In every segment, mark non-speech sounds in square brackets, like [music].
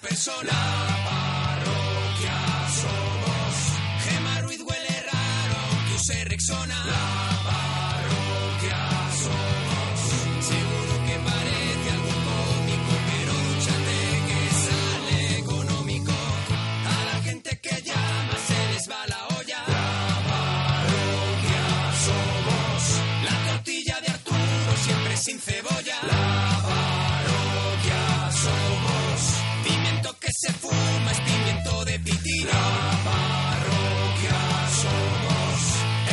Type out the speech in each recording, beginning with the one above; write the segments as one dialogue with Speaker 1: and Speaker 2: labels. Speaker 1: La parroquia somos. Gema Ruiz huele raro. Yuse Rexona. La parroquia somos. Seguro que parece algo cómico, pero dúchate que sale económico. A la gente que llama se les va la olla. La parroquia somos. La tortilla de Arturo siempre sin cebolla. La parroquia somos. Pimiento que se fuma es pimiento de pitina. La parroquia somos.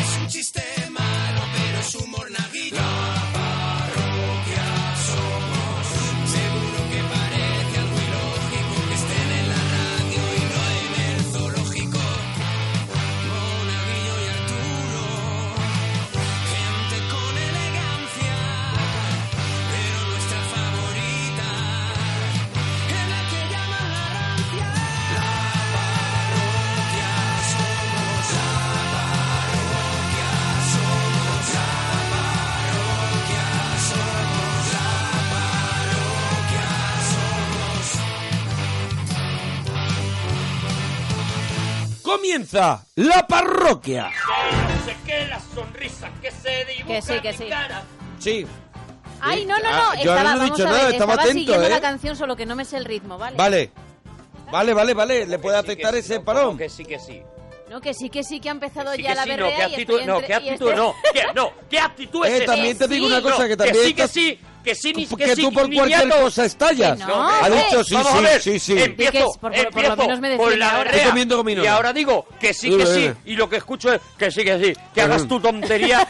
Speaker 1: Es un chiste malo, pero es humor naguillo. La parroquia somos. Seguro que parece algo ilógico que estén en la radio y no en el zoológico. Monaguillo y Arturo, gente con elegancia, pero nuestra favorita es la que llaman la rancia. La parroquia somos, la parroquia somos, la parroquia somos, la parroquia somos.
Speaker 2: Comienza la parroquia.
Speaker 3: No sé qué, la sonrisa que se dibuja
Speaker 4: Que sí, que
Speaker 3: en mi
Speaker 4: sí.
Speaker 3: cara.
Speaker 2: Sí.
Speaker 4: Ay, no, no, no.
Speaker 2: Ah, yo
Speaker 4: estaba,
Speaker 2: ahora no he
Speaker 4: vamos
Speaker 2: dicho
Speaker 4: a
Speaker 2: nada,
Speaker 4: ver,
Speaker 2: estaba atento,
Speaker 4: siguiendo
Speaker 2: ¿eh?
Speaker 4: la canción, solo que no me sé el ritmo, ¿vale?
Speaker 2: Vale. Vale, vale, vale. Le puede
Speaker 3: Que sí,
Speaker 2: aceptar
Speaker 3: que sí,
Speaker 2: ese
Speaker 3: no,
Speaker 2: parón.
Speaker 3: como Que sí, que sí.
Speaker 4: No, que sí, que sí, que ha empezado
Speaker 3: Sí,
Speaker 4: ya
Speaker 3: que
Speaker 4: la
Speaker 3: sí, no,
Speaker 4: berrea
Speaker 3: qué
Speaker 4: y
Speaker 3: actitud,
Speaker 4: estoy
Speaker 3: no,
Speaker 4: entre-
Speaker 3: qué
Speaker 4: y
Speaker 3: actitud,
Speaker 4: estoy-
Speaker 3: no, ¿Qué, no, qué actitud es
Speaker 2: Eh,
Speaker 3: esta?
Speaker 2: también te digo
Speaker 4: sí.
Speaker 2: una cosa
Speaker 3: No,
Speaker 2: que también
Speaker 3: sí, que
Speaker 2: estás-
Speaker 3: sí, que sí, ni
Speaker 2: que
Speaker 3: que sí,
Speaker 2: tú por
Speaker 3: ni
Speaker 2: cualquier
Speaker 3: miato.
Speaker 2: cosa estallas.
Speaker 4: Que no. Ha
Speaker 2: dicho sí,
Speaker 3: Vamos a
Speaker 2: sí,
Speaker 3: ver,
Speaker 2: sí, sí.
Speaker 3: Empiezo,
Speaker 4: Que es- por- por- por lo
Speaker 3: empiezo
Speaker 4: menos me
Speaker 3: por
Speaker 4: defiende
Speaker 3: la
Speaker 4: ahora.
Speaker 3: berrea.
Speaker 2: Estoy comiendo gominola.
Speaker 3: Y ahora digo que sí,
Speaker 2: Duro,
Speaker 3: que sí.
Speaker 2: duro.
Speaker 3: Y lo que escucho es que sí, que sí. Que
Speaker 2: Ajá.
Speaker 3: hagas tu tontería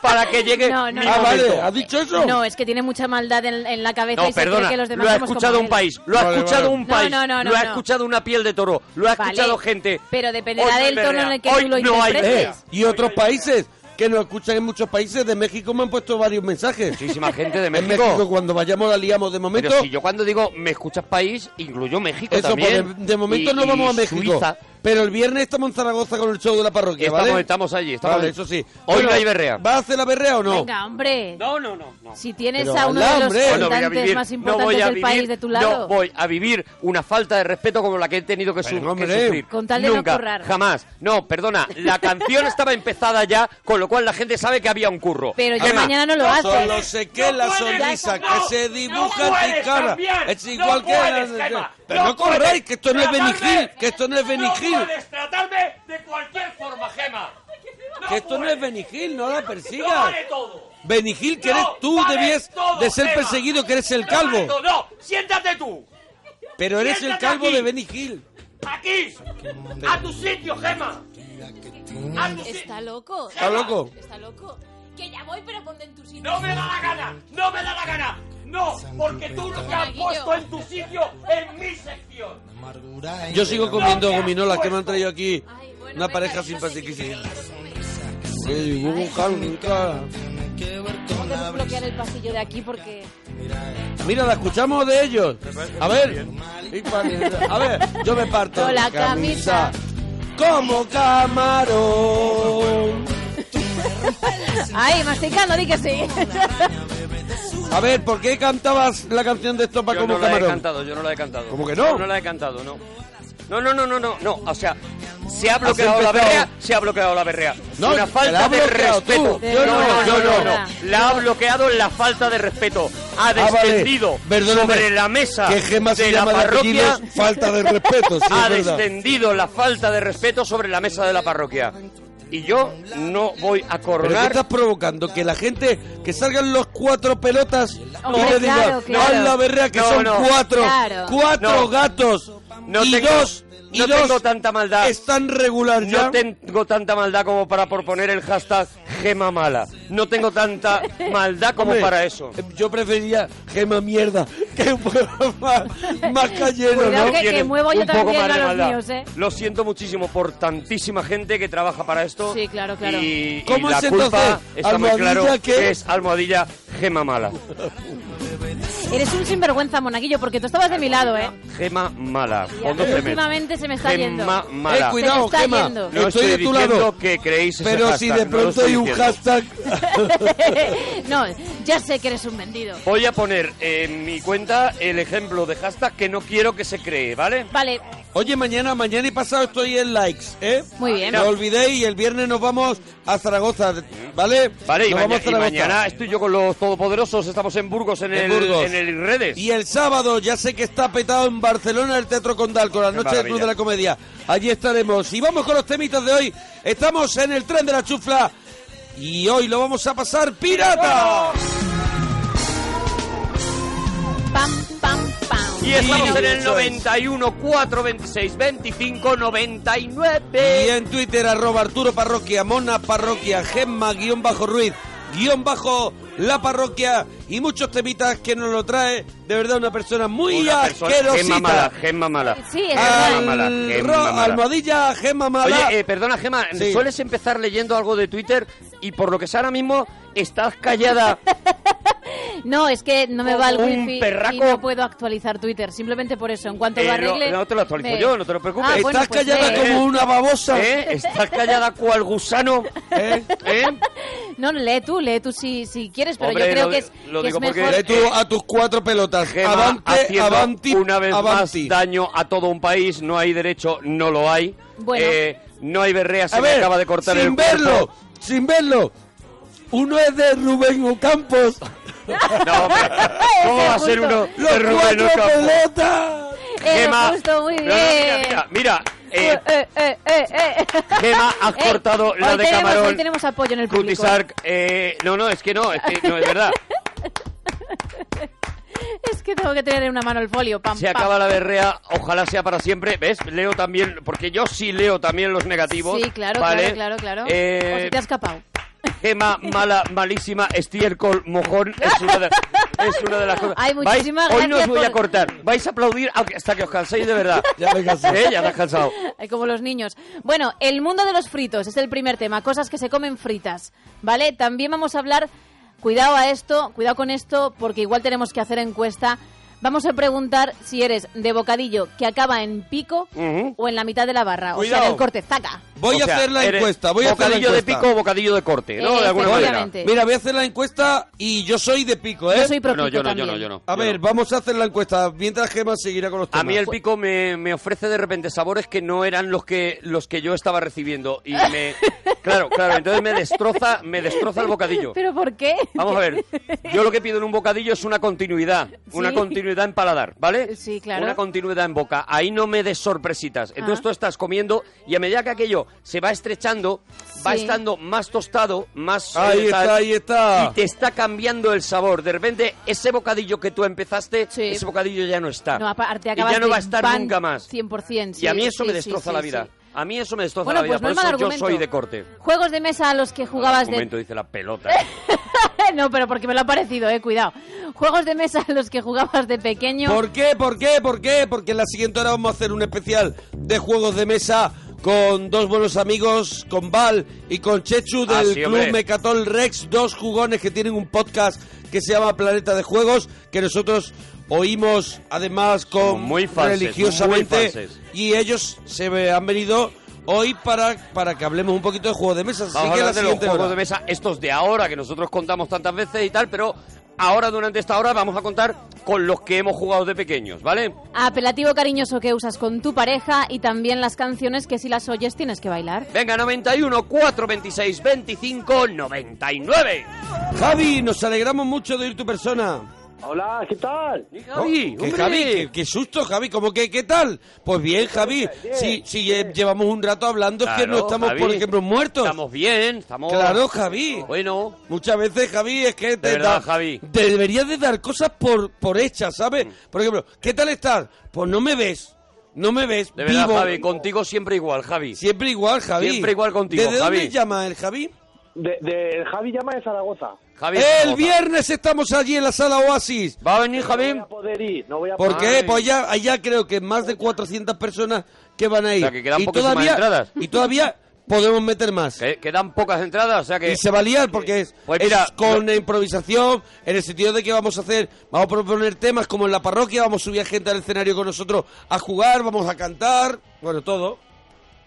Speaker 3: para que llegue
Speaker 4: No, no,
Speaker 3: mi
Speaker 4: no.
Speaker 2: Ah, vale.
Speaker 3: momento.
Speaker 2: ¿Has dicho eso?
Speaker 4: No, es que tiene mucha maldad en, en la cabeza
Speaker 3: No,
Speaker 4: y se cree
Speaker 3: perdona,
Speaker 4: que los demás
Speaker 3: lo ha
Speaker 4: somos
Speaker 3: escuchado
Speaker 4: como
Speaker 3: un
Speaker 4: él.
Speaker 3: país, lo ha
Speaker 2: Vale,
Speaker 3: escuchado
Speaker 2: vale.
Speaker 3: un
Speaker 4: No,
Speaker 3: país,
Speaker 4: no, no,
Speaker 3: lo ha
Speaker 4: no.
Speaker 3: escuchado una piel de toro, lo ha
Speaker 4: Vale,
Speaker 3: escuchado gente.
Speaker 4: pero dependerá
Speaker 3: Hoy
Speaker 4: del
Speaker 3: no hay
Speaker 4: tono en el que
Speaker 3: berrea.
Speaker 4: tú lo
Speaker 3: Hoy no hay
Speaker 4: interpretes.
Speaker 2: Eh,
Speaker 3: berrea.
Speaker 2: y otros países que nos escuchan en muchos países de México me han puesto varios mensajes.
Speaker 3: Muchísima gente de
Speaker 2: En México cuando vayamos la liamos de momento.
Speaker 3: Pero si yo cuando digo me escuchas país, incluyo México
Speaker 2: Eso,
Speaker 3: también.
Speaker 2: pues, de, de momento
Speaker 3: Y-
Speaker 2: no vamos
Speaker 3: y
Speaker 2: a México.
Speaker 3: Suiza.
Speaker 2: Pero el viernes estamos en Zaragoza con el show de la parroquia,
Speaker 3: Estamos,
Speaker 2: ¿vale?
Speaker 3: estamos allí, estamos
Speaker 2: Vale,
Speaker 3: allí.
Speaker 2: eso sí.
Speaker 3: Hoy
Speaker 2: Bueno,
Speaker 3: no hay berrea.
Speaker 2: ¿Va a hacer la berrea o no?
Speaker 4: Venga, hombre.
Speaker 3: No, no, no, no.
Speaker 4: Si tienes
Speaker 2: Pero
Speaker 4: a uno
Speaker 2: habla,
Speaker 4: de los
Speaker 2: hombre. Bueno,
Speaker 3: voy a
Speaker 4: cantantes
Speaker 3: vivir-
Speaker 4: más
Speaker 3: no
Speaker 4: importantes
Speaker 3: voy a
Speaker 4: del
Speaker 3: vivir-
Speaker 4: país de tu
Speaker 3: No
Speaker 4: lado.
Speaker 3: voy a vivir una falta de respeto como la que he tenido que, su-
Speaker 2: Venga,
Speaker 3: que
Speaker 2: hombre.
Speaker 3: sufrir.
Speaker 4: Con tal de no
Speaker 3: Nunca,
Speaker 4: currar.
Speaker 3: jamás. No, perdona, la canción estaba empezada ya, con lo cual la gente sabe que había un curro.
Speaker 4: Pero ya
Speaker 3: Emma,
Speaker 4: mañana no lo haces.
Speaker 2: Solo sé que
Speaker 3: No
Speaker 2: la
Speaker 3: puedes,
Speaker 2: sonrisa
Speaker 3: no,
Speaker 2: que se dibuja
Speaker 3: no
Speaker 2: en
Speaker 3: puedes
Speaker 2: tu cara
Speaker 3: cambiar,
Speaker 2: es
Speaker 3: no
Speaker 2: igual que
Speaker 3: puedes,
Speaker 2: la...
Speaker 3: Emma,
Speaker 2: Pero no,
Speaker 3: no puedes
Speaker 2: corráis, que esto no es
Speaker 3: tratarme.
Speaker 2: Benigil, que esto no es Benigil,
Speaker 3: tratarme de cualquier forma, Gema.
Speaker 2: que esto no es Benigil, no la
Speaker 3: No
Speaker 2: persigas.
Speaker 3: vale todo.
Speaker 2: Benigil, que eres
Speaker 3: No
Speaker 2: tú,
Speaker 3: vale
Speaker 2: debías
Speaker 3: todo,
Speaker 2: de ser
Speaker 3: Emma.
Speaker 2: perseguido, que eres el
Speaker 3: No vale todo,
Speaker 2: calvo.
Speaker 3: No, siéntate tú.
Speaker 2: Pero eres el
Speaker 3: Siéntate
Speaker 2: calvo
Speaker 3: aquí.
Speaker 2: de Benigil.
Speaker 3: Aquí. A tu sitio, Gema. A tu sitio.
Speaker 5: Está loco.
Speaker 2: ¿Está loco?
Speaker 5: Está loco. Que ya voy, pero ponte en tu sitio.
Speaker 3: No me da la gana. No me da la gana. No, porque tú no te has puesto en tu sitio en mi [laughs] sección.
Speaker 2: Yo sigo comiendo
Speaker 3: No te has
Speaker 2: gominolas que me han
Speaker 3: puesto.
Speaker 2: traído aquí
Speaker 5: Ay, bueno,
Speaker 2: una
Speaker 5: venga,
Speaker 2: pareja
Speaker 5: eso
Speaker 2: simpática.
Speaker 5: sí.
Speaker 2: Se dibuja en mi cara.
Speaker 4: Tengo que desbloquear el pasillo de aquí porque...
Speaker 2: Mira, la escuchamos de ellos. A ver. Y
Speaker 4: [laughs]
Speaker 2: pa- A ver, yo me parto
Speaker 4: Con la
Speaker 2: la camisa. Como camarón.
Speaker 4: Ay, masticando, di que sí.
Speaker 2: A ver, ¿por qué cantabas la canción de Estopa
Speaker 3: Yo
Speaker 2: como
Speaker 3: no la he
Speaker 2: camarón?
Speaker 3: cantado, yo no la he cantado.
Speaker 2: ¿Cómo que no?
Speaker 3: Yo no la he cantado, no. No, no, no, no, no, no. O sea, se ha bloqueado la
Speaker 2: empezado-
Speaker 3: berrea, se ha bloqueado la berrea.
Speaker 2: No,
Speaker 3: Una
Speaker 2: te
Speaker 3: falta
Speaker 2: la ha
Speaker 3: de
Speaker 2: bloqueado tú.
Speaker 3: respeto.
Speaker 4: Yo no, yo no.
Speaker 3: La ha bloqueado la falta de respeto. Ha
Speaker 2: Ah, vale.
Speaker 3: descendido
Speaker 2: Perdóname,
Speaker 3: sobre la mesa
Speaker 2: Que Gema se
Speaker 3: de la
Speaker 2: llama de
Speaker 3: parroquia.
Speaker 2: apellidos, falta de
Speaker 3: [laughs]
Speaker 2: respeto, sí,
Speaker 3: ha
Speaker 2: es verdad.
Speaker 3: descendido la falta de respeto sobre la mesa de la parroquia. Y yo no voy a
Speaker 2: ¿Pero qué
Speaker 3: coronar.
Speaker 2: estás provocando? Que la gente, que salgan los cuatro pelotas
Speaker 4: Hombre,
Speaker 2: y le diga,
Speaker 4: claro, claro.
Speaker 2: "Ay, la berrea que
Speaker 3: No,
Speaker 2: son
Speaker 3: no.
Speaker 2: cuatro,
Speaker 4: Claro.
Speaker 2: cuatro
Speaker 3: No.
Speaker 2: gatos
Speaker 3: No
Speaker 2: y
Speaker 3: tengo-
Speaker 2: dos, y
Speaker 3: no
Speaker 2: dos
Speaker 3: tengo tanta maldad.
Speaker 2: están regular ya.
Speaker 3: No tengo tanta maldad como para proponer el hashtag Gema Mala. No tengo tanta maldad como
Speaker 2: Hombre,
Speaker 3: para eso.
Speaker 2: eh, Yo prefería gema mierda que fuera más, más callero,
Speaker 4: Cuidado
Speaker 2: ¿no?
Speaker 4: que-
Speaker 3: Tienen
Speaker 4: muevo yo
Speaker 3: un poco
Speaker 4: también
Speaker 3: más
Speaker 4: a
Speaker 3: de
Speaker 4: los
Speaker 3: maldad.
Speaker 4: míos, ¿eh?
Speaker 3: Lo siento muchísimo por tantísima gente que trabaja para esto.
Speaker 4: Sí, claro, claro.
Speaker 3: Y, y
Speaker 2: ¿Cómo
Speaker 3: la
Speaker 2: es
Speaker 3: culpa
Speaker 2: entonces?
Speaker 3: está muy claro
Speaker 2: ¿Almohadilla qué?
Speaker 3: que es almohadilla Gema Mala.
Speaker 4: Eres un sinvergüenza, monaguillo, porque tú estabas de mi lado, ¿eh?
Speaker 3: Gema Mala.
Speaker 4: Ya,
Speaker 3: con 12 Ms.
Speaker 4: últimamente se me está yendo. [laughs]
Speaker 3: Gema
Speaker 2: Eh,
Speaker 3: Mala.
Speaker 4: Se me
Speaker 2: cuidado,
Speaker 4: está
Speaker 2: Gema,
Speaker 4: yendo.
Speaker 3: No
Speaker 2: estoy, de tu
Speaker 3: diciendo
Speaker 2: lado.
Speaker 3: que creéis ese
Speaker 2: Pero si
Speaker 3: hashtag,
Speaker 2: de
Speaker 3: no lo
Speaker 2: pronto
Speaker 4: Este
Speaker 3: estoy
Speaker 2: hay un
Speaker 3: diciendo.
Speaker 2: hashtag...
Speaker 4: no, Ya sé que eres un vendido.
Speaker 3: Voy a poner en mi cuenta el ejemplo de hashtag que no quiero que se cree, ¿vale?
Speaker 4: Vale,
Speaker 2: Oye, mañana, mañana y pasado estoy en likes, ¿eh?
Speaker 4: Muy bien.
Speaker 2: No olvidéis y el viernes nos vamos a Zaragoza, ¿vale?
Speaker 3: Vale, y,
Speaker 2: nos
Speaker 3: maña-
Speaker 2: vamos a
Speaker 3: y
Speaker 2: Zaragoza.
Speaker 3: mañana estoy yo con los todopoderosos, estamos en Burgos en,
Speaker 2: En
Speaker 3: el
Speaker 2: Burgos.
Speaker 3: en el redes.
Speaker 2: Y el sábado, ya sé que está petado en Barcelona el Teatro Condal con la
Speaker 3: Qué
Speaker 2: noche del
Speaker 3: maravilla.
Speaker 2: Club de la Comedia. Allí estaremos. Y vamos con los temitas de hoy. Estamos en el tren de la chufla. Y hoy lo vamos a pasar pirata.
Speaker 4: pam, pam, pam.
Speaker 3: Y estamos
Speaker 2: Bueno.
Speaker 3: en el 91 426 25
Speaker 2: Y
Speaker 3: 99.
Speaker 2: en Twitter, arroba Arturo Parroquia, Mona Parroquia, Gemma, guión bajo Ruiz, guión bajo La Parroquia y muchos temitas que nos lo trae de verdad una persona muy
Speaker 3: Una persona- Gemma mala,
Speaker 2: asquerosita.
Speaker 3: Gemma mala.
Speaker 4: Sí, es
Speaker 3: Gemma
Speaker 2: Al-
Speaker 4: verdad.
Speaker 3: mala, Gemma
Speaker 2: Ro-
Speaker 3: mala.
Speaker 2: Almohadilla, Gemma Mala.
Speaker 3: Oye, eh, perdona Gemma,
Speaker 2: Sí.
Speaker 3: sueles empezar leyendo algo de Twitter y por lo que sé ahora mismo estás callada.
Speaker 4: No, es que no me va el
Speaker 3: Un
Speaker 4: wifi
Speaker 3: perraco.
Speaker 4: y no puedo actualizar Twitter. Simplemente por eso. En cuanto
Speaker 3: Eh,
Speaker 4: lo
Speaker 3: no-
Speaker 4: arregle...
Speaker 3: no te lo actualizo yo, no te lo preocupes.
Speaker 4: Ah,
Speaker 2: Estás
Speaker 4: bueno, pues
Speaker 2: callada
Speaker 4: ve.
Speaker 3: con-
Speaker 2: como una babosa.
Speaker 3: ¿Eh? Estás callada cual gusano.
Speaker 2: ¿Eh?
Speaker 3: ¿Eh?
Speaker 4: No, lee tú, lee tú si, si quieres, pero
Speaker 3: Hombre,
Speaker 4: yo creo
Speaker 3: lo
Speaker 4: que
Speaker 3: di-
Speaker 4: es,
Speaker 3: lo
Speaker 4: que es
Speaker 3: digo porque-
Speaker 4: mejor...
Speaker 2: Ve tú a tus cuatro pelotas.
Speaker 3: Gema
Speaker 2: [laughs] avante,
Speaker 3: eh, haciendo
Speaker 2: avanti,
Speaker 3: una vez más
Speaker 2: avanti.
Speaker 3: daño a todo un país. No hay derecho, no lo hay.
Speaker 4: Bueno.
Speaker 3: Eh, no hay berrea, se
Speaker 2: a
Speaker 3: me
Speaker 2: ver,
Speaker 3: acaba de cortar
Speaker 2: sin
Speaker 3: el
Speaker 2: verlo,
Speaker 3: cuerpo.
Speaker 2: sin verlo. Uno es de Rubén Ocampos.
Speaker 3: [laughs] No, hombre,
Speaker 2: [laughs]
Speaker 3: ¿cómo va a ser Oh, uno
Speaker 2: Los
Speaker 3: de Rubén
Speaker 2: cuatro
Speaker 3: Ocampo?
Speaker 2: pelotas.
Speaker 4: Eh,
Speaker 3: Gema-
Speaker 4: justo, muy
Speaker 3: No,
Speaker 4: bien.
Speaker 3: no, mira, mira, mira, eh,
Speaker 4: Eh, eh, eh, eh, eh. [laughs]
Speaker 3: Gema, has
Speaker 4: Eh,
Speaker 3: cortado la
Speaker 4: hoy
Speaker 3: de
Speaker 4: tenemos,
Speaker 3: Camarón.
Speaker 4: Hoy tenemos apoyo en el público.
Speaker 3: Cutisarc, eh, no, no, es que no, es que no, es verdad.
Speaker 4: Es que tengo que tener en una mano el folio. [laughs] Pam,
Speaker 3: Se
Speaker 4: pam.
Speaker 3: acaba la berrea, ojalá sea para siempre. ¿Ves? Leo también, porque yo sí leo también los negativos.
Speaker 4: Sí, claro,
Speaker 3: ¿vale?
Speaker 4: claro, claro, claro.
Speaker 3: Eh,
Speaker 4: O se te ha escapado.
Speaker 3: Gema, mala, malísima, estiércol, mojón, es una de, es una de las cosas.
Speaker 4: Ay, muchísimas
Speaker 3: Vais- Hoy no os
Speaker 4: gracias
Speaker 3: voy a
Speaker 4: por-
Speaker 3: cortar, vais a aplaudir hasta que os canséis de verdad.
Speaker 2: [laughs] Ya me cansé.
Speaker 3: Eh, Ya te has cansado.
Speaker 4: [laughs] Ay, Como los niños. Bueno, el mundo de los fritos es el primer tema. Cosas que se comen fritas. ¿Vale? También vamos a hablar. Cuidado a esto, cuidado con esto, porque igual tenemos que hacer encuesta. Vamos a preguntar si eres de bocadillo que acaba en pico
Speaker 3: Ujú.
Speaker 4: o en la mitad de la barra. O
Speaker 2: Cuidado.
Speaker 4: sea, en el corte, zaca.
Speaker 2: Voy
Speaker 3: O sea,
Speaker 2: a hacer la
Speaker 3: eres
Speaker 2: encuesta, voy a hacer la
Speaker 3: Bocadillo de
Speaker 2: encuesta.
Speaker 3: pico o bocadillo de corte, ¿no?
Speaker 4: Eh,
Speaker 3: de alguna manera.
Speaker 4: efectivamente.
Speaker 2: Mira, voy a hacer la encuesta y yo soy de pico, ¿eh?
Speaker 4: Yo soy pro
Speaker 3: No, yo
Speaker 4: pico
Speaker 3: no, yo no,
Speaker 4: también.
Speaker 3: yo no.
Speaker 2: A
Speaker 3: Yo
Speaker 2: ver,
Speaker 3: no.
Speaker 2: vamos a hacer la encuesta mientras Gemma seguirá con los temas.
Speaker 3: A mí el
Speaker 4: Pues-
Speaker 3: pico me, me ofrece de repente sabores que no eran los que los que yo estaba recibiendo y
Speaker 4: [laughs]
Speaker 3: me claro claro entonces me destroza me destroza el bocadillo.
Speaker 4: ¿Pero por qué?
Speaker 3: Vamos a
Speaker 4: [laughs]
Speaker 3: ver, yo lo que pido en un bocadillo es una continuidad, una
Speaker 4: Sí.
Speaker 3: continuidad en paladar, ¿vale?
Speaker 4: Sí, claro.
Speaker 3: Una continuidad en boca, ahí no me des sorpresitas. Entonces
Speaker 4: Ah.
Speaker 3: tú estás comiendo y a medida que aquello se va estrechando, va
Speaker 4: Sí.
Speaker 3: estando más tostado, más...
Speaker 2: Ahí
Speaker 3: eh, tal,
Speaker 2: está, ahí está.
Speaker 3: Y te está cambiando el sabor. De repente, ese bocadillo que tú empezaste,
Speaker 4: Sí.
Speaker 3: ese bocadillo ya no está.
Speaker 4: No, aparte
Speaker 3: Y
Speaker 4: acabas
Speaker 3: ya no
Speaker 4: de
Speaker 3: va a estar
Speaker 4: pan
Speaker 3: nunca más.
Speaker 4: 100%. sí,
Speaker 3: y a mí eso
Speaker 4: sí,
Speaker 3: me
Speaker 4: sí,
Speaker 3: destroza
Speaker 4: sí,
Speaker 3: la
Speaker 4: sí.
Speaker 3: vida. A mí eso me destroza
Speaker 4: Bueno,
Speaker 3: la vida.
Speaker 4: pues no
Speaker 3: Por
Speaker 4: es
Speaker 3: eso
Speaker 4: mal
Speaker 3: yo
Speaker 4: argumento.
Speaker 3: soy de corte.
Speaker 4: Juegos de mesa a los que jugabas
Speaker 3: Ah, Un
Speaker 4: de...
Speaker 3: momento dice la pelota.
Speaker 4: [laughs] no, pero porque me lo ha parecido, eh, cuidado. Juegos de mesa a los que jugabas de pequeño.
Speaker 2: ¿Por qué? ¿Por qué? ¿Por qué? Porque en la siguiente hora vamos a hacer un especial de juegos de mesa con dos buenos amigos, con Val y con Chechu del
Speaker 3: Ah, sí,
Speaker 2: Club
Speaker 3: hombre.
Speaker 2: Mecatol Rex, dos jugones que tienen un podcast que se llama Planeta de Juegos, que nosotros oímos además con
Speaker 3: Son muy falses, muy
Speaker 2: religiosamente
Speaker 3: falses.
Speaker 2: y ellos se ve- han venido hoy para, para que hablemos un poquito de juegos de mesa. Así
Speaker 3: Vamos a
Speaker 2: que la
Speaker 3: hablar de los
Speaker 2: siguiente
Speaker 3: juegos
Speaker 2: hora.
Speaker 3: de mesa, estos de ahora que nosotros contamos tantas veces y tal, pero ahora durante esta hora vamos a contar con los que hemos jugado de pequeños, ¿vale?
Speaker 4: Apelativo cariñoso que usas con tu pareja y también las canciones que si las oyes tienes que bailar.
Speaker 3: Venga, 91, 4, 26, 25, 99.
Speaker 2: Javi, nos alegramos mucho de oír tu persona.
Speaker 6: Hola, ¿qué tal?
Speaker 3: Javi,
Speaker 2: Oh, que
Speaker 3: hombre.
Speaker 2: Javi, qué, qué susto, Javi, ¿cómo que qué tal? Pues bien, Javi, si, si lle- llevamos un rato hablando es que
Speaker 3: Claro,
Speaker 2: no estamos,
Speaker 3: Javi.
Speaker 2: por ejemplo, muertos.
Speaker 3: Estamos bien, estamos...
Speaker 2: Claro, Javi.
Speaker 3: Bueno,
Speaker 2: Muchas veces, Javi, es que te,
Speaker 3: verdad,
Speaker 2: da-
Speaker 3: Javi.
Speaker 2: te deberías de dar cosas por, por hechas, ¿sabes?
Speaker 3: Mm.
Speaker 2: Por ejemplo, ¿qué tal estás? Pues no me ves, no me ves,
Speaker 3: de verdad,
Speaker 2: vivo.
Speaker 3: Javi, contigo siempre igual, Javi.
Speaker 2: Siempre igual, Javi.
Speaker 3: Siempre igual contigo,
Speaker 2: ¿Desde dónde
Speaker 3: Javi.
Speaker 2: llama el Javi?
Speaker 6: De, de Javi Llama de Zaragoza.
Speaker 3: Javi
Speaker 2: El
Speaker 3: Zamora.
Speaker 2: viernes estamos allí en la sala Oasis.
Speaker 3: ¿Va a venir,
Speaker 6: No
Speaker 3: Javi?
Speaker 6: voy a poder ir, no voy a poder
Speaker 2: Porque
Speaker 3: Ay.
Speaker 2: pues ya, allá creo que más de 400 personas que van a ir.
Speaker 3: O sea, que quedan poquísimas entradas.
Speaker 2: Y todavía podemos meter más.
Speaker 3: Que- Quedan pocas entradas, o sea que...
Speaker 2: Y se va a liar porque es,
Speaker 3: Pues mira,
Speaker 2: es con improvisación, en el sentido de que vamos a hacer, vamos a proponer temas como en la parroquia, vamos a subir a gente al escenario con nosotros a jugar, vamos a cantar, bueno, todo.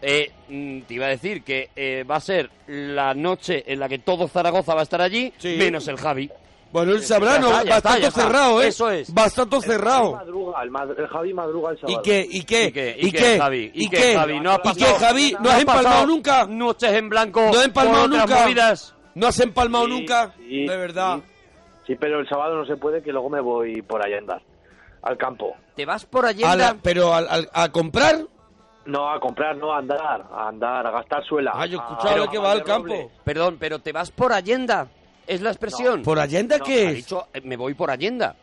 Speaker 3: Eh, mm, te iba a decir que eh, va a ser la noche en la que todo Zaragoza va a estar allí,
Speaker 2: Sí.
Speaker 3: menos el Javi.
Speaker 2: Bueno, él sabrá,
Speaker 3: Ya
Speaker 2: ¿no?
Speaker 3: está, ya está,
Speaker 2: Bastante
Speaker 3: ya está.
Speaker 2: cerrado, ¿eh?
Speaker 3: Eso es.
Speaker 2: Bastante
Speaker 6: El Javi
Speaker 2: cerrado.
Speaker 6: madruga, el, mad- el Javi madruga el
Speaker 2: ¿Y
Speaker 6: sábado.
Speaker 2: qué? ¿Y qué?
Speaker 3: ¿Y qué? ¿Y qué, Javi? ¿Y qué, Javi? No has
Speaker 2: ¿Y
Speaker 3: pasado-
Speaker 2: qué, Javi? ¿No
Speaker 3: has
Speaker 2: has empalmado
Speaker 3: pasado
Speaker 2: nunca?
Speaker 3: Noches en blanco.
Speaker 2: ¿No has empalmado
Speaker 3: por otras
Speaker 2: nunca?
Speaker 3: movidas.
Speaker 2: ¿No has empalmado
Speaker 6: Sí,
Speaker 2: nunca?
Speaker 6: sí,
Speaker 2: de verdad.
Speaker 6: Sí, pero el sábado no se puede, que luego me voy por allá a andar. Al campo.
Speaker 3: Te vas por allí.
Speaker 2: A la-
Speaker 3: Ana?
Speaker 2: pero al- al- a comprar,
Speaker 6: No, a comprar, no, a andar, a andar, a gastar suela.
Speaker 2: Ah, yo he
Speaker 6: a-
Speaker 2: escuchado
Speaker 6: a
Speaker 2: que va al
Speaker 6: valer
Speaker 2: campo.
Speaker 6: robles.
Speaker 3: Perdón, pero te vas por Allenda. Es la expresión.
Speaker 2: ¿por Allenda
Speaker 6: No,
Speaker 2: qué
Speaker 3: Ha
Speaker 2: es?
Speaker 3: dicho, eh, me voy por Allenda.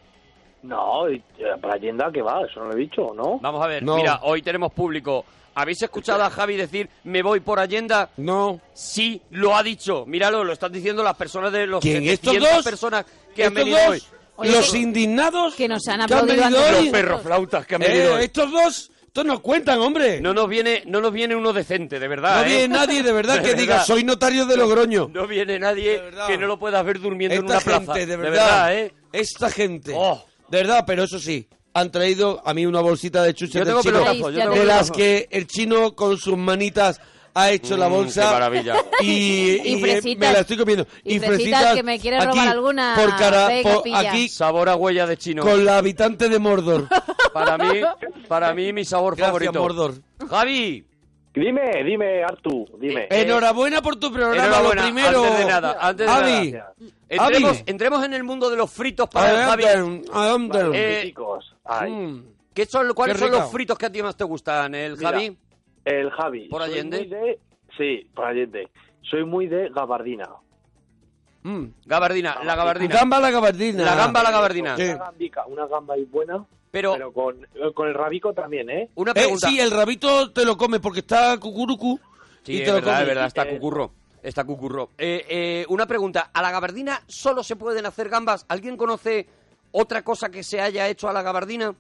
Speaker 6: No, y, eh, para Allenda que va, eso no lo he dicho, ¿no?
Speaker 3: Vamos a ver,
Speaker 2: No.
Speaker 3: Eh, mira, hoy tenemos público. ¿Habéis escuchado a Javi decir me voy por Allenda?
Speaker 2: No.
Speaker 3: Sí, lo ha dicho. Míralo, lo están diciendo las personas de los
Speaker 2: ¿Quién? ¿Estos
Speaker 3: 700
Speaker 2: dos?
Speaker 3: personas que han
Speaker 2: Estos
Speaker 3: venido hoy.
Speaker 2: dos,
Speaker 4: Oye,
Speaker 2: los
Speaker 4: que-
Speaker 2: indignados
Speaker 4: que nos han aplaudido
Speaker 2: venido
Speaker 4: antes de
Speaker 2: hoy,
Speaker 4: los perros
Speaker 3: flautas que han
Speaker 2: eh,
Speaker 3: venido hoy.
Speaker 2: estos dos, estos no cuentan, hombre. No,
Speaker 3: No nos viene, no nos viene uno decente, de verdad. ¿eh?
Speaker 2: viene nadie de
Speaker 3: [laughs]
Speaker 2: verdad
Speaker 3: De
Speaker 2: que diga
Speaker 3: verdad.
Speaker 2: soy notario de Logroño.
Speaker 3: No viene
Speaker 2: De
Speaker 3: nadie
Speaker 2: verdad.
Speaker 3: que no lo puedas ver durmiendo
Speaker 2: Esta
Speaker 3: en una
Speaker 2: gente,
Speaker 3: plaza.
Speaker 2: de verdad,
Speaker 3: ¿eh?
Speaker 2: esta gente,
Speaker 3: Oh.
Speaker 2: de verdad, pero eso sí, han traído a mí una bolsita de chuches
Speaker 3: Yo
Speaker 2: del
Speaker 3: tengo
Speaker 2: chino,
Speaker 3: pelotazo,
Speaker 4: yo tengo
Speaker 2: de las
Speaker 3: pelotazo.
Speaker 2: que el chino con sus manitas ha hecho la
Speaker 3: Mm,
Speaker 2: bolsa.
Speaker 3: qué maravilla.
Speaker 2: [laughs] Y,
Speaker 4: Y
Speaker 2: eh,
Speaker 4: fresitas.
Speaker 2: me la estoy comiendo.
Speaker 4: Y fresitas que me quiere robar
Speaker 2: aquí,
Speaker 4: alguna,
Speaker 2: Por cara,
Speaker 4: pega,
Speaker 2: por-
Speaker 4: pilla.
Speaker 2: aquí
Speaker 3: Sabor a huella de chino.
Speaker 2: con la habitante
Speaker 3: [laughs]
Speaker 2: de Mordor.
Speaker 3: Para mí, para mí mi sabor
Speaker 2: Gracias,
Speaker 3: favorito.
Speaker 2: Mordor.
Speaker 3: Javi,
Speaker 6: Dime, dime, Artu, dime.
Speaker 2: Enhorabuena por tu programa, lo
Speaker 3: enhorabuena,
Speaker 2: primero.
Speaker 3: antes de nada, antes de
Speaker 2: Avi,
Speaker 3: nada.
Speaker 6: Gracias.
Speaker 3: entremos,
Speaker 2: Javi.
Speaker 3: entremos en el mundo de los fritos para el Javi.
Speaker 2: Adelante, adelante.
Speaker 3: Eh,
Speaker 6: Chicos, ay,
Speaker 3: Mm. ¿Qué son, ¿Cuáles
Speaker 2: Qué
Speaker 3: son los
Speaker 2: rico.
Speaker 3: fritos que a ti más te gustan, el
Speaker 6: Mira.
Speaker 3: Javi?
Speaker 6: el Javi.
Speaker 3: ¿por
Speaker 6: soy
Speaker 3: Allende?
Speaker 6: muy de- sí, por Allende. Soy muy de gabardina.
Speaker 2: Mm.
Speaker 3: Gabardina, la gabardina.
Speaker 2: Gamba la gabardina.
Speaker 3: La gamba a la gabardina.
Speaker 2: Sí.
Speaker 6: Una gambica, una gamba ahí buena,
Speaker 3: Pero,
Speaker 6: pero con, con el rabico también, ¿eh?
Speaker 3: una
Speaker 2: Eh,
Speaker 3: pregunta.
Speaker 2: sí, el rabito te lo come porque está cucurucu.
Speaker 3: Sí,
Speaker 2: y
Speaker 3: es
Speaker 2: te lo
Speaker 3: verdad,
Speaker 2: come.
Speaker 3: es verdad, está
Speaker 6: Eh,
Speaker 3: cucurro. Está cucurro. Eh, eh, una pregunta. ¿A la gabardina solo se pueden hacer gambas? ¿Alguien conoce otra cosa que se haya hecho a la gabardina?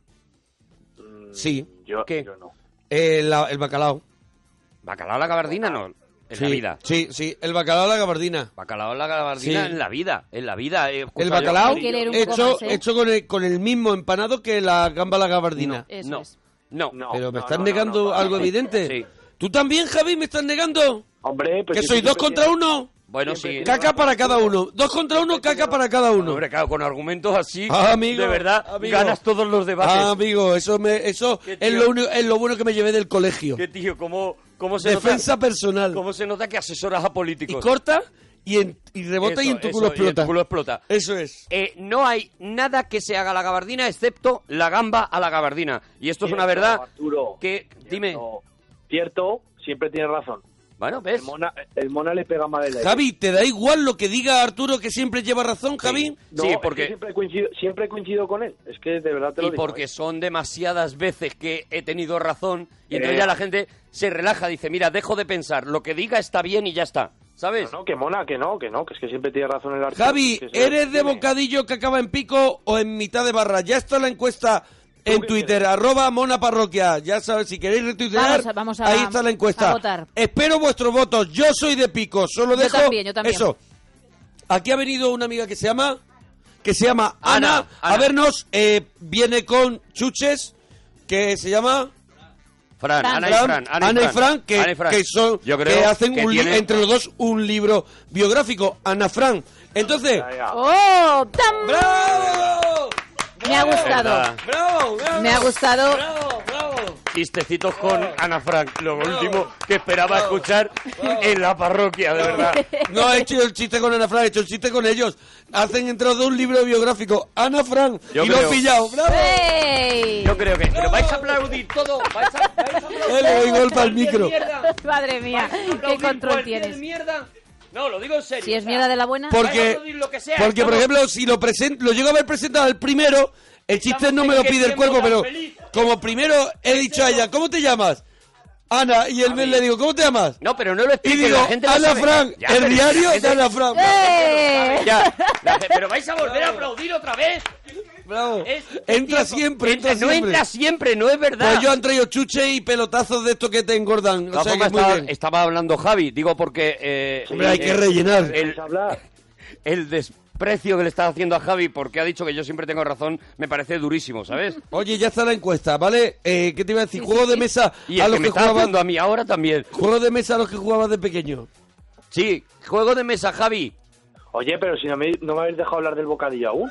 Speaker 2: Sí,
Speaker 6: Yo,
Speaker 3: ¿Qué?
Speaker 6: yo no.
Speaker 2: eh, la- el bacalao.
Speaker 3: Bacalao a la gabardina no. En
Speaker 2: sí,
Speaker 3: la vida.
Speaker 2: Sí, sí, el bacalao a la gabardina.
Speaker 3: Bacalao a la gabardina
Speaker 2: Sí.
Speaker 3: en la vida. En la vida. eh, escucha,
Speaker 2: El
Speaker 3: yo-
Speaker 2: bacalao
Speaker 4: Hay que leer un poco
Speaker 2: hecho,
Speaker 4: más, ¿eh?
Speaker 2: hecho con, el, con el mismo empanado que la gamba a la gabardina.
Speaker 4: Eso
Speaker 3: No,
Speaker 4: es.
Speaker 3: no.
Speaker 6: No.
Speaker 2: Pero me estás
Speaker 6: no, no,
Speaker 2: negando
Speaker 6: no, no,
Speaker 2: algo
Speaker 6: no.
Speaker 2: evidente.
Speaker 3: Sí.
Speaker 2: ¿Tú también, Javi, me estás negando?
Speaker 6: Hombre, pues
Speaker 2: que
Speaker 6: yo
Speaker 2: sois dos
Speaker 6: siempre
Speaker 2: contra
Speaker 6: tengo-
Speaker 2: uno.
Speaker 3: Bueno, sí.
Speaker 6: Siempre tiene-
Speaker 2: Caca para cada uno. Dos contra uno, caca para cada uno.
Speaker 3: Hombre, claro, con argumentos así,
Speaker 2: Ah, amigo,
Speaker 3: de verdad,
Speaker 2: amigo.
Speaker 3: ganas todos los debates.
Speaker 2: Ah, amigo, eso, me, eso
Speaker 3: Qué
Speaker 2: es
Speaker 3: tío.
Speaker 2: lo, único- es lo bueno que me llevé del colegio.
Speaker 3: Que tío, cómo, cómo se
Speaker 2: Defensa
Speaker 3: nota,
Speaker 2: personal.
Speaker 3: cómo se nota que asesoras a
Speaker 2: Y
Speaker 3: políticos.
Speaker 2: corta y, en- y rebota y
Speaker 3: Eso,
Speaker 2: en tu culo
Speaker 3: eso, y en
Speaker 2: explota.
Speaker 3: tu culo explota.
Speaker 2: Eso es.
Speaker 3: Eh, no hay nada que se haga a la gabardina excepto la gamba a la gabardina. Y esto es una
Speaker 6: Cierto,
Speaker 3: verdad
Speaker 6: Arturo.
Speaker 3: que, dime,
Speaker 6: Cierto, Cierto, siempre tiene razón.
Speaker 3: bueno,
Speaker 6: El
Speaker 3: ¿ves?
Speaker 6: mona, el mona le pega mal el aire.
Speaker 2: Javi, ¿te da igual lo que diga Arturo que siempre lleva razón, Javi?
Speaker 6: No,
Speaker 3: sí,
Speaker 6: es que
Speaker 3: porque-
Speaker 6: siempre, coincido, siempre coincido con él. Es que de verdad te lo
Speaker 3: Y
Speaker 6: digo.
Speaker 3: porque
Speaker 6: ¿eh?
Speaker 3: son demasiadas veces que he tenido razón y
Speaker 6: Eh.
Speaker 3: entonces ya la gente se relaja, dice, mira, dejo de pensar, lo que diga está bien y ya está, ¿sabes?
Speaker 6: No, no, que mona, que no, que no, que es que siempre tiene razón el Arturo.
Speaker 2: Javi,
Speaker 6: Que se-
Speaker 2: ¿eres de
Speaker 6: dime.
Speaker 2: bocadillo que acaba en pico o en mitad de barra? Ya está la encuesta en
Speaker 6: qué
Speaker 2: Twitter, arroba mona parroquia. Ya sabes, si queréis retuitear,
Speaker 4: Vamos a- vamos a-
Speaker 2: ahí está la encuesta.
Speaker 4: a votar.
Speaker 2: Espero vuestros votos. Yo soy de pico, solo
Speaker 4: Yo
Speaker 2: dejo
Speaker 4: también, yo también.
Speaker 2: eso. Aquí ha venido una amiga que se llama que se llama Ana,
Speaker 3: Ana,
Speaker 2: a
Speaker 3: Ana.
Speaker 2: vernos. eh, viene con chuches que se llama
Speaker 3: Fran,
Speaker 4: Fran.
Speaker 3: Ana y
Speaker 2: Fran,
Speaker 3: Fran,
Speaker 2: Ana y Fran, que,
Speaker 3: Ana y Fran.
Speaker 2: que son
Speaker 3: Yo creo
Speaker 2: que hacen
Speaker 3: que
Speaker 2: un li-
Speaker 3: tienen-
Speaker 2: entre los dos un libro biográfico Ana Fran. Entonces,
Speaker 6: Ya, ya.
Speaker 4: ¡Oh! ¡Tam!
Speaker 2: ¡bravo!
Speaker 4: Me ha
Speaker 3: Verdad.
Speaker 4: gustado.
Speaker 2: ¡Bravo! ¡Bravo!
Speaker 4: Me ha gustado.
Speaker 2: ¡Bravo! ¡Bravo!
Speaker 3: Chistecitos con
Speaker 2: Oh.
Speaker 3: Ana Frank, lo
Speaker 2: Bravo.
Speaker 3: último que esperaba
Speaker 2: Bravo.
Speaker 3: escuchar en la parroquia, de verdad.
Speaker 2: Oh. [laughs] No he hecho el chiste con Ana Fran, he hecho el chiste con ellos. Hacen entre los dos un libro biográfico. Ana Fran.
Speaker 3: Yo
Speaker 2: y lo
Speaker 3: creo-
Speaker 2: he pillado. ¡Bravo!
Speaker 4: ¡Ey!
Speaker 3: Yo creo que. Pero vais a aplaudir todo. Vais a,
Speaker 2: [laughs]
Speaker 3: vais a aplaudir.
Speaker 2: Eh, le doy golpe al micro.
Speaker 3: Mierda.
Speaker 4: Madre mía,
Speaker 3: Vais a
Speaker 4: qué
Speaker 3: aplaudir
Speaker 4: control
Speaker 3: cualquier
Speaker 4: tienes.
Speaker 3: mierda. No, lo digo en serio.
Speaker 4: Si
Speaker 3: o
Speaker 4: es
Speaker 3: sea,
Speaker 4: mierda de la buena.
Speaker 3: Por- Vaya a
Speaker 2: Porque,
Speaker 3: aplaudir lo que sea,
Speaker 2: porque por
Speaker 3: estamos-
Speaker 2: ejemplo, si lo presento, lo llego a haber presentado al primero, el chiste
Speaker 3: Estamos
Speaker 2: no me
Speaker 3: en
Speaker 2: lo
Speaker 3: qué
Speaker 2: pide el
Speaker 3: tiempo
Speaker 2: cuerpo,
Speaker 3: tan Este
Speaker 2: pero
Speaker 3: feliz.
Speaker 2: como primero he dicho a ella, ¿cómo te llamas? Ana, y él me le digo, ¿cómo te llamas?
Speaker 3: No, pero no lo
Speaker 2: Y
Speaker 3: explico.
Speaker 2: digo,
Speaker 3: la gente lo
Speaker 2: Ana
Speaker 3: sabe.
Speaker 2: Frank,
Speaker 3: Ya,
Speaker 2: el
Speaker 3: pero-
Speaker 2: diario de
Speaker 3: gente-
Speaker 2: Ana Frank.
Speaker 4: ¡Eh!
Speaker 3: Ya, la gente- pero vais a volver a aplaudir otra vez.
Speaker 2: Bravo.
Speaker 3: Es-
Speaker 2: Entra
Speaker 3: tiempo.
Speaker 2: siempre, entra,
Speaker 3: no
Speaker 2: siempre.
Speaker 3: entra siempre, no es verdad.
Speaker 2: Pues yo han traído chuche y pelotazos de estos que te engordan.
Speaker 3: De
Speaker 2: O
Speaker 3: todas
Speaker 2: sea que
Speaker 3: formas,
Speaker 2: muy
Speaker 3: estaba,
Speaker 2: bien.
Speaker 3: estaba hablando Javi, digo porque. eh,
Speaker 2: Hombre, hay que
Speaker 3: eh,
Speaker 2: rellenar.
Speaker 3: el-
Speaker 6: Vais a hablar.
Speaker 3: el desprecio que le estás haciendo a Javi porque ha dicho que yo siempre tengo razón me parece durísimo, ¿sabes?
Speaker 2: Oye, ya está la encuesta, ¿vale? Eh, ¿Qué te iba a decir? Juego de mesa
Speaker 3: Y
Speaker 2: a
Speaker 3: el
Speaker 2: los
Speaker 3: que
Speaker 2: que,
Speaker 3: me está
Speaker 2: jugabas.
Speaker 3: haciendo a mí ahora también.
Speaker 2: Juego de mesa a los que jugabas de pequeño.
Speaker 3: Sí, juego de mesa, Javi.
Speaker 6: Oye, pero si no me, no me habéis dejado hablar del bocadillo aún.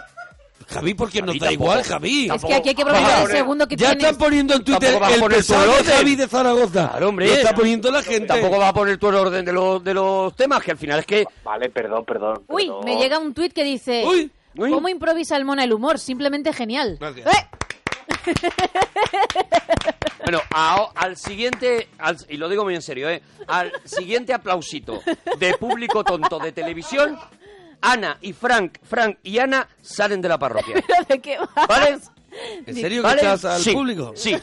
Speaker 2: Javi, porque nos
Speaker 3: Javi,
Speaker 2: da
Speaker 3: tampoco.
Speaker 2: igual, Javi.
Speaker 4: Es que aquí hay que aprovechar el segundo que
Speaker 2: Ya
Speaker 4: tienes.
Speaker 2: están poniendo en Twitter
Speaker 3: Tampoco vas a
Speaker 2: el
Speaker 3: poner tu
Speaker 2: pesado de
Speaker 3: orden. Ah,
Speaker 2: Javi de Zaragoza.
Speaker 3: Claro, hombre.
Speaker 2: Lo está poniendo la gente.
Speaker 3: Tampoco va a poner tú el orden de los, de los temas, que al final es que...
Speaker 6: Vale, perdón, perdón.
Speaker 4: Uy,
Speaker 6: perdón.
Speaker 4: me llega un tuit que dice...
Speaker 2: Uy,
Speaker 3: uy.
Speaker 4: ¿Cómo improvisa el Mona el humor? Simplemente genial.
Speaker 2: Gracias.
Speaker 4: ¡Eh!
Speaker 3: Bueno, a- al siguiente, al- y lo digo muy en serio, ¿eh? al siguiente aplausito de público tonto de televisión, Ana y Frank, Frank y Ana salen de la parroquia.
Speaker 4: ¿Pero de qué vas?
Speaker 3: ¿Vale?
Speaker 2: ¿En serio
Speaker 3: ¿Vale?
Speaker 2: que estás al
Speaker 3: Sí,
Speaker 2: público? [laughs]
Speaker 3: Sí.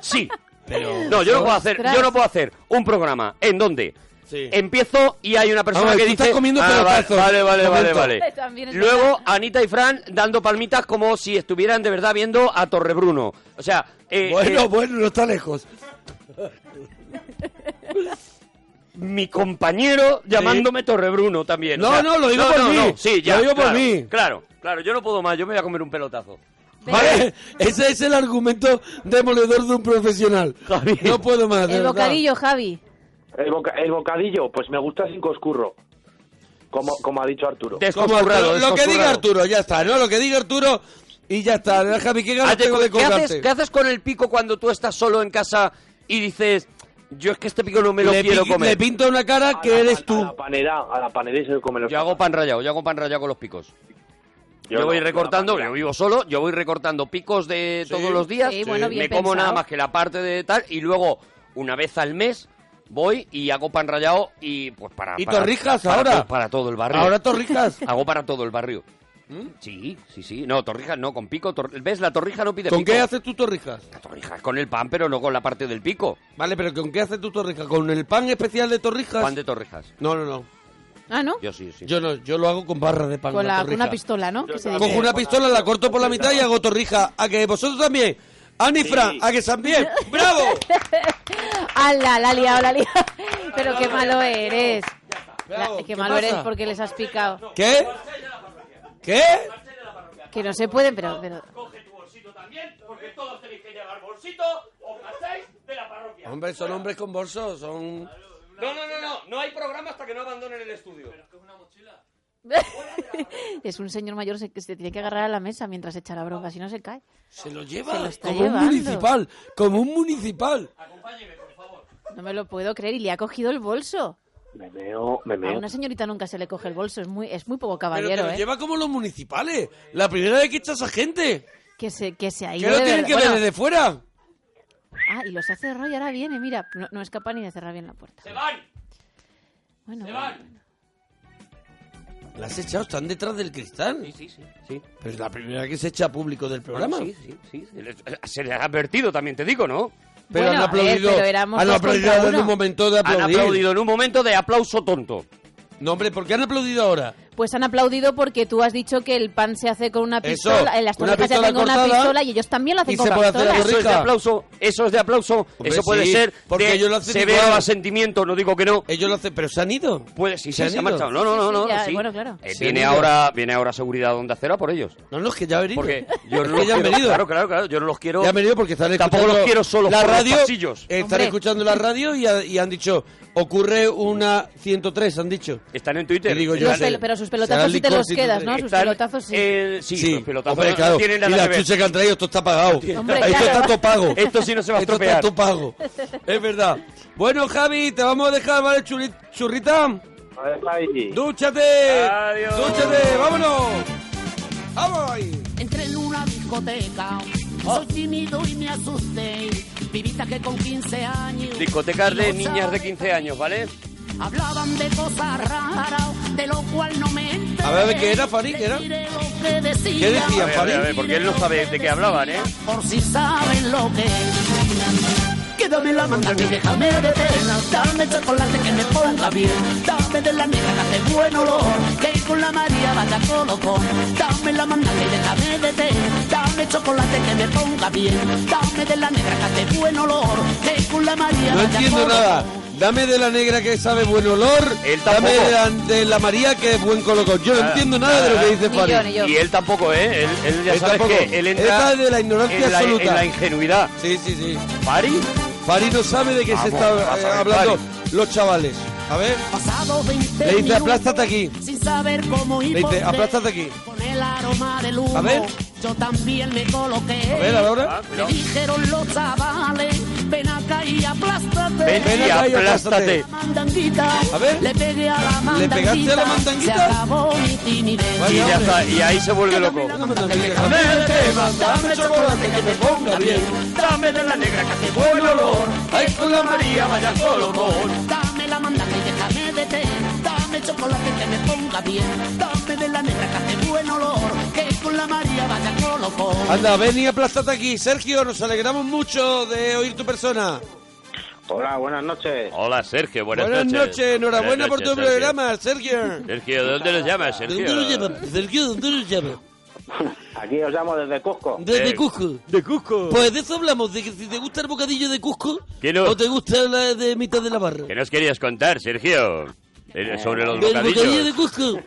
Speaker 3: Sí.
Speaker 2: Pero-
Speaker 3: no, yo no puedo hacer,
Speaker 4: Ostras.
Speaker 3: yo no puedo hacer un programa en donde
Speaker 2: Sí.
Speaker 3: empiezo y hay una persona
Speaker 2: Vamos,
Speaker 3: que
Speaker 2: tú
Speaker 3: dice
Speaker 2: estás comiendo
Speaker 3: "Ah, vale,
Speaker 2: pelotazos".
Speaker 3: vale, vale, vale,
Speaker 2: Momento.
Speaker 3: vale.
Speaker 4: También es
Speaker 3: Luego
Speaker 4: verdad.
Speaker 3: Anita y Fran dando palmitas como si estuvieran de verdad viendo a Torrebruno. O sea, eh,
Speaker 2: bueno,
Speaker 3: eh,
Speaker 2: bueno, no está lejos.
Speaker 3: mi compañero llamándome Torrebruno también. o
Speaker 2: No,
Speaker 3: sea,
Speaker 2: no, lo digo por mí.
Speaker 3: no, sí, ya,
Speaker 2: Lo digo por
Speaker 3: claro,
Speaker 2: mí.
Speaker 3: Claro, claro, yo no puedo más, yo me voy a comer un pelotazo.
Speaker 2: ¿Vale? Ese es el argumento demoledor de un profesional.
Speaker 3: Javi.
Speaker 2: No puedo más. de
Speaker 4: El
Speaker 2: verdad.
Speaker 4: bocadillo, Javi.
Speaker 6: El, boca- el bocadillo, pues me gusta sin coscurro. Como, como ha dicho Arturo.
Speaker 2: Como
Speaker 3: Descosturrado,
Speaker 2: Arturo, lo que diga
Speaker 3: descosturrado.
Speaker 2: Arturo, ya está, ¿no? Lo que diga Arturo y ya está. Verás, Javi, ¿qué ganas
Speaker 3: Hazte
Speaker 2: tengo
Speaker 3: cu-
Speaker 2: de
Speaker 3: Ah, ¿Qué haces,
Speaker 2: colgarte?
Speaker 3: qué haces con el pico cuando tú estás solo en casa y dices, yo es que este pico no me lo
Speaker 2: le,
Speaker 3: quiero
Speaker 2: pi-
Speaker 3: comer?
Speaker 2: le pinta una cara
Speaker 6: A
Speaker 2: que
Speaker 6: la
Speaker 2: eres
Speaker 6: pan-
Speaker 2: tú.
Speaker 6: A la panera, a la panera y se lo comen los
Speaker 3: Yo hago pan rallado, yo hago pan rallado con los picos. Yo,
Speaker 6: no,
Speaker 3: voy
Speaker 6: no,
Speaker 3: recortando,
Speaker 6: la
Speaker 3: yo vivo solo, yo voy recortando picos de
Speaker 2: Sí.
Speaker 3: todos los días,
Speaker 4: Sí, bueno,
Speaker 3: me
Speaker 4: bien
Speaker 3: como
Speaker 4: pensado.
Speaker 3: nada más que la parte de tal y luego una vez al mes voy y hago pan rallado y pues para
Speaker 2: ¿Y
Speaker 3: para-
Speaker 2: torrijas
Speaker 3: para
Speaker 2: ahora?
Speaker 3: to- para todo el barrio.
Speaker 2: Ahora torrijas.
Speaker 3: [laughs]
Speaker 2: ¿Mm?
Speaker 3: hago para todo el barrio. Sí, sí, sí. No, torrijas no, con pico. tor- ¿Ves? La torrija no pide
Speaker 2: ¿Con
Speaker 3: pico.
Speaker 2: qué haces tú torrijas?
Speaker 3: La torrija es con el pan, pero no con la parte del pico.
Speaker 2: Vale, pero ¿con qué haces tú torrijas? ¿Con el pan especial de torrijas?
Speaker 3: Pan de torrijas.
Speaker 2: No, no, no.
Speaker 4: Ah, ¿no?
Speaker 3: Yo sí, sí.
Speaker 2: Yo no, yo lo hago con barra de pan.
Speaker 4: Con
Speaker 2: la
Speaker 4: la, con
Speaker 2: torrija.
Speaker 4: una pistola, ¿no? Que se dice.
Speaker 2: Cojo una pistola, la corto por la mitad y hago torrija. A que vosotros también. Ani Fran, a que también. ¡Bravo!
Speaker 4: ¡Hala, la ha liado, la
Speaker 2: [laughs]
Speaker 4: ha liado! Pero qué malo eres.
Speaker 2: Bravo,
Speaker 4: La- qué
Speaker 2: ¿qué
Speaker 4: malo
Speaker 2: pasa?
Speaker 4: eres porque les has picado.
Speaker 2: ¿Qué? ¿Qué?
Speaker 4: Que no se pueden, pero... [laughs] [laughs] pero...
Speaker 7: Coge tu bolsito también, porque todos tenéis que llevar bolsito, os pasáis de la parroquia.
Speaker 2: Hombre, son hombres con bolsos, son...
Speaker 3: No, no, no, no. No hay programa hasta que no abandonen el estudio.
Speaker 4: es un señor mayor se- que se tiene que agarrar a la mesa mientras echa la bronca, si no se cae.
Speaker 2: Se lo lleva
Speaker 4: Se lo está
Speaker 2: como un
Speaker 4: llevando.
Speaker 2: municipal, como un municipal.
Speaker 4: No me lo puedo creer y le ha cogido el bolso.
Speaker 6: Me meo, me
Speaker 4: A
Speaker 6: meo.
Speaker 4: una señorita nunca se le coge el bolso, es muy, es muy
Speaker 2: Pero
Speaker 4: poco
Speaker 2: te
Speaker 4: caballero,
Speaker 2: lo
Speaker 4: ¿eh?
Speaker 2: lleva como los municipales. La primera vez que echa esa gente.
Speaker 4: Que se, que se ha
Speaker 2: Que
Speaker 4: ido
Speaker 2: no
Speaker 4: de
Speaker 2: tienen
Speaker 4: verdad.
Speaker 2: que ver
Speaker 4: Bueno,
Speaker 2: desde fuera.
Speaker 4: Ah, y los ha cerrado y ahora viene, mira, no, no es capaz ni de cerrar bien la puerta.
Speaker 7: Se van,
Speaker 4: Bueno,
Speaker 7: se
Speaker 4: bueno.
Speaker 7: van.
Speaker 2: La has echado, están detrás del cristal.
Speaker 3: Sí, sí, sí. sí.
Speaker 2: Pero es la primera que se echa a público del programa.
Speaker 3: Sí, sí, sí. Se les- eh, Se les ha advertido también, te digo, ¿no?
Speaker 2: Pero
Speaker 4: Bueno,
Speaker 2: han
Speaker 4: a ver,
Speaker 2: aplaudido,
Speaker 4: pero éramos
Speaker 2: han
Speaker 4: dos contra
Speaker 2: aplaudido en
Speaker 4: uno.
Speaker 2: un momento de aplaudir.
Speaker 3: Han aplaudido en un momento de aplauso tonto.
Speaker 2: No, hombre, ¿por qué han aplaudido ahora?
Speaker 4: Pues han aplaudido porque tú has dicho que el pan se hace con una
Speaker 2: Eso,
Speaker 4: pistola, eh, las
Speaker 2: una
Speaker 4: torrijas se hacen
Speaker 2: pistola
Speaker 4: con una
Speaker 2: cortada
Speaker 4: pistola y ellos también lo hacen
Speaker 2: y
Speaker 4: con
Speaker 2: se puede hacer
Speaker 4: pistolas.
Speaker 2: algo
Speaker 3: Eso es de
Speaker 2: Rica.
Speaker 3: aplauso, eso es de aplauso,
Speaker 2: Hombre,
Speaker 3: eso puede
Speaker 2: sí,
Speaker 3: ser
Speaker 2: porque
Speaker 3: de
Speaker 2: ellos lo hacen
Speaker 3: se
Speaker 2: igual.
Speaker 3: ve sentimiento, no digo que no.
Speaker 2: Ellos lo hacen, pero se han ido.
Speaker 3: Puede, sí,
Speaker 2: Se
Speaker 3: sí,
Speaker 2: han
Speaker 3: se ha
Speaker 2: ido.
Speaker 3: marchado. No, no, no,
Speaker 4: Sí, sí,
Speaker 3: no,
Speaker 4: ya,
Speaker 3: sí.
Speaker 4: bueno, claro.
Speaker 3: Eh,
Speaker 2: Se
Speaker 3: viene
Speaker 2: han ido.
Speaker 3: ahora, viene ahora seguridad donde acera por ellos.
Speaker 2: No, no, es que ya han venido.
Speaker 3: Porque yo
Speaker 2: [laughs] Es
Speaker 3: no
Speaker 2: que
Speaker 3: los
Speaker 2: ya han
Speaker 3: quiero-
Speaker 2: venido.
Speaker 3: Claro, claro, claro, yo no los quiero.
Speaker 2: Ya han venido porque están escuchando
Speaker 3: Tampoco los quiero solo
Speaker 2: la
Speaker 3: por los
Speaker 2: radio,
Speaker 3: pasillos.
Speaker 2: eh, Están
Speaker 4: Hombre.
Speaker 2: escuchando la radio y, ha- y han dicho, ocurre una 103, han dicho.
Speaker 3: Están en Twitter.
Speaker 2: Y digo yo,
Speaker 4: Los
Speaker 2: sé.
Speaker 3: están,
Speaker 4: pelo- pero sus
Speaker 2: Será
Speaker 4: pelotazos sí te
Speaker 2: licor
Speaker 4: los
Speaker 2: si tú
Speaker 4: quedas,
Speaker 2: te-
Speaker 4: ¿no? Sus
Speaker 3: están
Speaker 4: pelotazos sí.
Speaker 3: en- sí, los pelotazos
Speaker 2: hombre,
Speaker 3: no
Speaker 2: claro.
Speaker 3: tienen
Speaker 2: y
Speaker 3: nada
Speaker 2: la
Speaker 3: que ver.
Speaker 2: chucha que han traído, esto está pagado.
Speaker 4: [laughs] Hombre,
Speaker 2: esto
Speaker 4: claro.
Speaker 2: está
Speaker 3: [laughs]
Speaker 2: todo pago.
Speaker 3: Esto sí no se va a
Speaker 2: Esto está
Speaker 3: estropear.
Speaker 2: todo pago. Es verdad. Bueno, Javi, te vamos a dejar, ¿vale, churri- churrita?
Speaker 6: A ver, ahí.
Speaker 2: ¡Dúchate!
Speaker 3: Adiós.
Speaker 2: ¡Dúchate! ¡Vámonos! ¡Vamos Ah. ahí!
Speaker 8: Entré en una discoteca, soy tímido y me asusté. Pibita que con 15 años.
Speaker 3: Discotecas de
Speaker 8: no
Speaker 3: niñas de
Speaker 8: sabe,
Speaker 3: 15 años, ¿vale?
Speaker 8: Hablaban de cosas raras, de lo cual no me enteré.
Speaker 2: A ver, ¿qué era, Fari? ¿Qué era?
Speaker 8: Les diré lo que decían.
Speaker 2: ¿Qué
Speaker 3: A
Speaker 2: decían,
Speaker 3: ver, a ver, a
Speaker 2: Fari?
Speaker 3: ver, porque él no sabe de qué hablaban, ¿eh?
Speaker 8: Por si saben lo que es. Quédame la mandarina y déjame de penas. Dame chocolate que me ponga bien. Dame de la negra que hace buen olor. Que con la María vaya colocón. Dame la mandarina y déjame de té. Dame chocolate que me ponga bien. Dame de la negra que hace buen olor. Que con la María
Speaker 2: No
Speaker 8: vaya
Speaker 2: entiendo
Speaker 8: colocón.
Speaker 2: nada. Dame de la negra que sabe buen olor.
Speaker 3: Él tampoco.
Speaker 2: Dame de la, de la María que es buen colocón. Yo no
Speaker 3: Nada,
Speaker 2: entiendo nada de lo
Speaker 3: nada.
Speaker 2: que dice
Speaker 4: Ni yo,
Speaker 2: Fari.
Speaker 4: ni yo.
Speaker 3: Y él tampoco, ¿eh? Él, él ya
Speaker 2: Él
Speaker 3: sabes
Speaker 2: tampoco.
Speaker 3: que él entra
Speaker 2: Él está de la ignorancia
Speaker 3: en la,
Speaker 2: absoluta.
Speaker 3: en la ingenuidad.
Speaker 2: Sí, sí, sí.
Speaker 3: ¿Pari?
Speaker 2: Fari no sabe de qué se
Speaker 3: Vamos,
Speaker 2: está
Speaker 3: vas a
Speaker 2: eh,
Speaker 3: ver,
Speaker 2: hablando
Speaker 3: Fari.
Speaker 2: los chavales. A ver.
Speaker 8: Pasado 20
Speaker 2: Le dice,
Speaker 8: minutos,
Speaker 2: aplástate aquí.
Speaker 8: Sin saber cómo y
Speaker 2: Le
Speaker 8: por
Speaker 2: dice,
Speaker 8: qué,
Speaker 2: aplástate aquí.
Speaker 8: Con el aroma del humo.
Speaker 2: A ver.
Speaker 8: Yo también me coloqué.
Speaker 2: A ver,
Speaker 3: Ah,
Speaker 2: ahora.
Speaker 8: Me dijeron los chavales, ven acá y aplástate.
Speaker 3: Ven
Speaker 2: Ven
Speaker 3: y
Speaker 2: acá
Speaker 3: aplástate.
Speaker 2: y aplástate.
Speaker 8: La mandanguita.
Speaker 2: A ver.
Speaker 8: Le pegué a la
Speaker 2: ¿Le
Speaker 8: mandanguita.
Speaker 2: pegaste a la
Speaker 8: Se
Speaker 2: mandanguita?
Speaker 8: acabó mi timidez.
Speaker 3: Y ya está, y ahí se vuelve loco.
Speaker 8: Dame chocolate que me ponga bien.
Speaker 3: Dame de la negra que hace buen olor. Ay, con la María vaya Solomón.
Speaker 8: Dame la mandanga y déjame de té. Dame chocolate que me ponga bien. Dame de la negra que hace buen olor. Que con la María vaya colofón.
Speaker 2: Anda, ven y aplástate aquí. Sergio, nos alegramos mucho de oír tu persona.
Speaker 6: Hola, buenas noches.
Speaker 9: Hola, Sergio, buenas,
Speaker 2: Buenas noches,
Speaker 9: Buenas
Speaker 2: enhorabuena por tu
Speaker 9: noches, Sergio.
Speaker 2: programa, Sergio.
Speaker 9: Sergio, ¿de dónde nos llamas, Sergio?
Speaker 2: Sergio? ¿Dónde nos llama?
Speaker 6: Aquí os llamo desde Cusco.
Speaker 9: Desde Eh,
Speaker 2: Cusco.
Speaker 3: De Cusco.
Speaker 2: Pues de eso hablamos, de que si te gusta el bocadillo de Cusco
Speaker 9: Que no. o te
Speaker 2: gusta la de mitad de la barra.
Speaker 9: ¿Qué nos querías contar, Sergio? Eh, Sobre los
Speaker 2: de
Speaker 9: bocadillos.
Speaker 2: Cusco.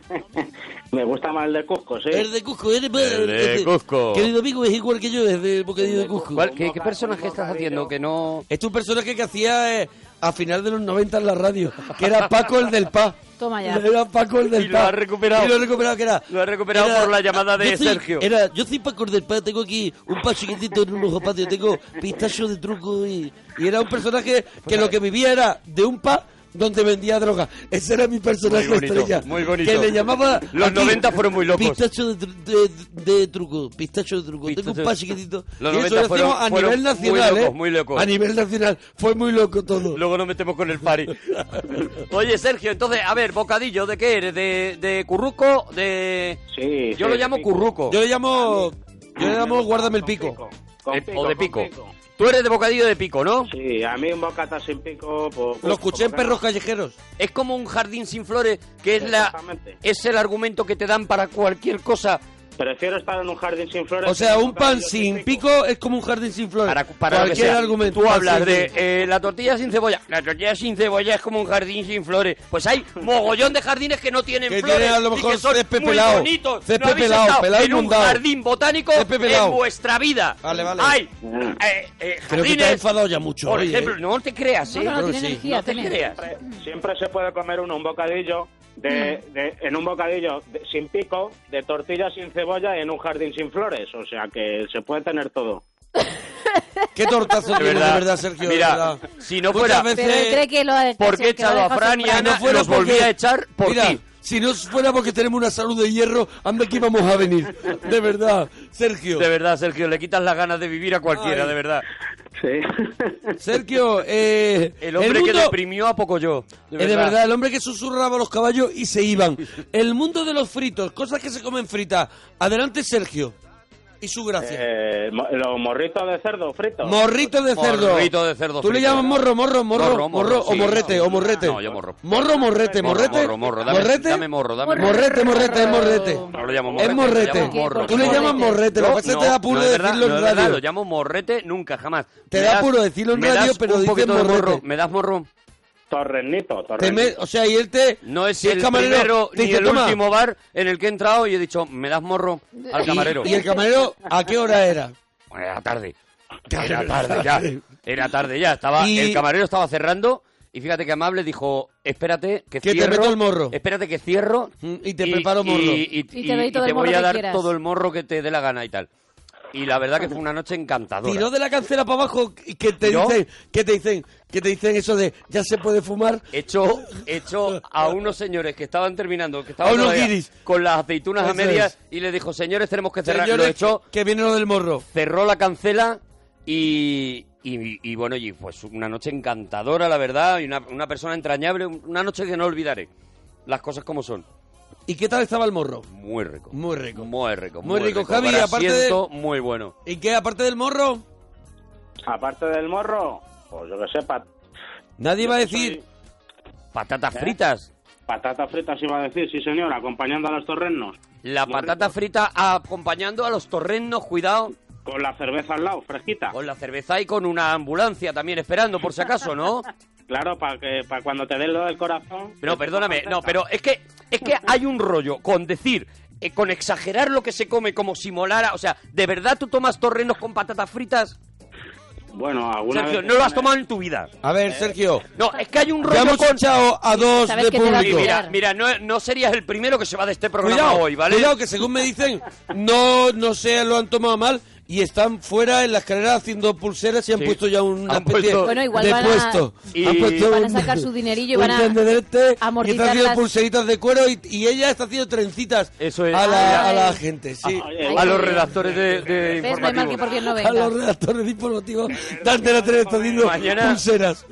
Speaker 6: Me gusta más el de Cusco, sí.
Speaker 2: El de Cusco, eres
Speaker 9: El de ese- Cusco. querido
Speaker 2: amigo, es igual que yo, es del bocadillo de Cusco.
Speaker 3: ¿Cuál- ¿Qué, qué personaje estás haciendo que no...?
Speaker 2: Este es un personaje que hacía eh, a final de los 90 en la radio, que era Paco el del PA.
Speaker 4: Toma ya.
Speaker 2: Era Paco el del
Speaker 3: Ah, Y lo
Speaker 2: PA.
Speaker 3: ha recuperado.
Speaker 2: Y lo ha recuperado, que era.
Speaker 3: Lo ha recuperado por la llamada de
Speaker 2: yo soy-
Speaker 3: Sergio.
Speaker 2: Era, yo soy Paco el del PA, tengo aquí un pa chiquitito en un ojo patio, tengo pistacho de truco y, y era un personaje
Speaker 3: Pues
Speaker 2: que lo que vivía era de un PA donde vendía droga. Ese era mi personaje
Speaker 3: Muy bonito,
Speaker 2: estrella.
Speaker 3: muy bonito.
Speaker 2: Que le llamaba.
Speaker 3: Los 90 fueron muy locos.
Speaker 2: Pistacho de, tru- de- de truco, pistacho de truco.
Speaker 3: Pistacho
Speaker 2: Tengo
Speaker 3: de
Speaker 2: un pa
Speaker 3: truco.
Speaker 2: chiquitito.
Speaker 3: Los
Speaker 2: y
Speaker 3: 90
Speaker 2: eso lo
Speaker 3: fueron-
Speaker 2: hacíamos a
Speaker 3: fueron
Speaker 2: nivel
Speaker 3: muy
Speaker 2: nacional,
Speaker 3: locos,
Speaker 2: ¿eh?
Speaker 3: muy locos.
Speaker 2: A nivel nacional. Fue muy loco
Speaker 3: [laughs]
Speaker 2: todo.
Speaker 3: Luego nos metemos con el pari. Oye, Sergio, entonces, a ver, bocadillo, ¿de qué eres? ¿De, de curruco? ¿De...?
Speaker 6: Sí,
Speaker 3: Yo
Speaker 6: sí,
Speaker 3: lo
Speaker 6: de
Speaker 3: llamo
Speaker 6: pico.
Speaker 3: curruco.
Speaker 2: Yo le llamo. Yo le llamo Guárdame el
Speaker 6: Con
Speaker 2: pico.
Speaker 6: Con
Speaker 3: De-
Speaker 6: pico,
Speaker 3: Eh, o de
Speaker 6: con
Speaker 3: pico. Tú eres de bocadillo de pico, ¿no?
Speaker 6: Sí, a mí un bocata sin pico... pues,
Speaker 2: Lo escuché en
Speaker 6: como que
Speaker 2: Perros Callejeros.
Speaker 3: Es como un jardín sin flores, que es la
Speaker 6: Exactamente.
Speaker 3: es el argumento que te dan para cualquier cosa.
Speaker 6: no. Prefiero estar en un jardín sin flores...
Speaker 2: O sea,
Speaker 6: que
Speaker 2: un pan
Speaker 6: bocadillo
Speaker 2: sin pico es como un jardín sin flores.
Speaker 3: Para, para lo que
Speaker 2: Cualquier
Speaker 3: sea.
Speaker 2: argumento.
Speaker 3: Tú
Speaker 2: pan
Speaker 3: hablas
Speaker 2: sin
Speaker 3: de
Speaker 2: flores.
Speaker 3: eh, la tortilla sin cebolla. La tortilla sin cebolla es como un jardín sin flores. Pues hay mogollón de jardines que no tienen
Speaker 2: Que
Speaker 3: flores.
Speaker 2: tienen a lo
Speaker 3: y
Speaker 2: mejor
Speaker 3: que son
Speaker 2: césped
Speaker 3: muy
Speaker 2: pelado,
Speaker 3: bonitos.
Speaker 2: césped
Speaker 3: No habéis
Speaker 2: pelado,
Speaker 3: estado
Speaker 2: pelado
Speaker 3: en un
Speaker 2: inundado.
Speaker 3: jardín botánico
Speaker 2: Césped pelado.
Speaker 3: en vuestra vida.
Speaker 2: Vale, vale.
Speaker 3: Hay
Speaker 6: Mm.
Speaker 3: eh, eh,
Speaker 2: Creo que te has
Speaker 3: jardines.
Speaker 2: enfadado ya mucho.
Speaker 3: Por
Speaker 2: oye,
Speaker 3: ejemplo,
Speaker 2: ¿eh?
Speaker 3: no te creas,
Speaker 4: No,
Speaker 3: ¿eh?
Speaker 4: no, no,
Speaker 2: Claro,
Speaker 4: tiene
Speaker 2: sí.
Speaker 4: energía,
Speaker 3: No te
Speaker 4: tiene.
Speaker 3: creas.
Speaker 6: Siempre, siempre se puede comer uno, un bocadillo... De,
Speaker 2: Mm.
Speaker 6: de- en un bocadillo de- sin pico, de tortilla sin cebolla, en un jardín sin flores. O sea que se puede tener todo.
Speaker 2: Qué tortazo
Speaker 3: [laughs] De
Speaker 2: tienes,
Speaker 3: verdad.
Speaker 2: de verdad, Sergio. de
Speaker 3: Mira,
Speaker 2: verdad.
Speaker 3: si no
Speaker 2: Muchas
Speaker 3: fuera-
Speaker 4: Pero él cree que lo ha
Speaker 3: ¿Por qué he
Speaker 4: que lo ha
Speaker 3: echado a
Speaker 4: dejado
Speaker 3: Fran y
Speaker 4: sin
Speaker 3: Ana?
Speaker 4: plan.
Speaker 2: no fuera
Speaker 3: los volví
Speaker 2: porque-
Speaker 3: a echar por
Speaker 2: Mira,
Speaker 3: ti.
Speaker 2: Si no fuera porque tenemos una salud de hierro, anda que íbamos a venir. De verdad, Sergio.
Speaker 3: De verdad, Sergio, le quitas las ganas de vivir a cualquiera,
Speaker 2: Ay.
Speaker 3: de verdad.
Speaker 6: Sí.
Speaker 2: Sergio, eh,
Speaker 3: El hombre que
Speaker 2: mundo-
Speaker 3: deprimió a poco yo.
Speaker 2: Eh, De verdad. el hombre que susurraba a los caballos y se iban. El mundo de los fritos, cosas que se comen fritas. Adelante, Sergio. Y su gracia.
Speaker 6: Eh, mo- los morritos de cerdo fritos.
Speaker 2: morrito de cerdo.
Speaker 3: Morrito de cerdo
Speaker 2: Tú le
Speaker 3: frito.
Speaker 2: llamas morro, morro, morro,
Speaker 3: Morro,
Speaker 2: morro,
Speaker 3: morro,
Speaker 2: o
Speaker 3: sí.
Speaker 2: morrete, o morrete.
Speaker 3: No, yo morro.
Speaker 2: Morro, morrete,
Speaker 3: Morro,
Speaker 2: morrete.
Speaker 3: morro, morro. Dame-
Speaker 2: morrete.
Speaker 3: dame morro, dame morro.
Speaker 2: morrete, morrete, es morrete.
Speaker 3: No lo llamo morrete.
Speaker 2: Es
Speaker 3: lo
Speaker 2: morrete.
Speaker 3: llamo morro.
Speaker 2: Tú le
Speaker 4: Morrete.
Speaker 2: llamas morrete. Lo que pasa es que te da apuro
Speaker 3: es verdad,
Speaker 2: decirlo
Speaker 3: no
Speaker 2: en
Speaker 3: es verdad,
Speaker 2: radio.
Speaker 3: Lo llamo morrete nunca, jamás.
Speaker 2: Te
Speaker 3: Me
Speaker 2: da apuro decirlo en
Speaker 3: me
Speaker 2: radio,
Speaker 3: das
Speaker 2: pero
Speaker 3: un
Speaker 2: dices
Speaker 3: poquito de
Speaker 2: morrete.
Speaker 3: morro. ¿Me das morro?
Speaker 6: Torrenito, torrenito.
Speaker 2: Te me- o sea, y él te.
Speaker 3: No es
Speaker 2: si
Speaker 3: el
Speaker 2: camarero,
Speaker 3: primero
Speaker 2: te
Speaker 3: ni
Speaker 2: dice,
Speaker 3: el
Speaker 2: "Toma".
Speaker 3: último bar en el que he entrado y he dicho, me das morro al
Speaker 2: Y-
Speaker 3: camarero.
Speaker 2: y el camarero, ¿a qué hora era?
Speaker 3: Bueno, Era tarde. Era tarde ya. Era tarde ya. Estaba,
Speaker 2: Y-
Speaker 3: El camarero estaba cerrando y fíjate que amable dijo, espérate que
Speaker 2: Que te
Speaker 3: cierro.
Speaker 2: meto el morro.
Speaker 3: Espérate que cierro.
Speaker 2: Mm, y te preparo morro.
Speaker 3: Y,
Speaker 4: Y te doy todo el
Speaker 3: voy
Speaker 4: morro
Speaker 3: a
Speaker 4: que
Speaker 3: dar
Speaker 4: quieras.
Speaker 3: todo el morro que te dé la gana y tal. Y la verdad que fue una noche encantadora.
Speaker 2: Tiró de la cancela para abajo y que te
Speaker 3: ¿Tiró?
Speaker 2: dicen, que te dicen, que te dicen eso de ya se puede fumar.
Speaker 3: Echó, echó a unos señores que estaban terminando, que estaban
Speaker 2: A unos
Speaker 3: todavía
Speaker 2: guiris.
Speaker 3: con las aceitunas a
Speaker 2: Eso
Speaker 3: medias
Speaker 2: es.
Speaker 3: y le dijo, señores, tenemos que cerrar. Lo
Speaker 2: Señores,
Speaker 3: echó,
Speaker 2: que viene lo del morro.
Speaker 3: cerró la cancela y, y- y bueno, y pues una noche encantadora, la verdad, y una, una persona entrañable, un- una noche que no olvidaré. Las cosas como son.
Speaker 2: ¿Y qué tal estaba el morro?
Speaker 3: Muy rico.
Speaker 2: Muy rico.
Speaker 3: Muy rico.
Speaker 2: Muy rico, Javi,
Speaker 3: Para
Speaker 2: aparte de-
Speaker 3: asiento, muy bueno.
Speaker 2: ¿Y qué aparte del morro?
Speaker 6: Aparte del morro, pues yo que sé, pa-
Speaker 2: Nadie va a
Speaker 6: soy- ¿Eh?
Speaker 2: decir,
Speaker 3: Patatas fritas.
Speaker 6: patatas fritas iba a decir, sí señor, acompañando a los torrenos.
Speaker 3: La
Speaker 6: Muy
Speaker 3: patata
Speaker 6: rico.
Speaker 3: frita acompañando a los torrenos, cuidado,
Speaker 6: Con la cerveza al lado, fresquita.
Speaker 3: con la cerveza y con una ambulancia también esperando, por si acaso, ¿no?
Speaker 6: [laughs] Claro, para que para cuando te den lo del corazón.
Speaker 3: No, perdóname, no, pero es que es que hay un rollo con decir, eh, con exagerar lo que se come como si molara, o sea, ¿de verdad tú tomas torrenos con patatas fritas?
Speaker 6: Bueno, alguna
Speaker 3: Sergio,
Speaker 6: vez- Eh,
Speaker 3: no lo has tomado en tu vida.
Speaker 2: A ver, Sergio.
Speaker 3: No, es que hay un rollo
Speaker 2: Ya hemos
Speaker 3: con-
Speaker 2: echado a dos
Speaker 4: Sabes
Speaker 2: de
Speaker 4: que te va a
Speaker 2: público.
Speaker 4: pillar.
Speaker 3: Mira, mira, no, no serías el primero que se va de este programa
Speaker 2: Cuidado,
Speaker 3: hoy, ¿vale?
Speaker 2: cuidado, que según me dicen, no, no sé, lo han tomado mal y están fuera en las carreras haciendo pulseras y han
Speaker 3: Sí.
Speaker 2: puesto ya un
Speaker 3: Han puesto-
Speaker 4: Bueno, igual
Speaker 2: de
Speaker 4: van a-
Speaker 2: puesto.
Speaker 3: Y-
Speaker 2: Han puesto
Speaker 4: van a
Speaker 2: un-
Speaker 4: sacar
Speaker 2: [laughs]
Speaker 4: su dinerillo y
Speaker 2: un
Speaker 4: van a
Speaker 2: tenderete y
Speaker 4: amortizar
Speaker 2: están haciendo
Speaker 4: las-
Speaker 2: pulseritas de cuero y, y ella está haciendo trencitas
Speaker 3: Eso es. Ah,
Speaker 2: a, la,
Speaker 4: Ay.
Speaker 2: a la gente, sí.
Speaker 6: Oye,
Speaker 3: A los redactores de, de
Speaker 4: ¿Ves? No hay mal que por
Speaker 3: informativos.
Speaker 4: Dios no
Speaker 2: A los
Speaker 4: venga.
Speaker 2: redactores de informativos Dante la tele está haciendo
Speaker 3: Mañana-
Speaker 2: pulseras.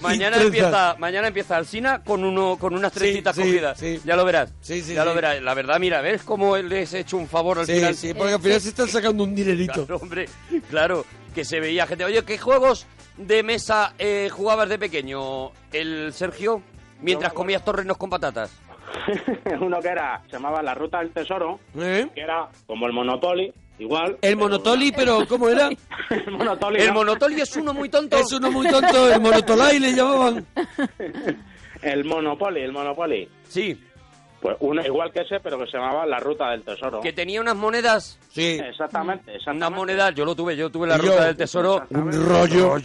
Speaker 3: Mañana
Speaker 2: y trenzas.
Speaker 3: empieza, mañana empieza Alsina con uno, con unas
Speaker 2: Sí,
Speaker 3: trencitas
Speaker 2: sí,
Speaker 3: cogidas.
Speaker 2: sí.
Speaker 3: Ya lo verás.
Speaker 2: Sí, sí,
Speaker 3: ya lo
Speaker 2: sí.
Speaker 3: verás. La verdad, mira, ves cómo les he hecho un favor al
Speaker 2: Sí,
Speaker 3: final.
Speaker 2: sí, porque al final se están sacando un dinerito.
Speaker 3: Claro, hombre, claro, que se veía gente. Oye, ¿qué juegos de mesa eh, jugabas de pequeño, el Sergio, mientras comías torrenos con patatas?
Speaker 6: [laughs] uno que era, se llamaba La Ruta del Tesoro,
Speaker 2: ¿Eh?
Speaker 6: que era como el Monopoly, igual.
Speaker 2: El
Speaker 6: pero-
Speaker 2: monotoli, pero ¿cómo era?
Speaker 6: [laughs] el Monopoly.
Speaker 3: El
Speaker 6: ¿no?
Speaker 3: Monopoly es uno muy tonto.
Speaker 2: Es
Speaker 3: [laughs]
Speaker 2: uno muy tonto, el monotolai le llamaban.
Speaker 6: el Monopoly, el Monopoly.
Speaker 3: Sí,
Speaker 6: Pues uno igual que ese, pero que se llamaba La Ruta del Tesoro.
Speaker 3: que tenía unas monedas.
Speaker 2: Sí.
Speaker 6: Exactamente, exactamente.
Speaker 3: Unas monedas, yo lo tuve, yo tuve la
Speaker 2: Yo.
Speaker 3: ruta del tesoro.
Speaker 2: Un rollo.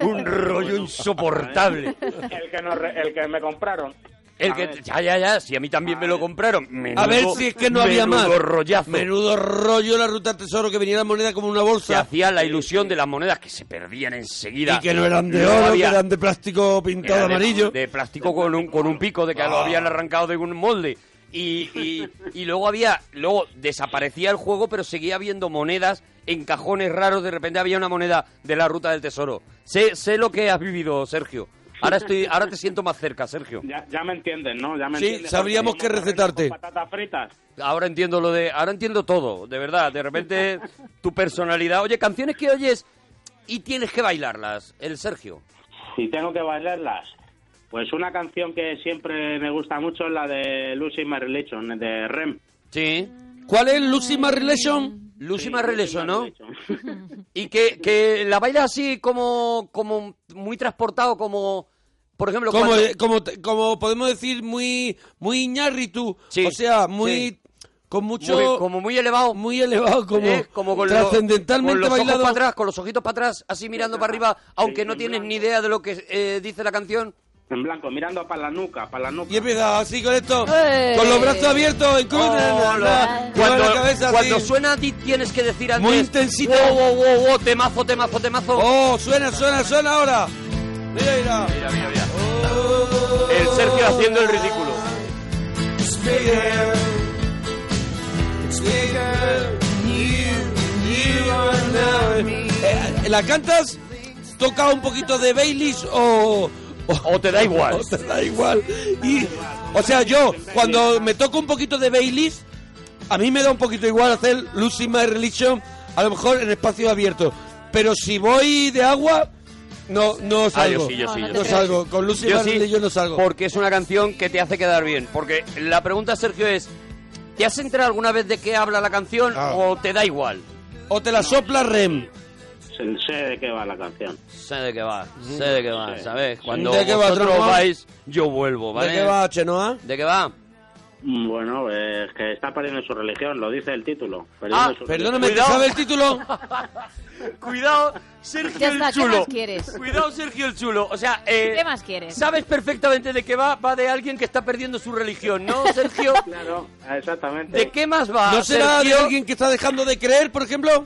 Speaker 3: Un rollo insoportable.
Speaker 6: El que, nos re- el que me compraron.
Speaker 3: El que, ya, ya, ya, si a mí también me lo compraron.
Speaker 2: A
Speaker 3: Menudo-
Speaker 2: ver si es que no había más.
Speaker 3: Menudo rollazo.
Speaker 2: Menudo rollo la ruta al tesoro que venía la moneda como una
Speaker 3: Se
Speaker 2: bolsa.
Speaker 3: hacía la ilusión de las monedas que se perdían enseguida.
Speaker 2: Y que no eran de
Speaker 3: Luego
Speaker 2: oro, que
Speaker 3: había-
Speaker 2: eran de plástico
Speaker 3: Era
Speaker 2: pintado
Speaker 3: de-
Speaker 2: amarillo.
Speaker 3: De, plástico con un, con un pico, de que lo habían arrancado de un molde. Y, y- y luego había, luego desaparecía el juego, pero seguía habiendo monedas en cajones raros. De repente había una moneda de la ruta del tesoro. Sé, sé lo que has vivido, Sergio. Ahora estoy, ahora te siento más cerca, Sergio.
Speaker 6: Ya, ya me entienden, ¿no? Ya me
Speaker 2: Sí,
Speaker 6: entienden.
Speaker 2: sabríamos
Speaker 6: Porque
Speaker 2: qué
Speaker 6: como
Speaker 2: recetarte.
Speaker 6: con Patatas fritas.
Speaker 3: Ahora entiendo lo de, ahora entiendo todo, de verdad. De repente tu personalidad. Oye, canciones que oyes y tienes que bailarlas, el Sergio.
Speaker 6: Si tengo que bailarlas, pues una canción que siempre me gusta mucho es la de Lucy My Religion, de Rem.
Speaker 3: Sí.
Speaker 2: ¿Cuál es Lucy My Relation?
Speaker 3: Lucy
Speaker 6: Sí,
Speaker 3: más Marreleso,
Speaker 6: My
Speaker 3: ¿no?
Speaker 6: Religion.
Speaker 3: Y que, que la baila así como, como muy transportado, como por ejemplo
Speaker 2: Como,
Speaker 3: cuando-
Speaker 2: eh, como, te- como podemos decir, muy, muy ñarritu.
Speaker 3: Sí,
Speaker 2: o sea, muy.
Speaker 3: sí.
Speaker 2: Con mucho.
Speaker 3: muy,
Speaker 2: muy,
Speaker 3: como muy elevado,
Speaker 2: elevado, como.
Speaker 3: ¿eh? Como con lo-
Speaker 2: trascendentalmente
Speaker 3: con los ojos
Speaker 2: bailado.
Speaker 3: para atrás, con los ojitos para atrás, así mirando para arriba, aunque no tienes ni idea de lo que eh, dice la canción.
Speaker 6: En blanco, mirando para la nuca, para la nuca.
Speaker 2: Y empieza así con esto.
Speaker 4: ¡Eh!
Speaker 2: Con los brazos abiertos. En cruz, na, na, na, y con
Speaker 3: cuando,
Speaker 2: la cabeza así.
Speaker 3: cuando suena a ti tienes que decir antes
Speaker 2: Muy intensito.
Speaker 3: wow, wow, wow, wow, temazo, temazo, temazo.
Speaker 2: Oh, suena, suena, suena ahora. Mira, mira.
Speaker 3: Mira, mira, mira. El Sergio haciendo el ridículo.
Speaker 1: It's bigger. It's bigger than you. You are now me.
Speaker 2: Eh, ¿La cantas? ¿Toca un poquito de Baileys o.?
Speaker 3: O te da igual.
Speaker 2: [laughs] o te da igual. Y, o sea, yo, cuando me toco un poquito de Baileys, a mí me da un poquito igual hacer Lucy My Religion, a lo mejor en espacio abierto. Pero si voy de agua, no, no salgo.
Speaker 9: Ah,
Speaker 3: Ah,
Speaker 9: yo sí, yo sí,
Speaker 4: No, no
Speaker 9: yo
Speaker 2: No
Speaker 9: sí.
Speaker 4: te creo.
Speaker 2: salgo. Con Lucy My Religion no salgo.
Speaker 3: Porque es una canción que te hace quedar bien. Porque la pregunta, Sergio, es: ¿te has enterado alguna vez de qué habla la canción
Speaker 2: Claro.
Speaker 3: o te da igual?
Speaker 2: Ah. O te la sopla Rem.
Speaker 6: Sé- Sé de qué va la canción.
Speaker 3: Sé de qué va, sé de qué va,
Speaker 6: Sí.
Speaker 3: ¿sabes? Cuando
Speaker 2: ¿De qué va,
Speaker 3: vosotros
Speaker 2: Tromo?
Speaker 3: vais, yo vuelvo, ¿vale?
Speaker 2: ¿De qué va, Chenoa?
Speaker 3: ¿De qué va?
Speaker 6: Mm, Bueno, eh, es que está perdiendo su religión, lo dice el título.
Speaker 3: Ah,
Speaker 6: su
Speaker 2: Perdóname, ¿te
Speaker 3: Cuidado.
Speaker 2: sabe el título?
Speaker 3: [laughs] Cuidado, Sergio
Speaker 4: Ya está,
Speaker 3: el
Speaker 4: ¿qué
Speaker 3: chulo.
Speaker 4: más quieres?
Speaker 3: Cuidado, Sergio el chulo. O sea, eh,
Speaker 4: ¿Qué más quieres?
Speaker 3: Sabes perfectamente de qué va. Va de alguien que está perdiendo su religión, ¿no,
Speaker 4: [laughs]
Speaker 3: Sergio?
Speaker 6: Claro, exactamente.
Speaker 3: ¿De qué más va?
Speaker 2: ¿No será de
Speaker 3: Sergio?
Speaker 2: alguien que está dejando de creer, por ejemplo?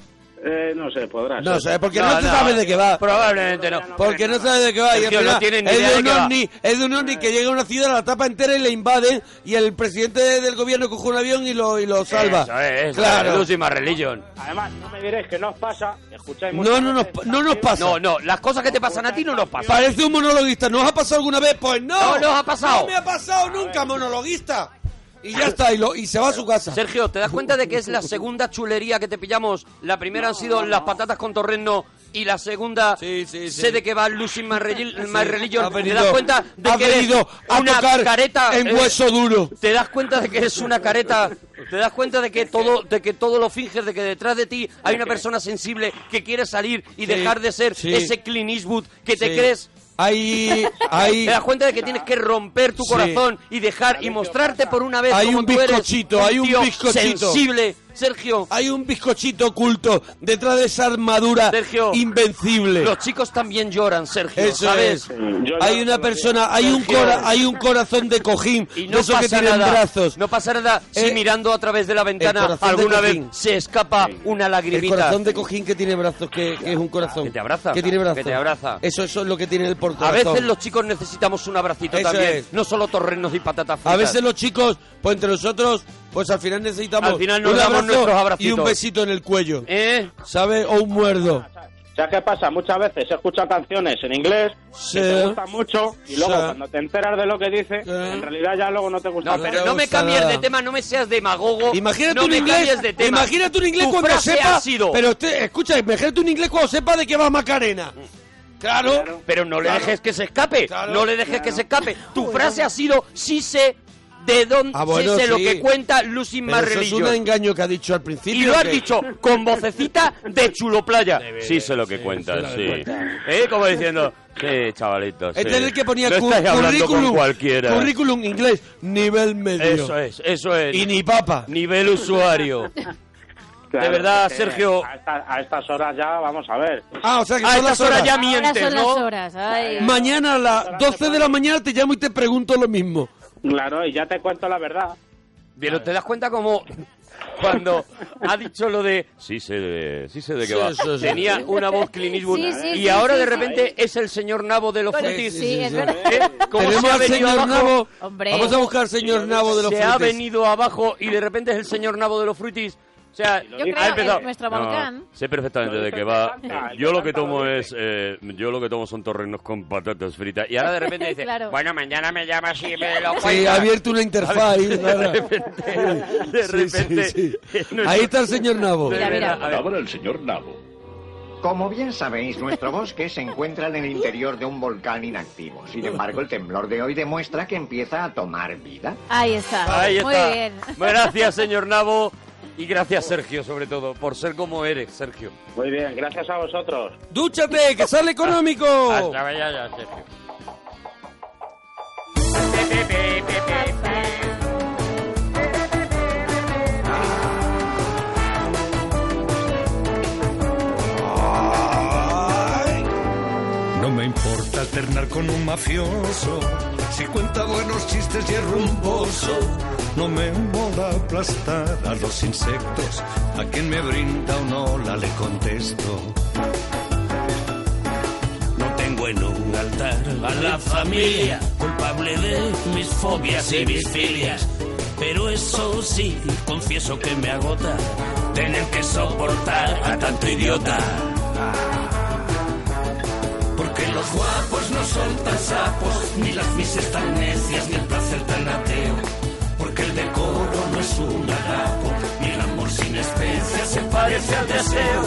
Speaker 6: Eh, no sé, podrá
Speaker 2: No
Speaker 6: ser.
Speaker 2: sé, porque no, se sabe de qué va.
Speaker 3: Probablemente no.
Speaker 2: Porque no sabe de qué va. y al
Speaker 3: Sergio, no
Speaker 2: final
Speaker 3: tiene ni
Speaker 2: es
Speaker 3: idea
Speaker 2: de
Speaker 3: de
Speaker 2: un
Speaker 3: qué va.
Speaker 2: ovni, es de un ovni que llega a una ciudad, la tapa entera y la invade. Y el presidente del gobierno coge un avión y lo, y lo salva.
Speaker 3: Eso es, eso es,
Speaker 2: claro.
Speaker 3: Lucy My Religion.
Speaker 6: Además, no me diréis que no os pasa, que escucháis
Speaker 2: No,
Speaker 6: muchas
Speaker 2: no nos,
Speaker 6: veces
Speaker 2: no nos pasa.
Speaker 3: No, no, las cosas que te pasan a ti no nos pasan.
Speaker 2: Parece un monologuista. ¿Nos ha pasado alguna vez? Pues no.
Speaker 3: No nos ha pasado.
Speaker 2: No me ha pasado nunca, monologuista. Y ya está, y, lo, y se va a su casa.
Speaker 3: Sergio, ¿te das cuenta de que es la segunda chulería que te pillamos? La primera han sido las patatas con torreno y la segunda
Speaker 2: Sí, sí, sí.
Speaker 3: sé de que va Lucy My, Regi- My Religion.
Speaker 2: Ha
Speaker 3: ¿Te
Speaker 2: venido-
Speaker 3: das cuenta de
Speaker 2: ha
Speaker 3: que eres
Speaker 2: venido a
Speaker 3: una
Speaker 2: tocar
Speaker 3: careta
Speaker 2: en
Speaker 3: eh,
Speaker 2: hueso duro.
Speaker 3: ¿Te das cuenta de que eres una careta? ¿Te das cuenta de que todo de que todo lo finges, de que detrás de ti hay una persona sensible que quiere salir y dejar de ser
Speaker 2: sí.
Speaker 3: ese Clint Eastwood que te
Speaker 2: Sí.
Speaker 3: crees?
Speaker 2: Hay, hay,
Speaker 3: [laughs] Te das cuenta de que tienes que romper tu
Speaker 2: Sí.
Speaker 3: corazón y dejar y mostrarte por una vez
Speaker 2: Hay
Speaker 3: como
Speaker 2: un
Speaker 3: tú eres
Speaker 2: bizcochito, hay un
Speaker 3: tío
Speaker 2: bizcochito.
Speaker 3: sensible, Sergio.
Speaker 2: Hay un bizcochito oculto detrás de esa armadura
Speaker 3: Sergio,
Speaker 2: invencible.
Speaker 3: Los chicos también lloran, Sergio,
Speaker 2: Eso
Speaker 3: ¿sabes?
Speaker 2: es.
Speaker 6: Yo
Speaker 2: Hay
Speaker 6: ya-
Speaker 2: una persona, hay un,
Speaker 3: Sergio.
Speaker 2: cora- hay un corazón de cojín,
Speaker 3: Y
Speaker 2: de
Speaker 3: no
Speaker 2: esos que
Speaker 3: pasa
Speaker 2: tienen
Speaker 3: nada.
Speaker 2: brazos.
Speaker 3: No pasa nada si
Speaker 2: Eh,
Speaker 3: mirando a través de la
Speaker 2: el
Speaker 3: ventana
Speaker 2: corazón de
Speaker 3: alguna vez
Speaker 2: Joaquín.
Speaker 3: se escapa una
Speaker 2: El
Speaker 3: lagrimita.
Speaker 2: corazón de cojín que tiene brazos, que, que es un corazón.
Speaker 3: Que te abraza.
Speaker 2: Que tiene brazos.
Speaker 3: Que te abraza.
Speaker 2: Eso, eso es lo que tiene el por
Speaker 3: A
Speaker 2: corazón.
Speaker 3: veces los chicos necesitamos un abracito
Speaker 2: Eso
Speaker 3: también,
Speaker 2: es.
Speaker 3: no solo torrenos y patatas fritas.
Speaker 2: A veces los chicos, pues entre nosotros, pues al final necesitamos
Speaker 3: Al final nos
Speaker 2: un
Speaker 3: damos
Speaker 2: abrazo
Speaker 3: nuestros abracitos.
Speaker 2: y un besito en el cuello.
Speaker 3: ¿Eh?
Speaker 2: ¿Sabes? O un muerdo.
Speaker 6: ¿Sabes qué pasa? Muchas veces se escuchan canciones en inglés
Speaker 2: Sí.
Speaker 6: que te gustan mucho y luego
Speaker 2: Sí.
Speaker 6: cuando te enteras de lo que dice,
Speaker 2: Sí.
Speaker 6: en realidad ya luego no te gusta.
Speaker 3: No,
Speaker 2: No
Speaker 3: pero
Speaker 2: te
Speaker 3: no me
Speaker 2: gusta
Speaker 3: cambies
Speaker 2: nada.
Speaker 3: de tema, no me seas demagogo.
Speaker 2: Imagínate
Speaker 3: no
Speaker 2: un
Speaker 3: me
Speaker 2: inglés.
Speaker 3: cambies de tema.
Speaker 2: Imagínate un inglés
Speaker 3: Tu
Speaker 2: cuando
Speaker 3: frase
Speaker 2: sepa.
Speaker 3: ha sido-
Speaker 2: Pero usted, escucha, imagínate un inglés cuando sepa de qué va Macarena. Claro.
Speaker 3: Pero no le
Speaker 2: Claro.
Speaker 3: dejes que se escape.
Speaker 2: Claro.
Speaker 3: no le dejes que se escape. Tu frase ha sido sí sé de dónde
Speaker 2: Ah, bueno,
Speaker 3: sí sé lo
Speaker 2: sí.
Speaker 3: que cuenta Lucy
Speaker 2: Pero eso es un
Speaker 3: Marrelillo.
Speaker 2: engaño que ha dicho al principio.
Speaker 3: Y lo has
Speaker 2: que-
Speaker 3: dicho con vocecita de chulo playa.
Speaker 9: Sí sé lo que cuentas,
Speaker 2: sé lo que
Speaker 9: sí. ¿Eh? Como diciendo, sí, chavalito, sí.
Speaker 2: Este es el que ponía
Speaker 9: No
Speaker 2: cu-
Speaker 9: estáis hablando
Speaker 2: currículum.
Speaker 9: con cualquiera.
Speaker 2: Currículum inglés, nivel medio.
Speaker 9: Eso es, eso es.
Speaker 2: Y ni papa.
Speaker 9: Nivel
Speaker 6: [laughs]
Speaker 9: usuario.
Speaker 3: de verdad,
Speaker 6: porque
Speaker 3: Sergio.
Speaker 6: eh, A, esta- a estas horas ya, vamos a ver.
Speaker 2: Ah, o sea que
Speaker 3: A
Speaker 2: son
Speaker 3: estas
Speaker 2: las
Speaker 3: horas ya
Speaker 4: Ahora
Speaker 3: mientes,
Speaker 4: son
Speaker 3: ¿no?
Speaker 4: las horas. ay.
Speaker 2: Mañana a las 12 de la mañana te llamo y te pregunto lo mismo.
Speaker 6: Claro, y ya te cuento la verdad.
Speaker 3: Pero te das cuenta como cuando ha dicho lo de
Speaker 9: Sí sé de, sí sé de qué
Speaker 2: Sí,
Speaker 9: va.
Speaker 2: sí, sí.
Speaker 3: tenía una voz Clint Eastwood,
Speaker 4: Sí, sí,
Speaker 3: y
Speaker 4: sí,
Speaker 3: ahora
Speaker 4: sí,
Speaker 3: de
Speaker 4: sí.
Speaker 3: repente es el señor Nabo de los
Speaker 4: Bueno,
Speaker 3: frutis.
Speaker 4: sí, es
Speaker 2: sí.
Speaker 4: verdad.
Speaker 3: ¿Eh? Como
Speaker 2: Tenemos
Speaker 3: se ha
Speaker 2: al
Speaker 3: venido
Speaker 2: señor
Speaker 3: abajo,
Speaker 2: Nabo.
Speaker 4: Hombre.
Speaker 2: Vamos a buscar al señor Nabo de los
Speaker 3: se ha
Speaker 2: frutis.
Speaker 3: venido abajo y de repente es el señor Nabo de los frutis. O sea,
Speaker 4: Yo creo
Speaker 3: ha
Speaker 4: que
Speaker 3: empezado.
Speaker 4: es nuestro
Speaker 9: No,
Speaker 4: volcán.
Speaker 9: sé perfectamente de qué va. Yo lo que tomo es, eh, yo lo que tomo son torrenos con patatas fritas. Y
Speaker 3: Ahora
Speaker 9: ahora
Speaker 3: de repente dice,
Speaker 4: [laughs] Claro.
Speaker 3: bueno, mañana me llamas y me lo
Speaker 2: [laughs] Sí,
Speaker 3: cuentas".
Speaker 2: ha abierto una interfaz.
Speaker 3: [laughs]
Speaker 2: ahí,
Speaker 3: De
Speaker 2: Lara.
Speaker 3: repente, de
Speaker 2: Sí, sí,
Speaker 3: repente.
Speaker 10: Este,
Speaker 2: sí. Ahí está el señor Nabo.
Speaker 4: Mira, mira.
Speaker 3: A ver,
Speaker 11: el señor Nabo.
Speaker 8: Como bien sabéis, nuestro bosque se encuentra en el interior de un volcán inactivo. Sin embargo, el temblor de hoy demuestra que empieza a tomar vida.
Speaker 4: Ahí está.
Speaker 3: Ahí
Speaker 4: Muy
Speaker 3: está.
Speaker 4: bien.
Speaker 3: Gracias, señor Nabo. Y gracias, Sergio, sobre todo, por ser como eres, Sergio.
Speaker 6: Muy bien, gracias a vosotros.
Speaker 2: ¡Dúchate, que sale económico!
Speaker 3: Hasta mañana, Sergio.
Speaker 1: No me importa alternar con un mafioso, si cuenta buenos chistes y es rumboso. No me mola aplastar a los insectos, a quien me brinda un hola le contesto. No tengo en un altar a la familia, culpable de mis fobias y mis filias. Pero eso sí, confieso que me agota tener que soportar a tanto idiota. Porque los guapos no son tan sapos, ni las mises tan necias, ni el placer tan ateo. Porque el decoro no es un agapo, ni el amor sin especias se parece al deseo.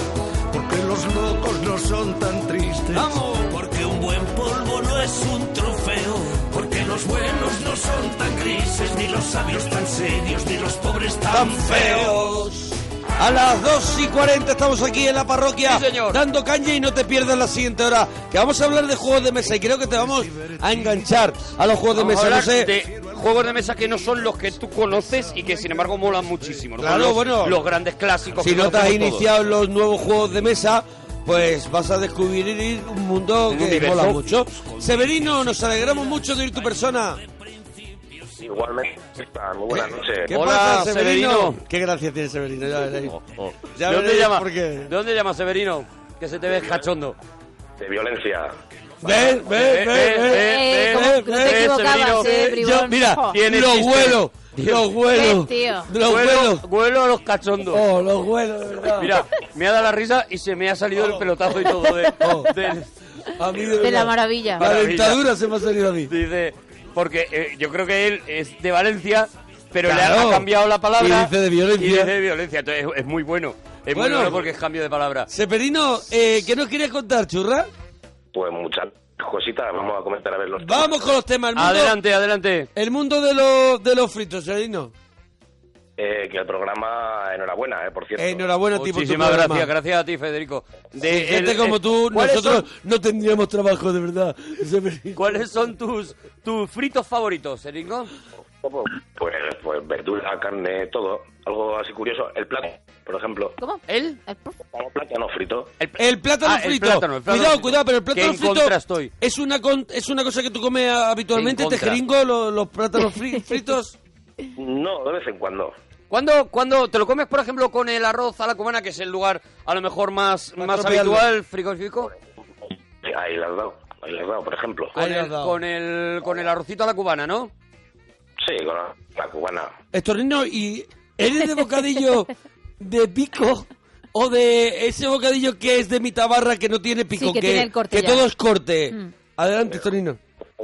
Speaker 1: Porque los locos no son tan tristes. Porque un buen polvo no es un trofeo. Porque los buenos no son tan grises, ni los sabios tan serios, ni los pobres tan
Speaker 2: tan
Speaker 1: feos.
Speaker 2: feos. A las 2 y 40 estamos aquí en la parroquia
Speaker 3: Sí, señor.
Speaker 2: dando caña y no te pierdas la siguiente hora, que vamos a hablar de juegos de mesa y creo que te vamos a enganchar a los juegos de
Speaker 3: Vamos a
Speaker 2: mesa. No
Speaker 3: hablar
Speaker 2: sé,
Speaker 3: de juegos de mesa que no son los que tú conoces y que sin embargo molan muchísimo. ¿no?
Speaker 2: Claro,
Speaker 3: los,
Speaker 2: bueno.
Speaker 3: Los grandes clásicos.
Speaker 2: si
Speaker 3: que
Speaker 2: no te has
Speaker 3: conocemos todos.
Speaker 2: iniciado en los nuevos juegos de mesa, pues vas a descubrir un mundo
Speaker 3: Un
Speaker 2: que
Speaker 3: universo.
Speaker 2: mola mucho. Severino, nos alegramos mucho de oír tu persona.
Speaker 11: Igualmente, muy buenas noches.
Speaker 2: ¿Qué
Speaker 3: Hola,
Speaker 2: pasa, Severino?
Speaker 3: Severino.
Speaker 2: Qué gracia tiene Severino, ya veréis.
Speaker 3: Oh, oh.
Speaker 2: Ya
Speaker 3: ¿De dónde
Speaker 2: veréis
Speaker 3: llama?
Speaker 2: por qué.
Speaker 3: ¿De dónde llama Severino? Que se te ve cachondo.
Speaker 11: De violencia.
Speaker 2: Ven, ven, ven, ven.
Speaker 4: Eh, como
Speaker 2: eh,
Speaker 4: tú
Speaker 2: eh,
Speaker 4: te equivocabas,
Speaker 3: Severino,
Speaker 4: eh,
Speaker 3: eh,
Speaker 2: Yo,
Speaker 4: bribón.
Speaker 2: mira,
Speaker 4: Jo.
Speaker 3: tiene
Speaker 2: los
Speaker 3: chiste.
Speaker 2: vuelos, los vuelos,
Speaker 4: Qué tío.
Speaker 2: los vuelos,
Speaker 3: Huelo, huelo a los cachondos.
Speaker 2: oh, los vuelos, de verdad.
Speaker 3: Mira, me ha dado la risa y se me ha salido el pelotazo y todo de-
Speaker 2: Oh.
Speaker 3: del-
Speaker 2: a mí de,
Speaker 4: De la
Speaker 2: verdad,
Speaker 4: maravilla.
Speaker 2: La
Speaker 3: Maravilla.
Speaker 2: dentadura se me ha salido a mí.
Speaker 3: Dice, porque eh, yo creo que él es de Valencia, pero le
Speaker 2: Claro.
Speaker 3: ha cambiado la palabra.
Speaker 2: Y dice de violencia.
Speaker 3: y dice de violencia, entonces es, es muy bueno. Es
Speaker 2: Bueno.
Speaker 3: muy bueno porque es cambio de palabra.
Speaker 2: Seperino, eh, ¿qué nos quieres contar, churra?
Speaker 11: Pues muchas cositas, vamos a comentar a ver los
Speaker 2: Vamos con los temas, el mundo,
Speaker 3: Adelante, adelante.
Speaker 2: el mundo de, los, de los fritos, Severino.
Speaker 11: Eh, que el programa, enhorabuena, eh, por cierto.
Speaker 2: Enhorabuena, tipo.
Speaker 3: Muchísimas gracias, gracias a ti, Federico. De,
Speaker 2: Gente
Speaker 3: el-
Speaker 2: como
Speaker 3: el-
Speaker 2: tú,
Speaker 3: ¿cuáles
Speaker 2: nosotros
Speaker 3: son-
Speaker 2: no tendríamos trabajo, de verdad. Severino.
Speaker 3: ¿Cuáles son tus, tus fritos favoritos, Erico?
Speaker 11: Pues, pues verdura, carne, todo. Algo así curioso. El plátano, por ejemplo.
Speaker 4: ¿Cómo?
Speaker 3: ¿El?
Speaker 11: Plátano frito.
Speaker 2: El plátano
Speaker 11: Ah, el
Speaker 2: frito.
Speaker 11: plátano, el plátano
Speaker 2: cuidado,
Speaker 11: frito.
Speaker 2: cuidado, pero el plátano
Speaker 11: Que en
Speaker 2: frito
Speaker 11: contra estoy.
Speaker 2: es una con- es una cosa que tú comes ah, habitualmente,
Speaker 11: En
Speaker 2: te
Speaker 11: contra.
Speaker 2: jeringo los, los plátanos
Speaker 4: [laughs]
Speaker 2: fri- fritos.
Speaker 11: No, de vez en cuando.
Speaker 3: ¿Cuándo, cuándo te lo comes, por ejemplo, con el arroz a la cubana, que es el lugar a lo mejor más, más
Speaker 11: tropical, ¿no?
Speaker 3: habitual, frigorífico?
Speaker 11: Ahí le has dado. Ahí le has dado, por ejemplo.
Speaker 3: Con el, con, el, con el arrocito a la cubana, ¿no?
Speaker 11: Sí, con la, la cubana.
Speaker 2: Estornino, ¿y eres de bocadillo de pico o de ese bocadillo que es de mitad barra que no tiene pico?
Speaker 4: Sí, que tiene el corte ya. Mm.
Speaker 2: todo es corte. Adelante, Estornino.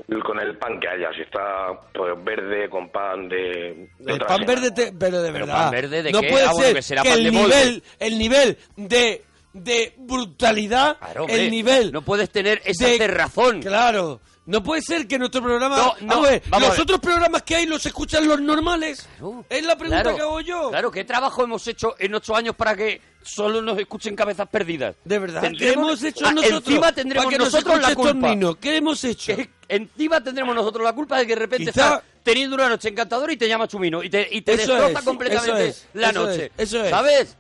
Speaker 11: El- Con el pan que haya. Si está pues, verde, con pan de... de
Speaker 2: El
Speaker 11: otra
Speaker 2: pan
Speaker 11: manera.
Speaker 2: verde, te- pero de verdad.
Speaker 11: pan verde de
Speaker 2: no
Speaker 11: qué?
Speaker 2: puede
Speaker 11: Ah, bueno,
Speaker 2: ser
Speaker 11: que
Speaker 2: que,
Speaker 11: será pan
Speaker 2: el,
Speaker 11: de molde.
Speaker 2: nivel, el nivel de, de brutalidad,
Speaker 3: hombre,
Speaker 2: el nivel...
Speaker 3: No puedes tener esa
Speaker 2: razón. Claro. No puede ser que nuestro programa...
Speaker 3: No, no,
Speaker 2: Vamos a ver,
Speaker 3: vamos a
Speaker 2: los
Speaker 3: ver.
Speaker 2: otros programas que hay los escuchan los normales. Es la pregunta que hago yo.
Speaker 3: Claro, ¿qué trabajo hemos hecho en ocho años para que solo nos escuchen cabezas perdidas?
Speaker 2: De verdad, ¿qué
Speaker 3: Tendremos-
Speaker 2: hemos hecho
Speaker 3: Ah,
Speaker 2: nosotros?
Speaker 3: Encima tendremos
Speaker 2: para que nos
Speaker 3: nosotros la
Speaker 2: escuche
Speaker 3: culpa.
Speaker 2: Tornino? ¿Qué hemos hecho?
Speaker 3: Encima tendremos nosotros la culpa de que de repente
Speaker 2: Quizá-
Speaker 3: estás teniendo una noche encantadora y te llama Chumino y te, y te
Speaker 2: Eso
Speaker 3: destroza
Speaker 2: es,
Speaker 3: completamente
Speaker 2: eso es,
Speaker 3: la
Speaker 2: eso
Speaker 3: noche.
Speaker 2: es, eso es.
Speaker 3: ¿Sabes?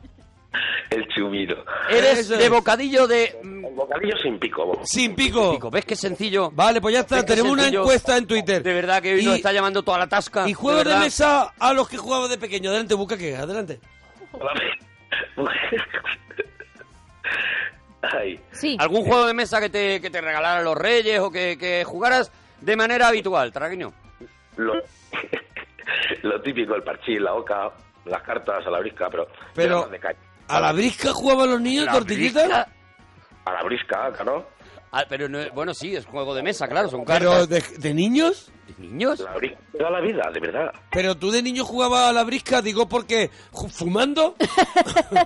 Speaker 11: El chumino.
Speaker 3: Eres
Speaker 2: Eso
Speaker 3: de
Speaker 2: es.
Speaker 3: bocadillo de...
Speaker 11: Bocadillo sin pico. vos.
Speaker 2: Sin pico.
Speaker 3: ¿Ves qué sencillo?
Speaker 2: Vale, pues ya está.
Speaker 3: Es que
Speaker 2: Tenemos una
Speaker 3: sencillo.
Speaker 2: encuesta en Twitter.
Speaker 3: De verdad que hoy
Speaker 2: Y-
Speaker 3: nos está llamando toda la tasca.
Speaker 2: Y juegos de,
Speaker 3: verdad.
Speaker 2: mesa a los que jugaba de pequeño. Adelante, busca que adelante.
Speaker 3: ¿Algún juego de mesa que te, que te regalaran los reyes o que, que jugaras de manera habitual, Traguiño?
Speaker 11: Lo, [laughs] lo típico, el parchís, la oca, las cartas, a la brisca, pero...
Speaker 2: Pero-
Speaker 11: era más de calle.
Speaker 2: ¿A la brisca jugaban los niños,
Speaker 3: ¿La
Speaker 2: tortillita?
Speaker 3: brisca?
Speaker 11: A la brisca, claro.
Speaker 3: Ah, pero no es- bueno, sí, es juego de mesa, claro, son
Speaker 2: ¿Pero
Speaker 3: cartas.
Speaker 2: de, de niños?
Speaker 3: ¿De niños?
Speaker 11: La brisca toda la vida, de verdad.
Speaker 2: ¿Pero tú de niño jugabas a la brisca, digo, porque ju- fumando? [laughs]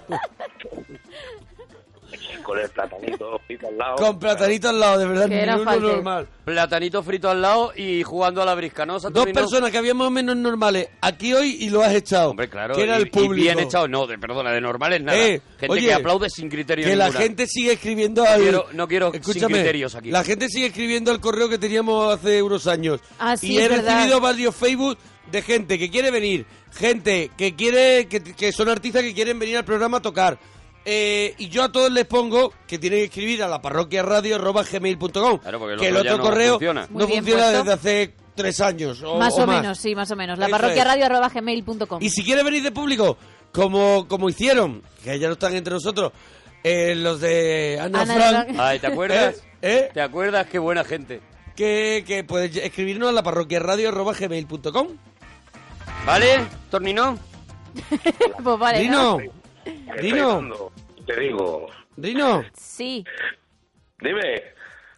Speaker 11: Con el platanito frito al lado.
Speaker 2: Con platanito al lado, de verdad,
Speaker 4: Que era
Speaker 2: ninguno
Speaker 4: fácil.
Speaker 2: normal.
Speaker 3: Platanito frito al lado y jugando a la brisca, ¿no?
Speaker 2: Dos
Speaker 3: Saturnino?
Speaker 2: personas que habíamos menos normales aquí hoy y lo has echado. Hombre,
Speaker 3: Claro,
Speaker 2: Que era
Speaker 3: y-
Speaker 2: el público.
Speaker 3: Y bien echado, no, de, perdona, de normales nada.
Speaker 2: Eh,
Speaker 3: gente
Speaker 2: oye,
Speaker 3: que aplaude sin criterio
Speaker 2: Que la
Speaker 3: ninguna.
Speaker 2: gente sigue escribiendo
Speaker 3: No
Speaker 2: al...
Speaker 3: quiero- no quiero sin
Speaker 2: Escúchame,
Speaker 3: criterios aquí.
Speaker 2: La gente sigue escribiendo al correo que teníamos hace unos años.
Speaker 4: Ah, sí,
Speaker 2: y he
Speaker 4: es verdad.
Speaker 2: recibido varios Facebook de gente que quiere venir, gente que quiere que, que son artistas que quieren venir al programa a tocar. Eh, y yo a todos les pongo que tienen que escribir a la parroquia radio
Speaker 3: Claro, porque el
Speaker 2: que el
Speaker 3: otro ya
Speaker 2: otro
Speaker 3: no
Speaker 2: correo
Speaker 3: funciona.
Speaker 2: no
Speaker 4: Muy bien
Speaker 2: funciona
Speaker 4: puesto.
Speaker 2: desde hace tres años o,
Speaker 4: [laughs] más o,
Speaker 2: más.
Speaker 4: menos, sí, más o menos. La
Speaker 2: Eso
Speaker 4: parroquia
Speaker 2: es.
Speaker 4: radio arroba gmail.com.
Speaker 2: Y si quiere venir de público, como, como hicieron, que ya no están entre nosotros, eh, los de Ana,
Speaker 4: Ana
Speaker 2: Frank,
Speaker 4: Frank.
Speaker 3: Ay, ¿te acuerdas?
Speaker 2: [laughs] ¿Eh?
Speaker 3: ¿Te acuerdas? Qué buena gente.
Speaker 2: que, que puedes escribirnos a la parroquiaradio.gmail.com.
Speaker 3: ¿Vale? ¿Tornino?
Speaker 4: [laughs] pues vale. ¿no?
Speaker 2: Dino,
Speaker 11: Estoy
Speaker 2: Dino,
Speaker 11: dando, Te digo.
Speaker 2: Dino.
Speaker 4: Sí.
Speaker 11: Dime.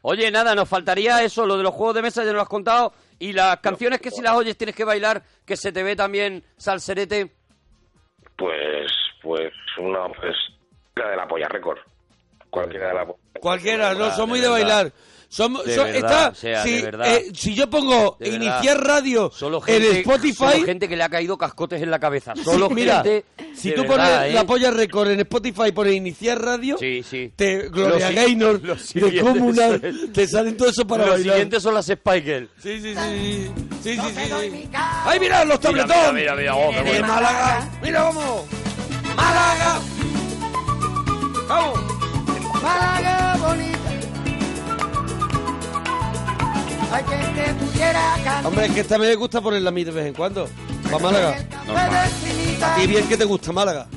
Speaker 3: Oye, nada, nos faltaría eso, lo de los juegos de mesa, ya nos lo has contado. Y las canciones que si las oyes tienes que bailar, que se te ve también salserete.
Speaker 11: Pues, pues, una, pues, la de la polla récord. Cualquiera de la polla.
Speaker 2: Cualquiera, no, son muy de,
Speaker 3: verdad.
Speaker 2: bailar. Son,
Speaker 3: De
Speaker 2: son-
Speaker 3: verdad,
Speaker 2: está-
Speaker 3: o sea,
Speaker 2: si,
Speaker 3: de verdad.
Speaker 2: eh, si yo pongo
Speaker 3: De verdad.
Speaker 2: iniciar radio
Speaker 3: Solo
Speaker 2: en
Speaker 3: gente,
Speaker 2: Spotify,
Speaker 3: solo gente que le ha caído cascotes en la cabeza. Solo
Speaker 2: mira,
Speaker 3: gente.
Speaker 2: si
Speaker 3: de
Speaker 2: tú
Speaker 3: verdad,
Speaker 2: pones
Speaker 3: ¿eh?
Speaker 2: la polla récord en Spotify y pones iniciar radio,
Speaker 3: Sí, sí.
Speaker 2: te,
Speaker 3: Los
Speaker 2: Gloria
Speaker 3: si-
Speaker 2: Gaynor,
Speaker 3: los
Speaker 2: de
Speaker 3: siguientes-
Speaker 2: Comunal, te salen todo eso para
Speaker 3: Los
Speaker 2: bailar.
Speaker 3: siguientes son las Spiker.
Speaker 2: Sí, sí, sí. Sí, sí, sí. sí. ¡Ay, mira los
Speaker 3: Mira,
Speaker 2: tabletón!
Speaker 3: mira, mira, mira, oh, qué
Speaker 2: de
Speaker 3: bueno.
Speaker 2: Málaga. Mira, vamos. Málaga. Vamos.
Speaker 12: Málaga bonita. Hay quien te pudiera cantar.
Speaker 2: Hombre, es que esta me gusta ponerla a mí de vez en cuando. Para Málaga.
Speaker 12: Normal.
Speaker 2: Y bien que te gusta Málaga.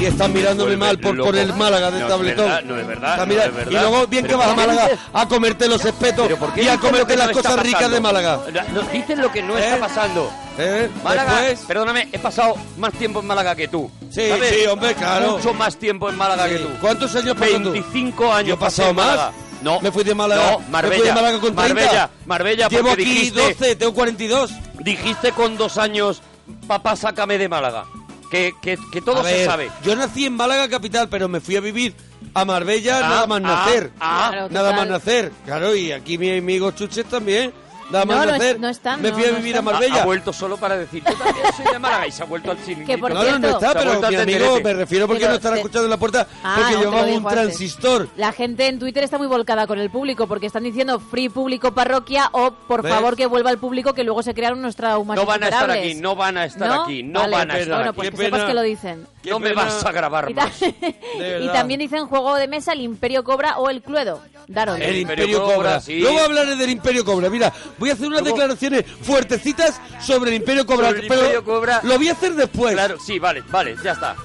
Speaker 2: Y estás mirándome mal por
Speaker 3: Pues, loco.
Speaker 2: poner Málaga del
Speaker 3: No, es
Speaker 2: tabletón.
Speaker 3: verdad, no, es verdad,
Speaker 2: Estás
Speaker 3: no,
Speaker 2: mira-
Speaker 3: es verdad.
Speaker 2: Y luego bien que
Speaker 3: Pero
Speaker 2: vas a
Speaker 3: ¿por qué
Speaker 2: Málaga
Speaker 3: dices-
Speaker 2: a comerte los espetos
Speaker 3: ¿Pero por qué
Speaker 2: y a
Speaker 3: dicen lo
Speaker 2: comerte
Speaker 3: que
Speaker 2: las
Speaker 3: no está
Speaker 2: cosas ricas
Speaker 3: pasando?
Speaker 2: de Málaga.
Speaker 3: No, dicen lo que no
Speaker 2: ¿Eh?
Speaker 3: está pasando.
Speaker 2: ¿Eh?
Speaker 3: Málaga,
Speaker 2: Después-
Speaker 3: perdóname, he pasado más tiempo en Málaga que tú.
Speaker 2: Sí, sí, hombre, claro.
Speaker 3: Mucho más tiempo en Málaga que
Speaker 2: Sí.
Speaker 3: tú.
Speaker 2: ¿Cuántos años pasó tú?
Speaker 3: 25 años.
Speaker 2: Yo he pasado
Speaker 3: pasé en
Speaker 2: más.
Speaker 3: Málaga. No.
Speaker 2: Me fui de
Speaker 3: No,
Speaker 2: Málaga. Me fui de
Speaker 3: Marbella.
Speaker 2: Málaga con 30.
Speaker 3: Marbella, Marbella,
Speaker 2: Llevo
Speaker 3: porque
Speaker 2: aquí
Speaker 3: dijiste-
Speaker 2: 12, tengo 42.
Speaker 3: Dijiste con dos años, papá, sácame de Málaga. Que, que, que todo
Speaker 2: A ver,
Speaker 3: se sabe.
Speaker 2: Yo nací en Málaga capital, pero me fui a vivir a Marbella
Speaker 3: Ah,
Speaker 2: nada más
Speaker 3: ah,
Speaker 2: nacer.
Speaker 3: ah.
Speaker 4: Claro,
Speaker 2: nada más
Speaker 4: total.
Speaker 2: nacer. Claro, y aquí mi amigo Chuches también. Nada más
Speaker 4: No, no es-
Speaker 2: nacer,
Speaker 4: no están,
Speaker 2: me
Speaker 4: no,
Speaker 2: fui a
Speaker 4: no
Speaker 2: vivir a
Speaker 4: están.
Speaker 2: Marbella.
Speaker 3: Ha vuelto solo para decir, yo también soy de Málaga y se ha vuelto al chiringuito.
Speaker 4: Que por
Speaker 2: no, no, no
Speaker 4: cierto-
Speaker 2: está,
Speaker 3: Se ha
Speaker 2: pero
Speaker 3: vuelto
Speaker 2: mi
Speaker 3: al
Speaker 2: amigo
Speaker 3: tenderete.
Speaker 2: me refiero porque
Speaker 4: Pero
Speaker 2: no estará
Speaker 4: te-
Speaker 2: escuchando en la puerta
Speaker 4: Ah,
Speaker 2: porque
Speaker 4: no, te lo
Speaker 2: llevaba un
Speaker 4: dijo antes.
Speaker 2: transistor.
Speaker 4: La gente en Twitter está muy volcada con el público porque están diciendo free público parroquia o por
Speaker 2: ¿Ves?
Speaker 4: favor que vuelva el público que luego se crearon unos traumas
Speaker 3: No van a estar
Speaker 4: insuperables.
Speaker 3: aquí, no van a estar
Speaker 4: ¿No?
Speaker 3: aquí, no
Speaker 4: Vale,
Speaker 3: van a estar
Speaker 4: Bueno,
Speaker 3: aquí.
Speaker 4: pues que sepas que lo dicen.
Speaker 3: No me
Speaker 2: pena.
Speaker 3: vas a grabar
Speaker 4: Y, ta- [laughs]
Speaker 3: más.
Speaker 4: y también dicen juego de mesa, el Imperio Cobra o el Cluedo. Daron.
Speaker 2: El Imperio Cobra.
Speaker 3: sí.
Speaker 2: Luego hablaré del Imperio Cobra. Mira, voy a hacer unas declaraciones fuertecitas sobre el Imperio Cobra.
Speaker 3: Sobre el
Speaker 2: pero
Speaker 3: Imperio Cobra.
Speaker 2: Lo voy a hacer después.
Speaker 3: Claro, sí, vale, vale, ya está.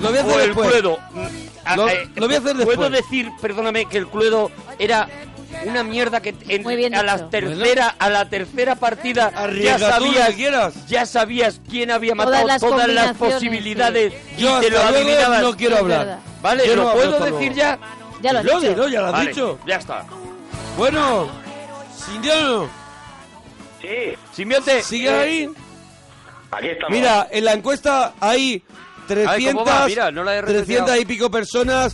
Speaker 2: Lo voy a hacer
Speaker 3: o el
Speaker 2: después.
Speaker 3: Cluedo. Mm, ah,
Speaker 2: Lo-
Speaker 3: eh,
Speaker 2: lo voy a hacer
Speaker 3: Puedo
Speaker 2: después.
Speaker 3: decir, perdóname, que el Cluedo era una mierda que en-
Speaker 4: Muy bien
Speaker 3: a la
Speaker 4: dicho.
Speaker 3: tercera a la tercera partida ya
Speaker 2: Arriesga tú lo
Speaker 3: sabías
Speaker 2: que quieras.
Speaker 3: ya sabías quién había matado
Speaker 4: las
Speaker 3: todas las
Speaker 4: combinaciones,
Speaker 3: posibilidades y
Speaker 2: Yo
Speaker 3: te lo
Speaker 2: hasta luego
Speaker 3: adivinabas.
Speaker 2: no quiero
Speaker 4: Es
Speaker 2: hablar.
Speaker 4: verdad.
Speaker 3: Vale,
Speaker 2: Yo
Speaker 3: lo
Speaker 2: no hablo
Speaker 3: puedo
Speaker 2: hasta
Speaker 3: decir
Speaker 2: luego.
Speaker 3: ya.
Speaker 4: Ya lo has
Speaker 2: Lo
Speaker 4: dicho.
Speaker 2: di, no, ya lo has
Speaker 3: Vale,
Speaker 2: dicho.
Speaker 3: Ya está.
Speaker 2: Bueno, Indiano,
Speaker 11: Sí,
Speaker 3: Simbionte, eh,
Speaker 2: sigue ahí.
Speaker 11: aquí estamos.
Speaker 2: Eh, Mira, en la encuesta hay
Speaker 3: Ay,
Speaker 2: 300,
Speaker 3: ¿cómo va? Mira, no la he retuiteado.
Speaker 2: 300 y pico personas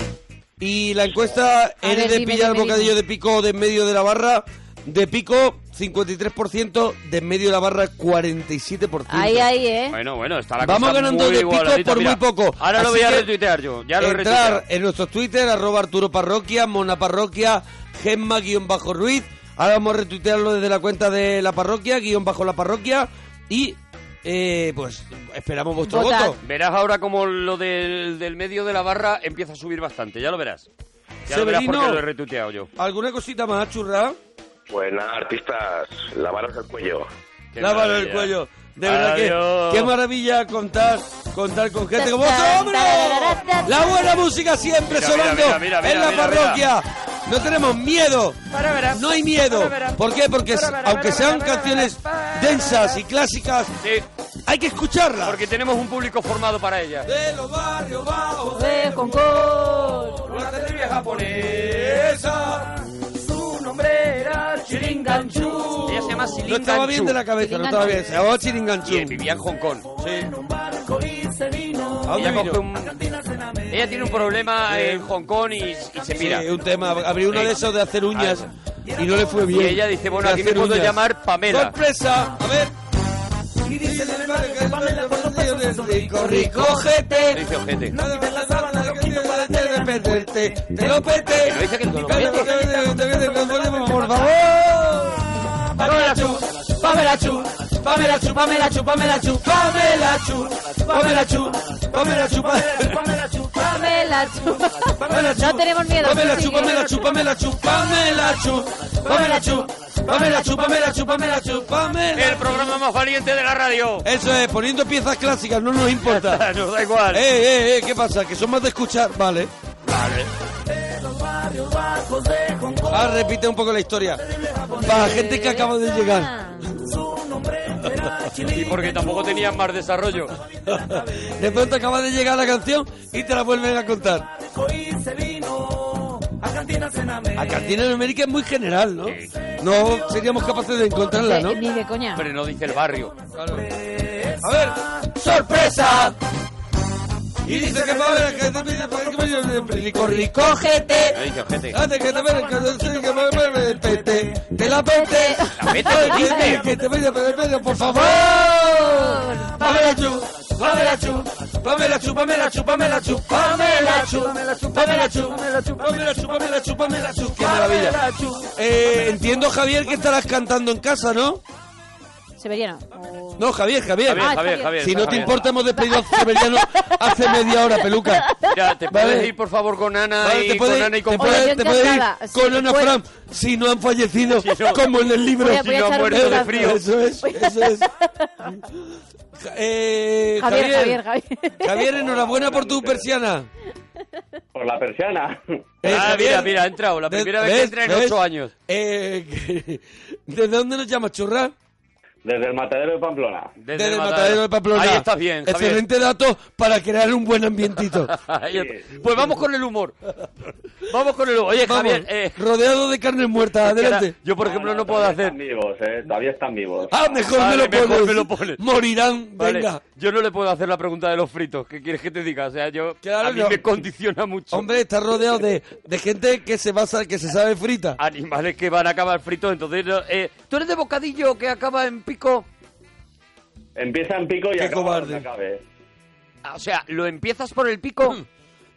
Speaker 2: y la encuesta
Speaker 4: A
Speaker 2: eres
Speaker 4: ver,
Speaker 2: de
Speaker 4: dime,
Speaker 2: pillar el
Speaker 4: dime,
Speaker 2: bocadillo
Speaker 4: dime.
Speaker 2: de pico de en medio de la barra. De pico, 53%, de en medio de la barra, 47%.
Speaker 4: Ahí, ahí, ¿eh?
Speaker 3: Bueno, bueno, está la
Speaker 2: Vamos
Speaker 3: cosa
Speaker 2: ganando
Speaker 3: muy
Speaker 2: de pico
Speaker 3: igualadita,
Speaker 2: por
Speaker 3: mira.
Speaker 2: muy poco.
Speaker 3: Ahora lo
Speaker 2: Así
Speaker 3: voy a
Speaker 2: que
Speaker 3: retuitear yo. Ya lo he
Speaker 2: Entrar
Speaker 3: retuiteado.
Speaker 2: en nuestros Twitter, arroba Arturo Parroquia, Mona Parroquia, Gemma guión bajo Ruiz. Ahora vamos a retuitearlo desde la cuenta de la parroquia, guión bajo la parroquia. Y eh, pues esperamos vuestro
Speaker 4: Votad.
Speaker 2: voto.
Speaker 3: Verás ahora como lo del, del medio de la barra empieza a subir bastante, ya lo verás. Ya lo verás
Speaker 2: Severino.
Speaker 3: porque lo he retuiteado yo.
Speaker 2: ¿Alguna cosita más, churra?
Speaker 11: Pues nada, artistas, lavaros el cuello.
Speaker 3: Qué
Speaker 2: Lávalo el
Speaker 3: maravilla.
Speaker 2: cuello. De verdad
Speaker 3: Adiós.
Speaker 2: que qué maravilla contar, contar con gente como
Speaker 4: Tan,
Speaker 2: vosotros.
Speaker 4: tararara,
Speaker 2: La buena música siempre
Speaker 3: Mira, mira,
Speaker 2: sonando
Speaker 3: mira, mira,
Speaker 2: en
Speaker 3: mira,
Speaker 2: la
Speaker 3: mira,
Speaker 2: parroquia. No tenemos miedo.
Speaker 12: Para, para,
Speaker 2: No hay miedo.
Speaker 12: para, para.
Speaker 2: ¿Por qué? Porque
Speaker 12: Para, para,
Speaker 2: aunque
Speaker 12: para,
Speaker 2: sean
Speaker 12: para, para,
Speaker 2: canciones
Speaker 12: para.
Speaker 2: densas y clásicas,
Speaker 3: Sí,
Speaker 2: hay que escucharlas.
Speaker 3: porque tenemos un público formado para ella.
Speaker 2: de los barrios bajos,
Speaker 4: Eh, Hong Kong.
Speaker 2: una terrible japonesa.
Speaker 12: Su nombre era Chiringanchu.
Speaker 3: Ella se llama Silin
Speaker 2: No estaba
Speaker 3: Ganchu
Speaker 2: bien de la cabeza, no estaba bien. Se llamaba Chiringanchu.
Speaker 3: y vivía en Hong Kong.
Speaker 12: En un barco y se vino.
Speaker 2: ¿A dónde
Speaker 3: Ella, coge
Speaker 2: vino?
Speaker 3: un- ella tiene un problema eh, en Hong Kong y, y se mira.
Speaker 2: Sí, un tema. Abrió uno
Speaker 3: Sí.
Speaker 2: de esos de hacer uñas y no le fue bien.
Speaker 3: Y ella dice, bueno,
Speaker 2: De
Speaker 3: aquí me
Speaker 2: hacer
Speaker 3: puedo
Speaker 2: uñas.
Speaker 3: llamar Pamela.
Speaker 2: ¡Sorpresa! A ver.
Speaker 12: Y dice que vale que Pamela
Speaker 2: pues
Speaker 12: por dos pesos es un rico, rico.
Speaker 2: Recógete.
Speaker 3: Dice ojete.
Speaker 2: No quites la sábana, lo quito para te arrepentirte. Te lo pete.
Speaker 3: Pero dice que no lo
Speaker 2: Pero
Speaker 3: mete.
Speaker 2: que te- te- te- te- te- Por favor. Pamela chu, Pamela chu, Pamela chu, Pamela chu, Pamela chu, Pamela chu, Pamela chu, Pamela chu, Pamela chu,
Speaker 4: Pamela Chu.
Speaker 2: Pamela chu.
Speaker 4: No tenemos miedo.
Speaker 2: Pamela
Speaker 4: tú
Speaker 2: chu,
Speaker 4: sigue.
Speaker 2: Pamela chu, Pamela chu, Pamela chu, Pamela chu, Pamela chu, Pamela chu, Pamela chu, Pamela.
Speaker 3: El programa más valiente de la radio.
Speaker 2: Eso es, poniendo piezas clásicas, no nos importa.
Speaker 3: [laughs] Nos da igual.
Speaker 2: Eh, eh, eh, ¿qué pasa? Que son más de escuchar, vale.
Speaker 3: Vale.
Speaker 2: Ah, repite un poco la historia. Para la gente que acaba de llegar.
Speaker 4: Ah,
Speaker 3: Y porque tampoco tenían más desarrollo.
Speaker 2: [laughs] De pronto acaba de llegar la canción y te la vuelven a contar. A Cantina en América es muy general, ¿no?
Speaker 3: Sí.
Speaker 2: No seríamos capaces de encontrarla, ¿no?
Speaker 4: eh, Ni de coña.
Speaker 3: Pero no dice el barrio.
Speaker 2: Claro. A ver, sorpresa. Y dice que va a ver que te pide para pues, que me lleve el pelico rico.
Speaker 4: Cógete.
Speaker 3: No dice ojete.
Speaker 2: Hace que te vea que te que me mueve el pete. Te la pete.
Speaker 3: La pete, ¿qué dice?
Speaker 2: Que te vea por el medio, por favor. Pamela chu, Pamela chu, Pamela chu, Pamela chu, Pamela chu, Pamela chu, Pamela chu, Pamela chu, Pamela chu, Pamela chu, Pamela chu, Pamela chu, qué maravilla. Eh, entiendo Javier que estarás cantando en casa, ¿no?
Speaker 4: Severiano.
Speaker 2: No, Javier, Javier.
Speaker 3: Javier,
Speaker 4: Ah,
Speaker 3: Javier,
Speaker 4: Javier.
Speaker 3: Javier.
Speaker 2: Si no te
Speaker 3: Javier.
Speaker 2: importa, hemos despedido a Severiano hace media hora, peluca.
Speaker 3: [laughs] Mira, te
Speaker 2: Vale.
Speaker 3: puedes ir por favor con Ana
Speaker 2: Vale,
Speaker 3: y
Speaker 2: te puedes,
Speaker 3: con Ana y con
Speaker 2: te
Speaker 4: Oye,
Speaker 3: Fran.
Speaker 2: puedes-
Speaker 4: yo
Speaker 2: te puedes ir
Speaker 4: encantada. Sí,
Speaker 2: con Ana
Speaker 4: pues-
Speaker 2: Fran si no han fallecido,
Speaker 3: Si no-
Speaker 2: como en el libro.
Speaker 4: Voy a-
Speaker 2: Si
Speaker 4: voy a
Speaker 2: no han
Speaker 4: echar un
Speaker 2: muerto de
Speaker 4: vistazo.
Speaker 2: frío. Eso es,
Speaker 3: [laughs]
Speaker 2: eso es. Eh,
Speaker 4: Javier, Javier, Javier.
Speaker 2: Javier, enhorabuena por tu persiana.
Speaker 11: Por la persiana.
Speaker 2: Eh,
Speaker 3: Ah,
Speaker 2: Javier,
Speaker 3: mira, mira, ha entrado. La
Speaker 2: de-
Speaker 3: primera vez que
Speaker 2: ¿ves?
Speaker 3: entra en
Speaker 2: ¿ves?
Speaker 3: ocho años.
Speaker 2: Eh, [laughs] ¿Desde dónde nos llamas, churra?
Speaker 11: Desde el matadero de Pamplona.
Speaker 2: Desde, el matadero de Pamplona.
Speaker 3: Ahí estás bien, Javier. [laughs]
Speaker 2: Excelente dato para crear un buen ambientito.
Speaker 3: Ahí está. Pues vamos con el humor. Vamos con el Lugo. Oye,
Speaker 2: Vamos,
Speaker 3: Javier, eh,
Speaker 2: rodeado de carnes muertas, adelante.
Speaker 3: Yo, por ejemplo, no puedo hacer. Están vivos, eh. Todavía están vivos.
Speaker 2: Ah, mejor me lo pones. Morirán,
Speaker 3: Vale,
Speaker 2: venga.
Speaker 3: Yo no le puedo hacer la pregunta de los fritos. ¿Qué quieres que te diga? O sea, yo. a mí
Speaker 2: no.
Speaker 3: me condiciona mucho.
Speaker 2: Hombre, está rodeado de, de gente que se basa, que se sabe frita.
Speaker 3: Animales que van a acabar fritos, entonces. no, eh, ¿Tú eres de bocadillo que acaba en pico?
Speaker 11: Empieza en pico y
Speaker 3: Qué
Speaker 11: acaba
Speaker 3: cobarde.
Speaker 11: donde acabe.
Speaker 3: O sea, ¿lo em- empiezas por el pico?
Speaker 2: Mm.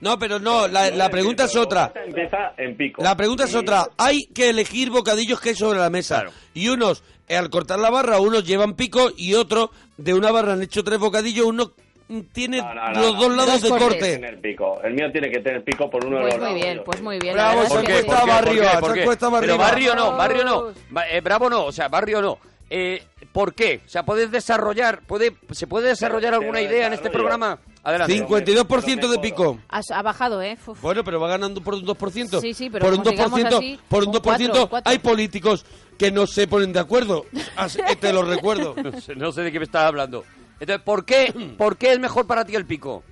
Speaker 2: No, pero no, la, la pregunta es otra.
Speaker 11: Empieza en pico.
Speaker 2: La pregunta es
Speaker 11: Y-
Speaker 2: otra. Hay que elegir bocadillos que hay sobre la mesa. Y unos, eh, al cortar la barra, unos llevan pico y otros, de una barra han hecho tres bocadillos, uno mm, tiene
Speaker 11: No, no,
Speaker 2: los
Speaker 11: no.
Speaker 2: dos lados de
Speaker 11: Tiene que
Speaker 2: corte.
Speaker 11: tener pico. El mío tiene que tener pico por uno
Speaker 4: Pues
Speaker 11: de los
Speaker 4: muy
Speaker 11: lados.
Speaker 4: bien, pues muy bien.
Speaker 2: Bravo,
Speaker 4: la verdad
Speaker 2: se
Speaker 4: es que-
Speaker 2: encuesta
Speaker 3: ¿Por qué?
Speaker 2: va
Speaker 3: ¿Por
Speaker 2: arriba,
Speaker 3: qué? ¿Por
Speaker 2: se
Speaker 3: qué?
Speaker 2: encuesta va
Speaker 3: Pero
Speaker 2: arriba.
Speaker 3: barrio no, barrio no. Ba- eh, bravo no, o sea, barrio no. Eh, ¿Por qué? O sea, ¿puedes desarrollar, puede, ¿se puede desarrollar
Speaker 2: Pero-
Speaker 3: alguna
Speaker 2: pero
Speaker 3: idea en este
Speaker 2: desarrollo.
Speaker 3: programa? Adelante.
Speaker 2: 52% de pico.
Speaker 4: Has- Ha bajado, ¿eh? Uf.
Speaker 2: Bueno, pero va ganando por un 2%.
Speaker 4: Sí, sí, pero
Speaker 2: por un
Speaker 4: como sigamos
Speaker 2: 2%,
Speaker 4: así,
Speaker 2: por un
Speaker 4: un
Speaker 2: 2%
Speaker 4: cuatro, cuatro.
Speaker 2: hay políticos que no se ponen de acuerdo. Así que te lo recuerdo.
Speaker 3: [laughs] No sé, no sé de qué me estás hablando. Entonces, ¿por
Speaker 2: [clears throat]
Speaker 3: qué, ¿por qué es mejor para ti el pico?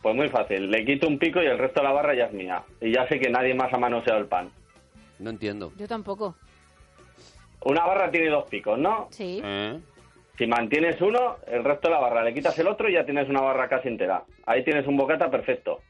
Speaker 11: Pues muy fácil. Le quito un pico y el resto de la barra ya es mía. Y ya sé que nadie más ha manoseado el pan.
Speaker 3: No entiendo.
Speaker 4: Yo tampoco.
Speaker 11: Una barra tiene dos picos, ¿no? Eh.
Speaker 4: Sí.
Speaker 11: Si mantienes uno, el resto de la barra. Le quitas el otro y ya tienes una barra casi entera. Ahí tienes un bocata perfecto.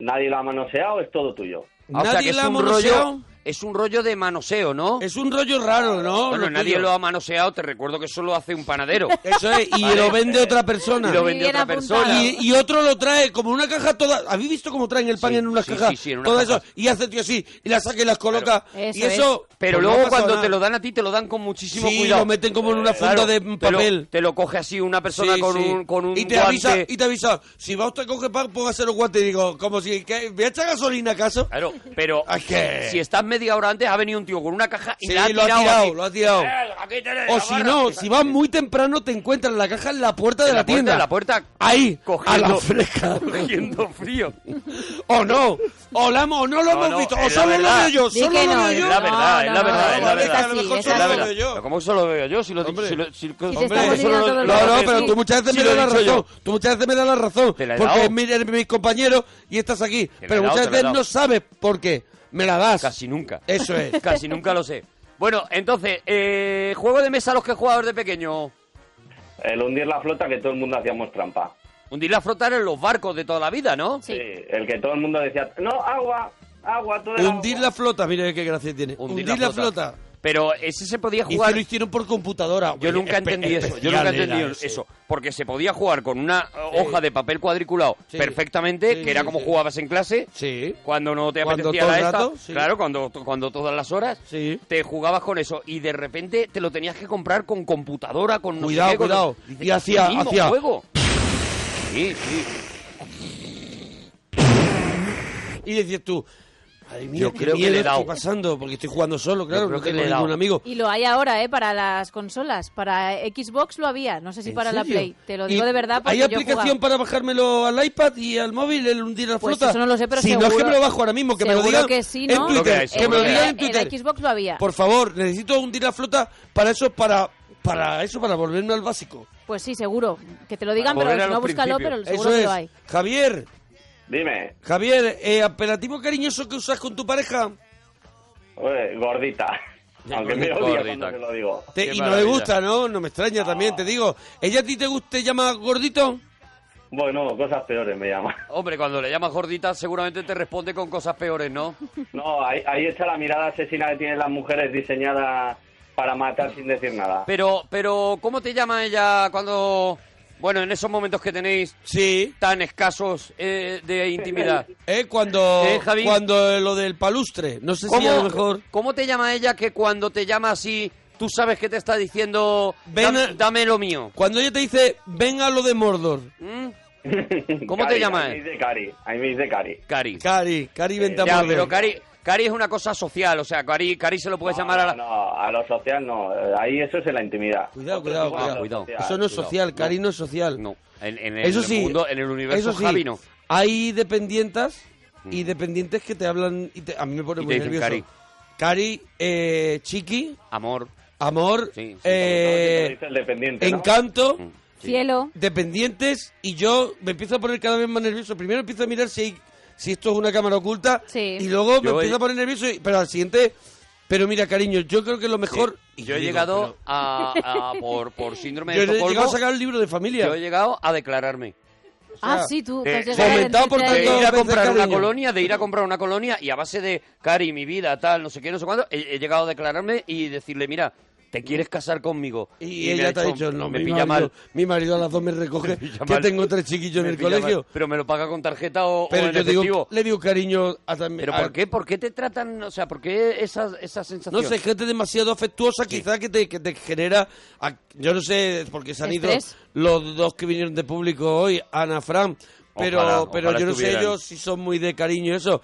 Speaker 11: Nadie lo ha manoseado, es todo tuyo.
Speaker 3: Ah, o sea, que es un rollo, es un rollo de manoseo, ¿no?
Speaker 2: Es un rollo raro, ¿no?
Speaker 3: Bueno,
Speaker 2: Lo
Speaker 3: nadie
Speaker 2: tuyo.
Speaker 3: lo ha manoseado, te recuerdo que eso lo hace un panadero.
Speaker 2: Eso es,
Speaker 3: [laughs]
Speaker 2: y
Speaker 3: Vale.
Speaker 2: lo vende otra persona.
Speaker 3: Y lo vende Muy bien otra apuntado. persona.
Speaker 2: Y, y otro lo trae como una caja toda. ¿Habéis visto cómo traen el pan en unas
Speaker 3: sí,
Speaker 2: cajas?
Speaker 3: sí, sí, en una
Speaker 2: todo
Speaker 3: caja.
Speaker 2: eso. Y hace el tío así, y las saca y las coloca.
Speaker 3: Eso
Speaker 2: y eso.
Speaker 3: Pero
Speaker 2: pues, no
Speaker 3: luego
Speaker 2: ha pasado
Speaker 3: cuando
Speaker 2: nada.
Speaker 3: te lo dan a ti, te lo dan con muchísimo
Speaker 2: Sí,
Speaker 3: cuidado.
Speaker 2: lo meten como en una
Speaker 3: Eh,
Speaker 2: funda de
Speaker 3: te lo-
Speaker 2: papel.
Speaker 3: Te lo, coge así una persona
Speaker 2: Sí,
Speaker 3: con,
Speaker 2: sí.
Speaker 3: Un, con un
Speaker 2: y te
Speaker 3: guante.
Speaker 2: avisa y te avisa si va usted a coger pan póngase los guantes y digo como si que, voy a echar gasolina acaso
Speaker 3: claro
Speaker 2: [laughs]
Speaker 3: pero
Speaker 2: que...
Speaker 3: Si estás media hora antes, ha venido un tío con una caja y
Speaker 2: Sí,
Speaker 3: la ha
Speaker 2: lo ha
Speaker 3: tirado
Speaker 2: tirado,
Speaker 3: así.
Speaker 2: lo ha tirado.
Speaker 3: Eh, aquí tenés
Speaker 2: o
Speaker 3: la
Speaker 2: si
Speaker 3: barra.
Speaker 2: no si vas muy temprano te encuentras la caja en la puerta de
Speaker 3: En
Speaker 2: la,
Speaker 3: la puerta,
Speaker 2: tienda
Speaker 3: en la puerta,
Speaker 2: ahí
Speaker 3: cogiendo-
Speaker 2: a la fresca
Speaker 3: Cogiendo frío.
Speaker 2: o no o, la, o no lo hemos visto o
Speaker 3: es la
Speaker 2: solo lo
Speaker 3: verdad.
Speaker 2: veo yo
Speaker 3: Di
Speaker 2: solo
Speaker 3: que
Speaker 2: lo
Speaker 3: no,
Speaker 2: veo
Speaker 3: es
Speaker 2: yo
Speaker 3: la verdad, es la verdad, es la verdad.
Speaker 2: vale,
Speaker 3: Es
Speaker 2: es así,
Speaker 3: la
Speaker 2: es
Speaker 3: verdad.
Speaker 2: así.
Speaker 3: Pero ¿Cómo solo lo veo yo? Si lo digo, si lo, si,
Speaker 2: Hombre, no, no, pero tú muchas veces
Speaker 3: Si
Speaker 2: me das
Speaker 3: lo he
Speaker 2: la
Speaker 3: dicho
Speaker 2: razón.
Speaker 3: yo.
Speaker 2: Tú muchas veces me das la razón.
Speaker 3: la he
Speaker 2: Porque
Speaker 3: dado.
Speaker 2: mira, eres mis compañeros y estás aquí.
Speaker 3: la he dado,
Speaker 2: Pero
Speaker 3: te
Speaker 2: muchas
Speaker 3: la he
Speaker 2: veces
Speaker 3: dado.
Speaker 2: no sabes por qué. Me la das.
Speaker 3: Casi nunca.
Speaker 2: Eso es.
Speaker 3: [laughs] Casi nunca lo sé. Bueno, entonces, eh, juego de mesa a los que jugabas de pequeño.
Speaker 11: El hundir la flota que todo el mundo hacíamos trampa.
Speaker 3: Hundir la flota en los barcos de toda la vida, ¿no?
Speaker 11: Sí. El que todo el mundo decía, no, agua, agua, todo el
Speaker 2: Hundir la flota, mire qué gracia tiene. Hundir, la, flota.
Speaker 3: Pero ese se podía
Speaker 2: Y
Speaker 3: jugar.
Speaker 2: que lo hicieron por computadora.
Speaker 3: Yo nunca entendí eso. Yo
Speaker 2: ¿eh?
Speaker 3: nunca entendí eso. Porque se podía jugar con una eh, hoja de papel cuadriculado
Speaker 2: Sí.
Speaker 3: perfectamente,
Speaker 2: Sí,
Speaker 3: que era
Speaker 2: sí,
Speaker 3: como
Speaker 2: sí.
Speaker 3: jugabas en clase. Cuando no te
Speaker 2: Cuando
Speaker 3: apetecía
Speaker 2: todo
Speaker 3: la
Speaker 2: el
Speaker 3: esta.
Speaker 2: rato, sí.
Speaker 3: Claro, cuando, cuando todas las horas. Te jugabas con eso. Y de repente te lo tenías que comprar con computadora, con no sé
Speaker 2: Cuidado,
Speaker 3: qué, con-
Speaker 2: cuidado.
Speaker 3: Dices,
Speaker 2: Y hacía-
Speaker 3: "¿Qué mismo
Speaker 2: hacía".
Speaker 3: juego?". Sí, sí.
Speaker 2: Y decías tú, madre mía,
Speaker 3: Yo
Speaker 2: qué
Speaker 3: creo que
Speaker 2: miedo
Speaker 3: le he
Speaker 2: estoy
Speaker 3: dado.
Speaker 2: pasando. Porque estoy jugando solo, claro.
Speaker 3: creo
Speaker 2: no
Speaker 3: que
Speaker 2: tengo
Speaker 3: le he
Speaker 2: ningún
Speaker 3: dado.
Speaker 2: amigo.
Speaker 4: Y lo hay ahora, ¿eh? Para las consolas. Para Xbox lo había. No sé si
Speaker 2: ¿En
Speaker 4: para la
Speaker 2: serio?
Speaker 4: Play. Te lo
Speaker 2: Y
Speaker 4: digo de verdad porque
Speaker 2: ¿Hay
Speaker 4: yo
Speaker 2: aplicación
Speaker 4: jugaba.
Speaker 2: para bajármelo al iPad y al móvil, el hundir la
Speaker 4: Pues
Speaker 2: flota?
Speaker 4: eso no lo sé, pero
Speaker 2: Si no es que
Speaker 4: seguro-
Speaker 2: me lo bajo ahora mismo, que me lo
Speaker 4: Seguro
Speaker 2: digan
Speaker 4: que sí,
Speaker 2: en
Speaker 4: ¿no? Eh,
Speaker 2: Twitter.
Speaker 3: hay,
Speaker 2: que me
Speaker 3: seguro
Speaker 2: lo
Speaker 3: que
Speaker 2: digan
Speaker 3: hay.
Speaker 2: en Twitter.
Speaker 4: En Xbox lo había.
Speaker 2: Por favor, necesito hundir la flota para eso, para, para eso, para volverme al básico.
Speaker 4: Pues sí, seguro. Que te lo digan, pero
Speaker 2: Volver a
Speaker 4: si no,
Speaker 2: los
Speaker 4: búscalo,
Speaker 2: principios.
Speaker 4: pero
Speaker 2: Eso
Speaker 4: seguro
Speaker 2: es.
Speaker 4: que lo hay.
Speaker 2: Javier,
Speaker 11: Dime,
Speaker 2: Javier, eh, apelativo cariñoso que usas con tu pareja
Speaker 11: eh, gordita. Aunque me
Speaker 2: gordita,
Speaker 11: odia
Speaker 2: gordita.
Speaker 11: cuando se lo digo.
Speaker 2: Te- y no le gusta, ¿no? No me extraña también, te digo. ¿Ella a ti te gusta, te llama gordito?
Speaker 11: Bueno, cosas peores me llama.
Speaker 3: Hombre, cuando le llamas gordita, seguramente te responde con cosas peores, ¿no?
Speaker 11: No, ahí, ahí está la mirada asesina que tienen las mujeres diseñada para matar sin decir nada.
Speaker 3: Pero, pero, ¿cómo te llama ella cuando, bueno, en esos momentos que tenéis tan escasos eh, de
Speaker 2: [laughs]
Speaker 3: intimidad?
Speaker 2: Eh, cuando,
Speaker 3: Eh, Javi.
Speaker 2: cuando lo del palustre, no sé si a lo mejor...
Speaker 3: cómo te llama ella que cuando te llama así, tú sabes que te está diciendo,
Speaker 2: Ven
Speaker 3: "Dam- dame lo mío?
Speaker 2: Cuando ella te dice, ven a lo
Speaker 11: [laughs]
Speaker 2: de Mordor.
Speaker 3: ¿Mm? ¿Cómo te
Speaker 11: Cari,
Speaker 3: llama
Speaker 11: A mí
Speaker 3: él?
Speaker 11: me dice Cari, a mí me dice Cari.
Speaker 3: Cari. Eh,
Speaker 2: Cari, Cari, vente a
Speaker 3: Ya,
Speaker 2: Mordor.
Speaker 3: pero Cari, Cari es una cosa social, o sea, Cari, Cari se lo puedes llamar a la...
Speaker 11: No, a lo social no, eh, ahí eso es en la intimidad.
Speaker 2: Cuidado, cuidado,
Speaker 11: Ah,
Speaker 2: cuidado.
Speaker 11: cuidado.
Speaker 2: Eso no es
Speaker 11: Cuidado.
Speaker 2: social, Cari no es social.
Speaker 3: No, en, en el
Speaker 2: Eso sí,
Speaker 3: mundo, en el universo
Speaker 2: eso sí,
Speaker 3: Javi no. Mm.
Speaker 2: Hay dependientas y dependientes que te hablan y te- a mí me pone
Speaker 3: Y te
Speaker 2: muy
Speaker 3: dicen
Speaker 2: nervioso.
Speaker 3: Cari.
Speaker 2: Cari, eh, Chiqui,
Speaker 3: Amor,
Speaker 2: amor,
Speaker 3: Sí, Mm. sí,
Speaker 2: eh,
Speaker 11: Te dice el dependiente, ¿no?
Speaker 2: encanto,
Speaker 4: Cielo.
Speaker 2: dependientes y yo me empiezo a poner cada vez más nervioso. Primero empiezo a mirar si hay si esto es una cámara oculta. Y luego me
Speaker 3: Yo he-
Speaker 2: empiezo a poner nervioso, y- pero al siguiente... Pero mira, cariño, yo creo que lo mejor... y
Speaker 3: Yo he
Speaker 2: digo,
Speaker 3: llegado
Speaker 2: pero-
Speaker 3: a, a- por, por síndrome
Speaker 2: Yo
Speaker 3: de
Speaker 2: he
Speaker 3: Estocolmo.
Speaker 2: llegado a sacar el libro de familia.
Speaker 3: Yo he llegado a declararme.
Speaker 4: Ah, sí, tú.
Speaker 3: De,
Speaker 4: pues,
Speaker 3: de-
Speaker 4: llegar a
Speaker 3: fomentado por
Speaker 4: venderte-
Speaker 3: tanto ir a comprar una
Speaker 2: cariño.
Speaker 3: colonia, de ir a comprar una colonia y a base de cari, mi vida, tal, no sé qué, no sé cuándo, he, he llegado a declararme y decirle, mira, ¿te quieres casar conmigo?
Speaker 2: Y,
Speaker 3: me
Speaker 2: ella te ha dicho, no,
Speaker 3: me
Speaker 2: mi,
Speaker 3: pilla
Speaker 2: marido,
Speaker 3: mal.
Speaker 2: mi marido a las dos
Speaker 3: [laughs]
Speaker 2: me recoge, que
Speaker 3: mal.
Speaker 2: tengo tres chiquillos
Speaker 3: me
Speaker 2: en el
Speaker 3: pilla mal,
Speaker 2: colegio.
Speaker 3: Pero me lo paga con tarjeta o, o
Speaker 2: Pero
Speaker 3: en
Speaker 2: yo digo-
Speaker 3: efectivo.
Speaker 2: le digo cariño a también.
Speaker 3: ¿Pero
Speaker 2: a-
Speaker 3: por qué? ¿Por qué te tratan, o sea, por qué esa, esa sensación?
Speaker 2: No sé, gente demasiado afectuosa quizá que te, que te genera... a- yo no sé, porque se han ido
Speaker 3: Estrés.
Speaker 2: los dos que vinieron de público hoy, Ana, Fran, pero,
Speaker 3: Ojalá,
Speaker 2: pero
Speaker 3: ojalá
Speaker 2: yo no sé
Speaker 3: estuvieran.
Speaker 2: ellos si son muy de cariño eso.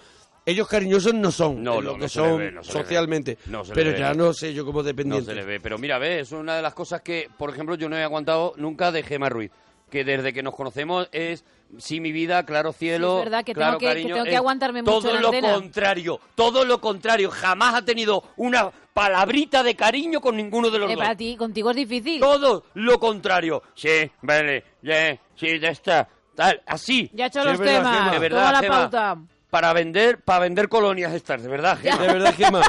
Speaker 2: Ellos cariñosos no son,
Speaker 3: No,
Speaker 2: es lo
Speaker 3: no,
Speaker 2: que
Speaker 3: no se
Speaker 2: son
Speaker 3: le ve, no se le ve.
Speaker 2: socialmente.
Speaker 3: No se le
Speaker 2: pero
Speaker 3: ve,
Speaker 2: ya
Speaker 3: no.
Speaker 2: no sé yo cómo
Speaker 3: No
Speaker 2: dependiente.
Speaker 3: se le ve, pero mira, ve, es una de las cosas que, por ejemplo, yo no he aguantado nunca de Gema Ruiz, que desde que nos conocemos es sí mi vida, claro cielo,
Speaker 4: Sí, es verdad que
Speaker 3: claro
Speaker 4: tengo que- que
Speaker 3: cariño,
Speaker 4: tengo que
Speaker 3: es
Speaker 4: aguantarme mucho
Speaker 3: todo
Speaker 4: en
Speaker 3: lo
Speaker 4: antena.
Speaker 3: contrario, todo lo contrario, jamás ha tenido una palabrita de cariño con ninguno de los
Speaker 4: Eh,
Speaker 3: dos.
Speaker 4: para ti, contigo es difícil.
Speaker 3: Todo lo contrario. Sí, vale, ya, sí, ya está. Tal, así.
Speaker 4: Ya he hecho
Speaker 3: Sí,
Speaker 4: los
Speaker 3: es verdad,
Speaker 4: temas.
Speaker 3: Gema. De verdad,
Speaker 4: Toma la
Speaker 3: Gema.
Speaker 4: pauta.
Speaker 3: Para vender, para vender colonias estas, de verdad, Gema.
Speaker 2: De
Speaker 4: [laughs]
Speaker 2: verdad, Gema.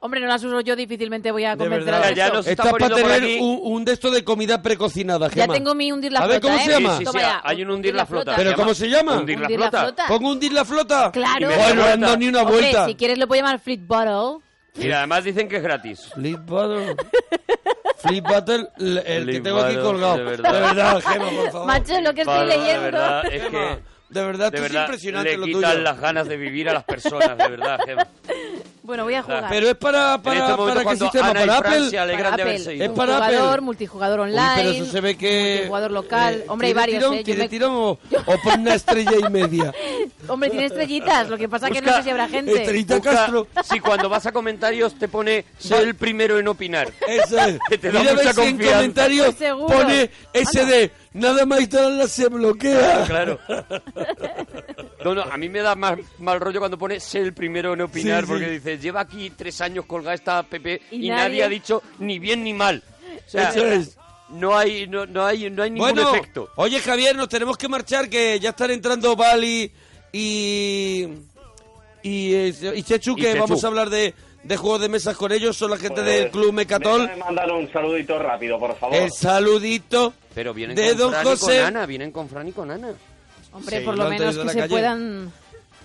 Speaker 4: Hombre, no las uso yo, difícilmente voy a
Speaker 2: De
Speaker 4: convencer
Speaker 2: verdad.
Speaker 4: a
Speaker 3: Ya, ya
Speaker 4: esto.
Speaker 3: nos está
Speaker 2: Estás para
Speaker 3: poniendo por
Speaker 2: tener
Speaker 3: aquí-
Speaker 2: un, un de esto de comida precocinada,
Speaker 4: Ya
Speaker 2: Gemma.
Speaker 4: tengo mi hundir la
Speaker 2: A ver,
Speaker 4: flota,
Speaker 2: ¿cómo se
Speaker 4: ¿eh?
Speaker 2: llama?
Speaker 4: Toma ya.
Speaker 3: hay un hundir la flota.
Speaker 2: ¿Pero
Speaker 3: se
Speaker 2: cómo
Speaker 3: llama.
Speaker 2: se llama?
Speaker 3: Hundir la
Speaker 4: Hundir la
Speaker 3: flota.
Speaker 4: flota.
Speaker 2: ¿Con hundir la flota?
Speaker 4: Claro.
Speaker 2: Bueno, no dan ni una
Speaker 4: Hombre,
Speaker 2: vuelta.
Speaker 4: si quieres lo puedo llamar Fleet Bottle.
Speaker 3: Mira, además dicen que es gratis.
Speaker 2: Flip
Speaker 4: [laughs]
Speaker 2: Battle. Flip Battle, el, el que
Speaker 3: Flip
Speaker 2: tengo aquí
Speaker 3: Battle,
Speaker 2: colgado.
Speaker 3: de
Speaker 2: De
Speaker 3: verdad.
Speaker 2: verdad, Gemma, [laughs] por favor.
Speaker 4: [laughs] Macho, lo que estoy
Speaker 3: Pablo,
Speaker 4: leyendo.
Speaker 3: De verdad, es
Speaker 2: Gema,
Speaker 3: que...
Speaker 2: de verdad,
Speaker 3: de
Speaker 2: esto es
Speaker 3: verdad,
Speaker 2: impresionante
Speaker 3: le
Speaker 2: lo
Speaker 3: quitan
Speaker 2: tuyo.
Speaker 3: las ganas de vivir a las personas, de verdad,
Speaker 4: [laughs]
Speaker 3: Gema.
Speaker 4: Bueno, voy a jugar.
Speaker 2: Pero es para, para,
Speaker 3: En este momento,
Speaker 2: para qué
Speaker 3: cuando
Speaker 2: sistema,
Speaker 3: Ana y
Speaker 2: para
Speaker 3: Fran
Speaker 2: Apple.
Speaker 3: se alegran
Speaker 4: Para
Speaker 3: de haberse
Speaker 4: Apple,
Speaker 3: ido.
Speaker 2: Es para
Speaker 4: multijugador,
Speaker 2: Apple.
Speaker 4: multijugador
Speaker 2: Uy,
Speaker 4: online,
Speaker 2: pero eso se ve que...
Speaker 4: multijugador local. Hombre, hay
Speaker 2: ¿Tiene
Speaker 4: varios,
Speaker 2: tirón?
Speaker 4: ¿eh? Yo
Speaker 2: ¿Tiene
Speaker 4: me-
Speaker 2: tirón o, o por una estrella y media?
Speaker 4: [laughs] Hombre, tiene estrellitas, lo que pasa que no
Speaker 3: Busca-
Speaker 4: sé si habrá gente.
Speaker 2: Estrellita Castro.
Speaker 3: Si cuando vas a comentarios te pone soy el primero en opinar.
Speaker 2: Eso es.
Speaker 3: [laughs] Que [laughs] te da
Speaker 2: Mira a ver
Speaker 3: mucha
Speaker 2: si en
Speaker 3: confianza.
Speaker 2: comentarios
Speaker 4: Pues seguro.
Speaker 2: pone SD. Nada más instalarla se bloquea.
Speaker 3: Ah, Claro. No, no, a mí me da más mal rollo cuando pone ser el primero en opinar,
Speaker 2: Sí, sí.
Speaker 3: porque dices, lleva aquí tres años colgada esta PP y,
Speaker 4: Y
Speaker 3: nadie...
Speaker 4: nadie
Speaker 3: ha dicho ni bien ni mal. O sea,
Speaker 2: [laughs] Eso es.
Speaker 3: No hay, no, no hay, no hay ningún
Speaker 2: Bueno,
Speaker 3: efecto.
Speaker 2: oye Javier, nos tenemos que marchar que ya están entrando Bali y y, eh, y Chechu
Speaker 3: Y Chechu.
Speaker 2: que
Speaker 3: eh,
Speaker 2: vamos a hablar de, de juegos de mesas con ellos, son la gente del Club Mecatol.
Speaker 11: Déjame mandar un saludito rápido, por favor.
Speaker 2: El saludito
Speaker 3: Pero vienen
Speaker 2: de
Speaker 3: con
Speaker 2: Don
Speaker 3: Fran y
Speaker 2: José.
Speaker 3: con Ana, vienen con Fran y con Ana.
Speaker 4: Hombre,
Speaker 2: Sí,
Speaker 4: por
Speaker 2: lo han
Speaker 4: lo
Speaker 2: traído
Speaker 4: menos
Speaker 2: a
Speaker 4: que
Speaker 2: la
Speaker 4: se
Speaker 2: calle.
Speaker 4: puedan...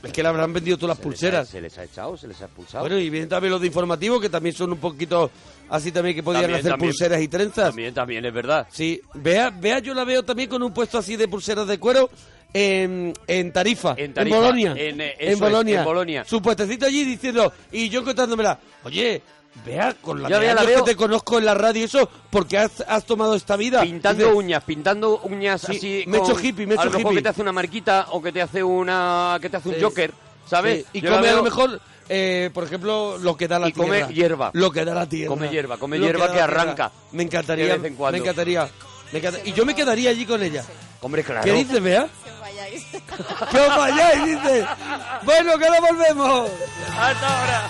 Speaker 2: Es que le habrán vendido todas las pulseras.
Speaker 3: Se les ha echado, se les ha expulsado. Eh,
Speaker 2: Bueno, y vienen también los de informativo que también son un poquito así también que podían
Speaker 3: También,
Speaker 2: hacer
Speaker 3: también.
Speaker 2: pulseras y trenzas.
Speaker 3: También, también, es verdad.
Speaker 2: Sí, vea, vea, yo la veo también con un puesto así de pulseras de cuero en, en Tarifa, en,
Speaker 3: Tarifa,
Speaker 2: Bolonia.
Speaker 3: en, eh, eso es,
Speaker 2: Bolonia.
Speaker 3: en Bolonia.
Speaker 2: Su puestecito allí diciendo, y yo contándomela, oye, vea, con la
Speaker 3: Yo
Speaker 2: de
Speaker 3: ya la
Speaker 2: años
Speaker 3: veo.
Speaker 2: que te conozco en la radio, y eso, porque has, has tomado esta vida.
Speaker 3: Pintando
Speaker 2: Dice,
Speaker 3: uñas, pintando uñas
Speaker 2: Sí,
Speaker 3: así.
Speaker 2: me he hecho
Speaker 3: con-
Speaker 2: hippie, me he
Speaker 3: A
Speaker 2: hecho
Speaker 3: lo mejor
Speaker 2: hippie.
Speaker 3: que te hace una marquita o que te hace una, que te hace un
Speaker 2: Sí.
Speaker 3: Joker, ¿sabes?
Speaker 2: sí, y
Speaker 3: Yo la
Speaker 2: come a
Speaker 3: veo-
Speaker 2: lo mejor, eh, por ejemplo, lo que da la
Speaker 3: Y come
Speaker 2: tierra.
Speaker 3: hierba.
Speaker 2: Lo que da la tierra.
Speaker 3: Come hierba, come
Speaker 2: Lo
Speaker 3: hierba
Speaker 2: da
Speaker 3: que
Speaker 2: la tierra.
Speaker 3: arranca
Speaker 2: Me encantaría,
Speaker 3: de vez en cuando.
Speaker 2: me encantaría. me encanta- Y yo me quedaría allí con ella.
Speaker 3: Hombre, claro.
Speaker 2: ¿Qué dices, Bea? ¡Que os vayáis! Dice. Bueno, que ahora volvemos.
Speaker 3: Hasta ahora.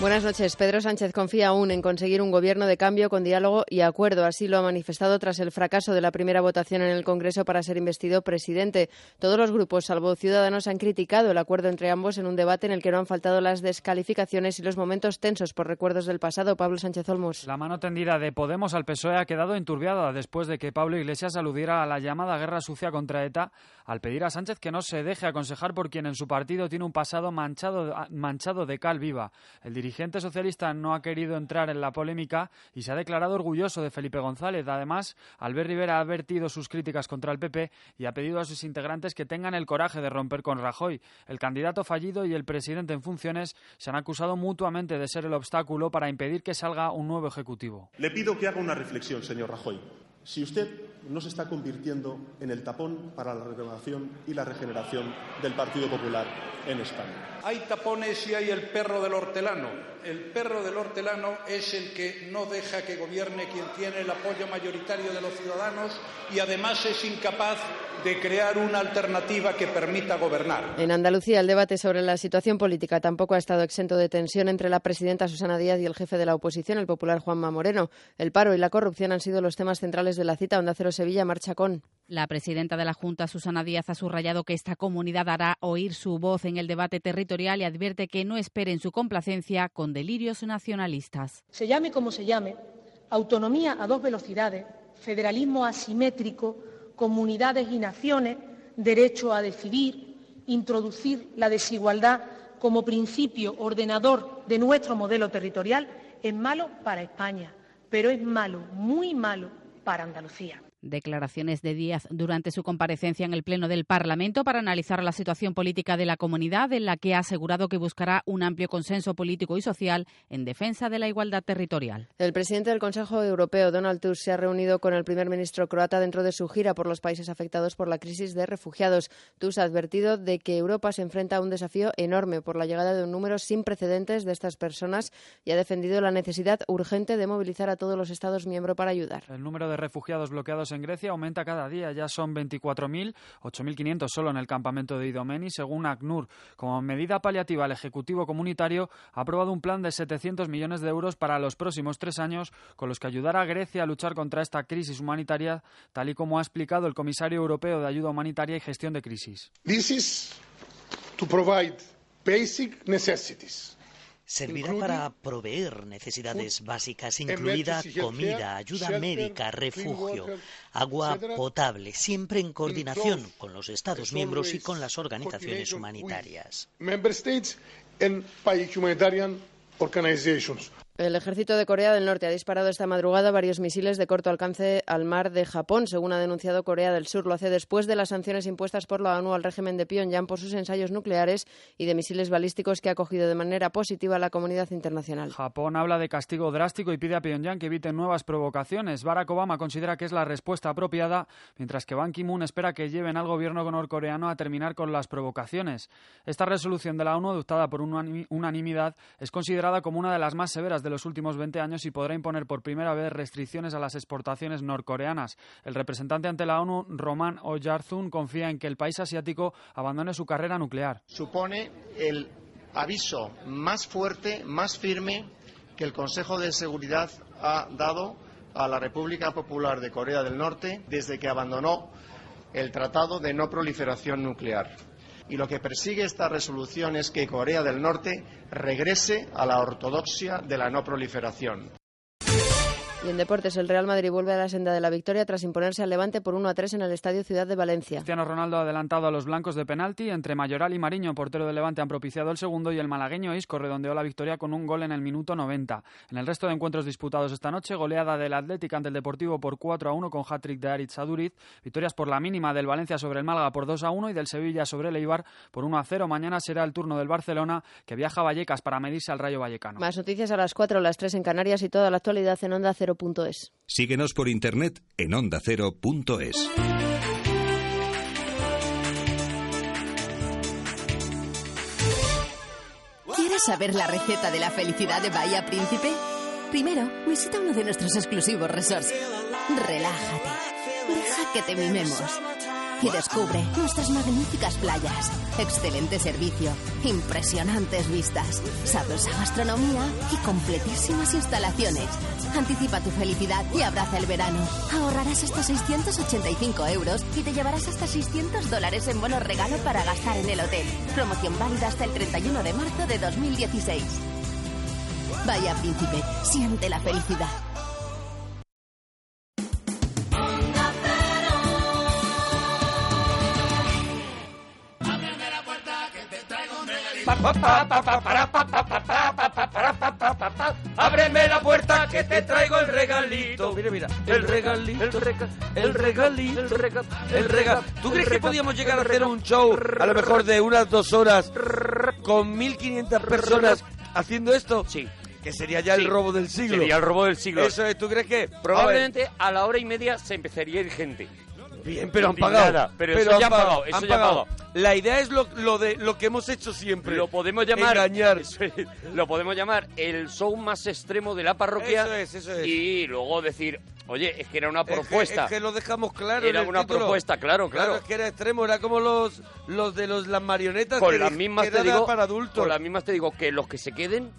Speaker 13: Buenas noches. Pedro Sánchez confía aún en conseguir un gobierno de cambio con diálogo y acuerdo. Así lo ha manifestado tras el fracaso de la primera votación en el Congreso para ser investido presidente. Todos los grupos, salvo Ciudadanos, han criticado el acuerdo entre ambos en un debate en el que no han faltado las descalificaciones y los momentos tensos por recuerdos del pasado. Pablo Sánchez Olmos.
Speaker 14: Pues La mano tendida de Podemos al PSOE E ha quedado enturbiada después de que Pablo Iglesias aludiera a la llamada guerra sucia contra ETA al pedir a Sánchez que no se deje aconsejar por quien en su partido tiene un pasado manchado, manchado de cal viva. El dirigente socialista no ha querido entrar en la polémica y se ha declarado orgulloso de Felipe González. Además, Albert Rivera ha advertido sus críticas contra el PP y ha pedido a sus integrantes que tengan el coraje de romper con Rajoy. El candidato fallido y el presidente en funciones se han acusado mutuamente de ser el obstáculo para impedir que salga un nuevo ejecutivo.
Speaker 15: Le pido que haga una reflexión, señor Rajoy.
Speaker 16: si usted no se está convirtiendo en el tapón para la renovación y la regeneración del Partido Popular en España.
Speaker 15: Hay tapones y hay el perro del hortelano. El perro del hortelano es el que no deja que gobierne quien tiene el apoyo mayoritario de los ciudadanos y además es incapaz de crear una alternativa que permita gobernar.
Speaker 13: En Andalucía, el debate sobre la situación política tampoco ha estado exento de tensión entre la presidenta Susana Díaz y el jefe de la oposición, el popular Juanma Moreno. El paro y la corrupción han sido los temas centrales de la cita Onda Cero Sevilla Marcha con.
Speaker 17: La presidenta de la Junta, Susana Díaz, ha subrayado que esta comunidad hará oír su voz en el debate territorial y advierte que no esperen su complacencia con delirios nacionalistas.
Speaker 18: Se llame como se llame, autonomía a dos velocidades, federalismo asimétrico, comunidades y naciones, derecho a decidir, introducir la desigualdad como principio ordenador de nuestro modelo territorial es malo para España, pero es malo, muy malo, para Andalucía.
Speaker 17: Declaraciones de Díaz durante su comparecencia en el Pleno del Parlamento para analizar la situación política de la comunidad, en la que ha asegurado que buscará un amplio consenso político y social en defensa de la igualdad territorial.
Speaker 13: El presidente del Consejo Europeo, Donald Tusk, se ha reunido con el primer ministro croata dentro de su gira por los países afectados por la crisis de refugiados. Tusk ha advertido de que Europa se enfrenta a un desafío enorme por la llegada de un número sin precedentes de estas personas y ha defendido la necesidad urgente de movilizar a todos los Estados miembros para ayudar.
Speaker 14: El número de refugiados bloqueados en Grecia aumenta cada día, ya son 24.000, 8.500 solo en el campamento de Idomeni, según ACNUR. Como medida paliativa, el Ejecutivo Comunitario ha aprobado un plan de 700 millones de euros para los próximos tres años, con los que ayudará a Grecia a luchar contra esta crisis humanitaria, tal y como ha explicado el Comisario Europeo de Ayuda Humanitaria y Gestión de Crisis.
Speaker 19: This is to provide basic necessities
Speaker 20: servirá para proveer necesidades básicas, incluida comida, ayuda médica, refugio, agua potable, siempre en coordinación con los Estados miembros y con las organizaciones humanitarias.
Speaker 13: El ejército de Corea del Norte ha disparado esta madrugada varios misiles de corto alcance al mar de Japón, según ha denunciado Corea del Sur. Lo hace después de las sanciones impuestas por la ONU al régimen de Pyongyang por sus ensayos nucleares y de misiles balísticos que ha acogido de manera positiva la comunidad internacional.
Speaker 14: Japón habla de castigo drástico y pide a Pyongyang que evite nuevas provocaciones. Barack Obama considera que es la respuesta apropiada, mientras que Ban Ki-moon espera que lleven al gobierno norcoreano a terminar con las provocaciones. Esta resolución de la ONU, adoptada por unanimidad, es considerada como una de las más severas de los últimos 20 años y podrá imponer por primera vez restricciones a las exportaciones norcoreanas. El representante ante la ONU, Román Oyarzún, confía en que el país asiático abandone su carrera nuclear.
Speaker 21: Supone el aviso más fuerte, más firme que el Consejo de Seguridad ha dado a la República Popular de Corea del Norte desde que abandonó el Tratado de No Proliferación Nuclear y lo que persigue esta resolución es que Corea del Norte regrese a la ortodoxia de la no proliferación.
Speaker 13: Y en deportes, el Real Madrid vuelve a la senda de la victoria tras imponerse al Levante por 1 a 3 en el Estadio Ciudad de Valencia.
Speaker 14: Cristiano Ronaldo ha adelantado a los blancos de penalti. Entre Mayoral y Mariño, portero del Levante, han propiciado el segundo y el malagueño Isco redondeó la victoria con un gol en el minuto 90. En el resto de encuentros disputados esta noche, goleada del Atlético ante el Deportivo por 4 a 1 con hat-trick de Aritz Aduriz. Victorias por la mínima del Valencia sobre el Málaga por 2 a 1 y del Sevilla sobre el Eibar por 1 a 0. Mañana será el turno del Barcelona que viaja a Vallecas para medirse al Rayo Vallecano.
Speaker 13: Más noticias a las 4 o las 3 en Canarias y toda la actualidad en Onda Cero. Es.
Speaker 22: Síguenos por internet en ondacero.es.
Speaker 23: ¿Quieres saber la receta de la felicidad de Bahía Príncipe? Primero, visita uno de nuestros exclusivos resorts. Relájate. Deja que te mimemos. Y descubre nuestras magníficas playas, excelente servicio, impresionantes vistas, sabrosa gastronomía y completísimas instalaciones. Anticipa tu felicidad y abraza el verano. Ahorrarás hasta 685 euros y te llevarás hasta 600 dólares en bono regalo para gastar en el hotel. Promoción válida hasta el 31 de marzo de 2016. Vaya príncipe, siente la felicidad.
Speaker 1: Ábreme la puerta que te traigo el regalito. Mira, mira, el regalito, el regalito, el regalito, el regalito.
Speaker 2: ¿Tú crees que podíamos llegar a hacer un show a
Speaker 3: [laughs]
Speaker 2: lo mejor de unas dos horas con 1.500 personas haciendo esto?
Speaker 3: Sí.
Speaker 2: Que sería ya el
Speaker 3: Sí.
Speaker 2: robo del siglo.
Speaker 3: Sería el robo del siglo.
Speaker 2: Eso es, ¿tú crees que?
Speaker 3: Probablemente a la hora y media se empezaría a ir gente.
Speaker 2: Bien, Eh, pero han
Speaker 3: Indignada,
Speaker 2: pagado.
Speaker 3: Pero, eso
Speaker 2: han
Speaker 3: ya ha pagado.
Speaker 2: han
Speaker 3: Eso ya ha pagado.
Speaker 2: La idea es lo, lo de, lo que hemos hecho siempre.
Speaker 3: Lo podemos llamar.
Speaker 2: Engañar.
Speaker 3: [laughs] Eso es, lo podemos llamar el show más extremo de la parroquia.
Speaker 2: Eso es, eso es.
Speaker 3: Y luego decir, oye, es que era una
Speaker 2: Es que-
Speaker 3: propuesta.
Speaker 2: Es que, lo dejamos claro.
Speaker 3: Era
Speaker 2: en el
Speaker 3: una
Speaker 2: título.
Speaker 3: propuesta, claro, claro.
Speaker 2: es que era extremo, era como los, los de los, las marionetas.
Speaker 3: con
Speaker 2: que
Speaker 3: las
Speaker 2: di-
Speaker 3: mismas
Speaker 2: que
Speaker 3: te
Speaker 2: era
Speaker 3: digo.
Speaker 2: para adultos.
Speaker 3: Con las mismas te digo que los que se queden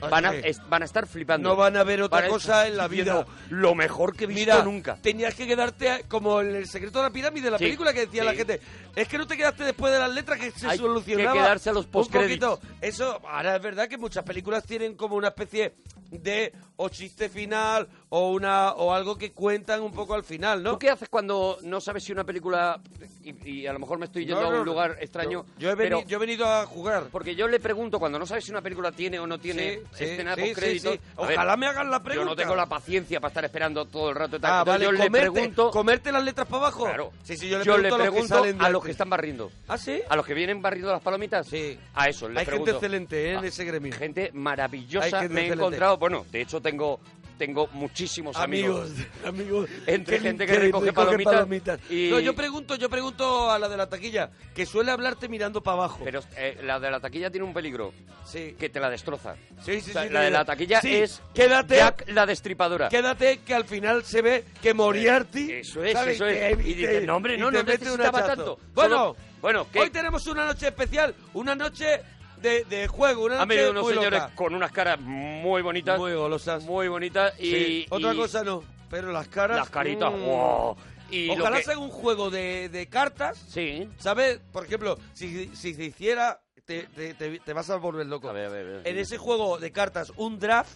Speaker 3: van a,
Speaker 2: Hombre.
Speaker 3: es- van a estar flipando.
Speaker 2: No van a ver otra
Speaker 3: Van a-
Speaker 2: cosa en la vida.
Speaker 3: diciendo, Lo mejor que he visto
Speaker 2: Mira,
Speaker 3: nunca.
Speaker 2: Tenías que quedarte a- como en el secreto de la pirámide, la
Speaker 3: Sí,
Speaker 2: película que decía la
Speaker 3: sí.
Speaker 2: gente. Es que no te quedaste después de las letras que se
Speaker 3: Hay que
Speaker 2: solucionaba.
Speaker 3: quedarse a los
Speaker 2: un
Speaker 3: postcréditos.
Speaker 2: poquito. Eso, ahora es verdad que muchas películas tienen como una especie de o chiste final o una o algo que cuentan un poco al final, ¿no?
Speaker 3: ¿Tú qué haces cuando no sabes si una película, y, y a lo mejor me estoy yendo
Speaker 2: No,
Speaker 3: a un
Speaker 2: no,
Speaker 3: lugar
Speaker 2: no.
Speaker 3: extraño?
Speaker 2: Yo he veni- yo he venido a jugar.
Speaker 3: Porque yo le pregunto, cuando no sabes si una película tiene o no tiene
Speaker 2: Sí, sí,
Speaker 3: escena
Speaker 2: sí,
Speaker 3: post crédito.
Speaker 2: sí, sí. Ojalá me hagan la
Speaker 3: Yo no
Speaker 2: pregunta.
Speaker 3: tengo la paciencia para estar esperando todo el rato. y tal.
Speaker 2: Ah,
Speaker 3: Entonces
Speaker 2: vale,
Speaker 3: yo le
Speaker 2: comerte-
Speaker 3: pregunto.
Speaker 2: ¿Comerte las letras para abajo?
Speaker 3: Claro.
Speaker 2: Sí, sí, yo
Speaker 3: le
Speaker 2: le pregunto, a los que
Speaker 3: pregunto
Speaker 2: salen de
Speaker 3: a los
Speaker 2: antes.
Speaker 3: que están barriendo.
Speaker 2: ¿Ah, sí?
Speaker 3: A los que vienen barriendo las palomitas. Sí. A eso le
Speaker 2: Hay gente
Speaker 3: pregunto.
Speaker 2: excelente, ¿eh? en
Speaker 3: Ah,
Speaker 2: ese gremio.
Speaker 3: Gente maravillosa.
Speaker 2: Hay gente
Speaker 3: me he
Speaker 2: excelente.
Speaker 3: encontrado, bueno, de hecho tengo, tengo muchísimos amigos.
Speaker 2: amigos, amigos.
Speaker 3: Entre gente que recoge palomitas y-
Speaker 2: [laughs] No, yo pregunto, yo pregunto a la de la taquilla, que suele hablarte mirando para abajo.
Speaker 3: Pero eh, la de la taquilla tiene un peligro.
Speaker 2: Sí.
Speaker 3: Que te la destroza.
Speaker 2: Sí, sí,
Speaker 3: O sea,
Speaker 2: sí,
Speaker 3: la
Speaker 2: te-
Speaker 3: de la taquilla
Speaker 2: sí,
Speaker 3: es
Speaker 2: quédate-
Speaker 3: Jack la destripadora. Eh,
Speaker 2: Quédate que al final se ve que Moriarty...
Speaker 3: Eso es,
Speaker 2: ¿sabes?
Speaker 3: eso es.
Speaker 2: Que-
Speaker 3: Y dices, no, hombre,
Speaker 2: y
Speaker 3: no,
Speaker 2: te
Speaker 3: no
Speaker 2: mete un
Speaker 3: necesitaba
Speaker 2: hachazo.
Speaker 3: tanto.
Speaker 2: Bueno,
Speaker 3: Solo- bueno, ¿qué?
Speaker 2: hoy tenemos una noche especial, una noche de, de juego, una noche
Speaker 3: Han venido unos
Speaker 2: muy
Speaker 3: señores
Speaker 2: loca.
Speaker 3: con unas caras muy bonitas. Muy
Speaker 2: golosas.
Speaker 3: Muy bonitas. Y,
Speaker 2: Sí. Otra
Speaker 3: y
Speaker 2: cosa no, pero las caras...
Speaker 3: Las caritas,
Speaker 2: mm.
Speaker 3: wow. Y lo
Speaker 2: Ojalá
Speaker 3: que-
Speaker 2: sea un juego de, de cartas.
Speaker 3: Sí.
Speaker 2: ¿Sabes? Por ejemplo, si, si se hiciera, te, te- te- te vas a volver loco. En ese juego de cartas, un draft.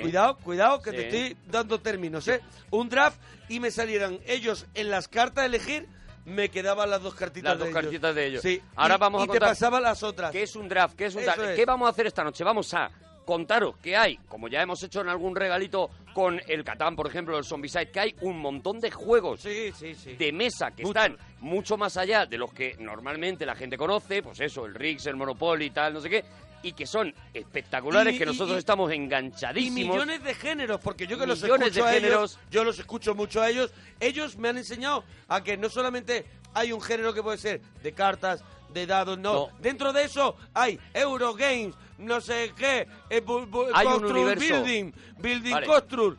Speaker 2: Cuidado, cuidado, que te
Speaker 3: Sí.
Speaker 2: estoy dando términos, ¿eh? Un draft y me salieran ellos en las cartas a elegir, me quedaban las dos cartitas
Speaker 3: Las
Speaker 2: de
Speaker 3: dos
Speaker 2: ellos.
Speaker 3: cartitas de ellos.
Speaker 2: Sí.
Speaker 3: Ahora
Speaker 2: Y-
Speaker 3: vamos a
Speaker 2: y
Speaker 3: contar
Speaker 2: te pasaban las otras.
Speaker 3: ¿Qué es un draft? ¿Qué es un
Speaker 2: Eso
Speaker 3: draft?
Speaker 2: es.
Speaker 3: ¿Qué vamos a hacer esta noche? Vamos a contaros que hay, como ya hemos hecho en algún regalito con el Catán, por ejemplo, el Zombicide, que hay un montón de juegos de mesa que están mucho más allá de los que normalmente la gente conoce, pues eso, el Riggs, el Monopoly y tal, no sé qué, y que son espectaculares,
Speaker 2: Y-
Speaker 3: que
Speaker 2: y-
Speaker 3: nosotros
Speaker 2: y-
Speaker 3: estamos
Speaker 2: Y
Speaker 3: enganchadísimos.
Speaker 2: millones de géneros, porque yo que los
Speaker 3: Millones
Speaker 2: escucho
Speaker 3: de
Speaker 2: a ellos,
Speaker 3: géneros.
Speaker 2: yo los escucho mucho a ellos, ellos me han enseñado a que no solamente hay un género que puede ser de cartas, de dados, no.
Speaker 3: No.
Speaker 2: Dentro de eso hay Eurogames, no sé qué, eh, bu- bu-
Speaker 3: Hay un
Speaker 2: Construct
Speaker 3: universo.
Speaker 2: Building, Building
Speaker 3: Vale.
Speaker 2: Construct.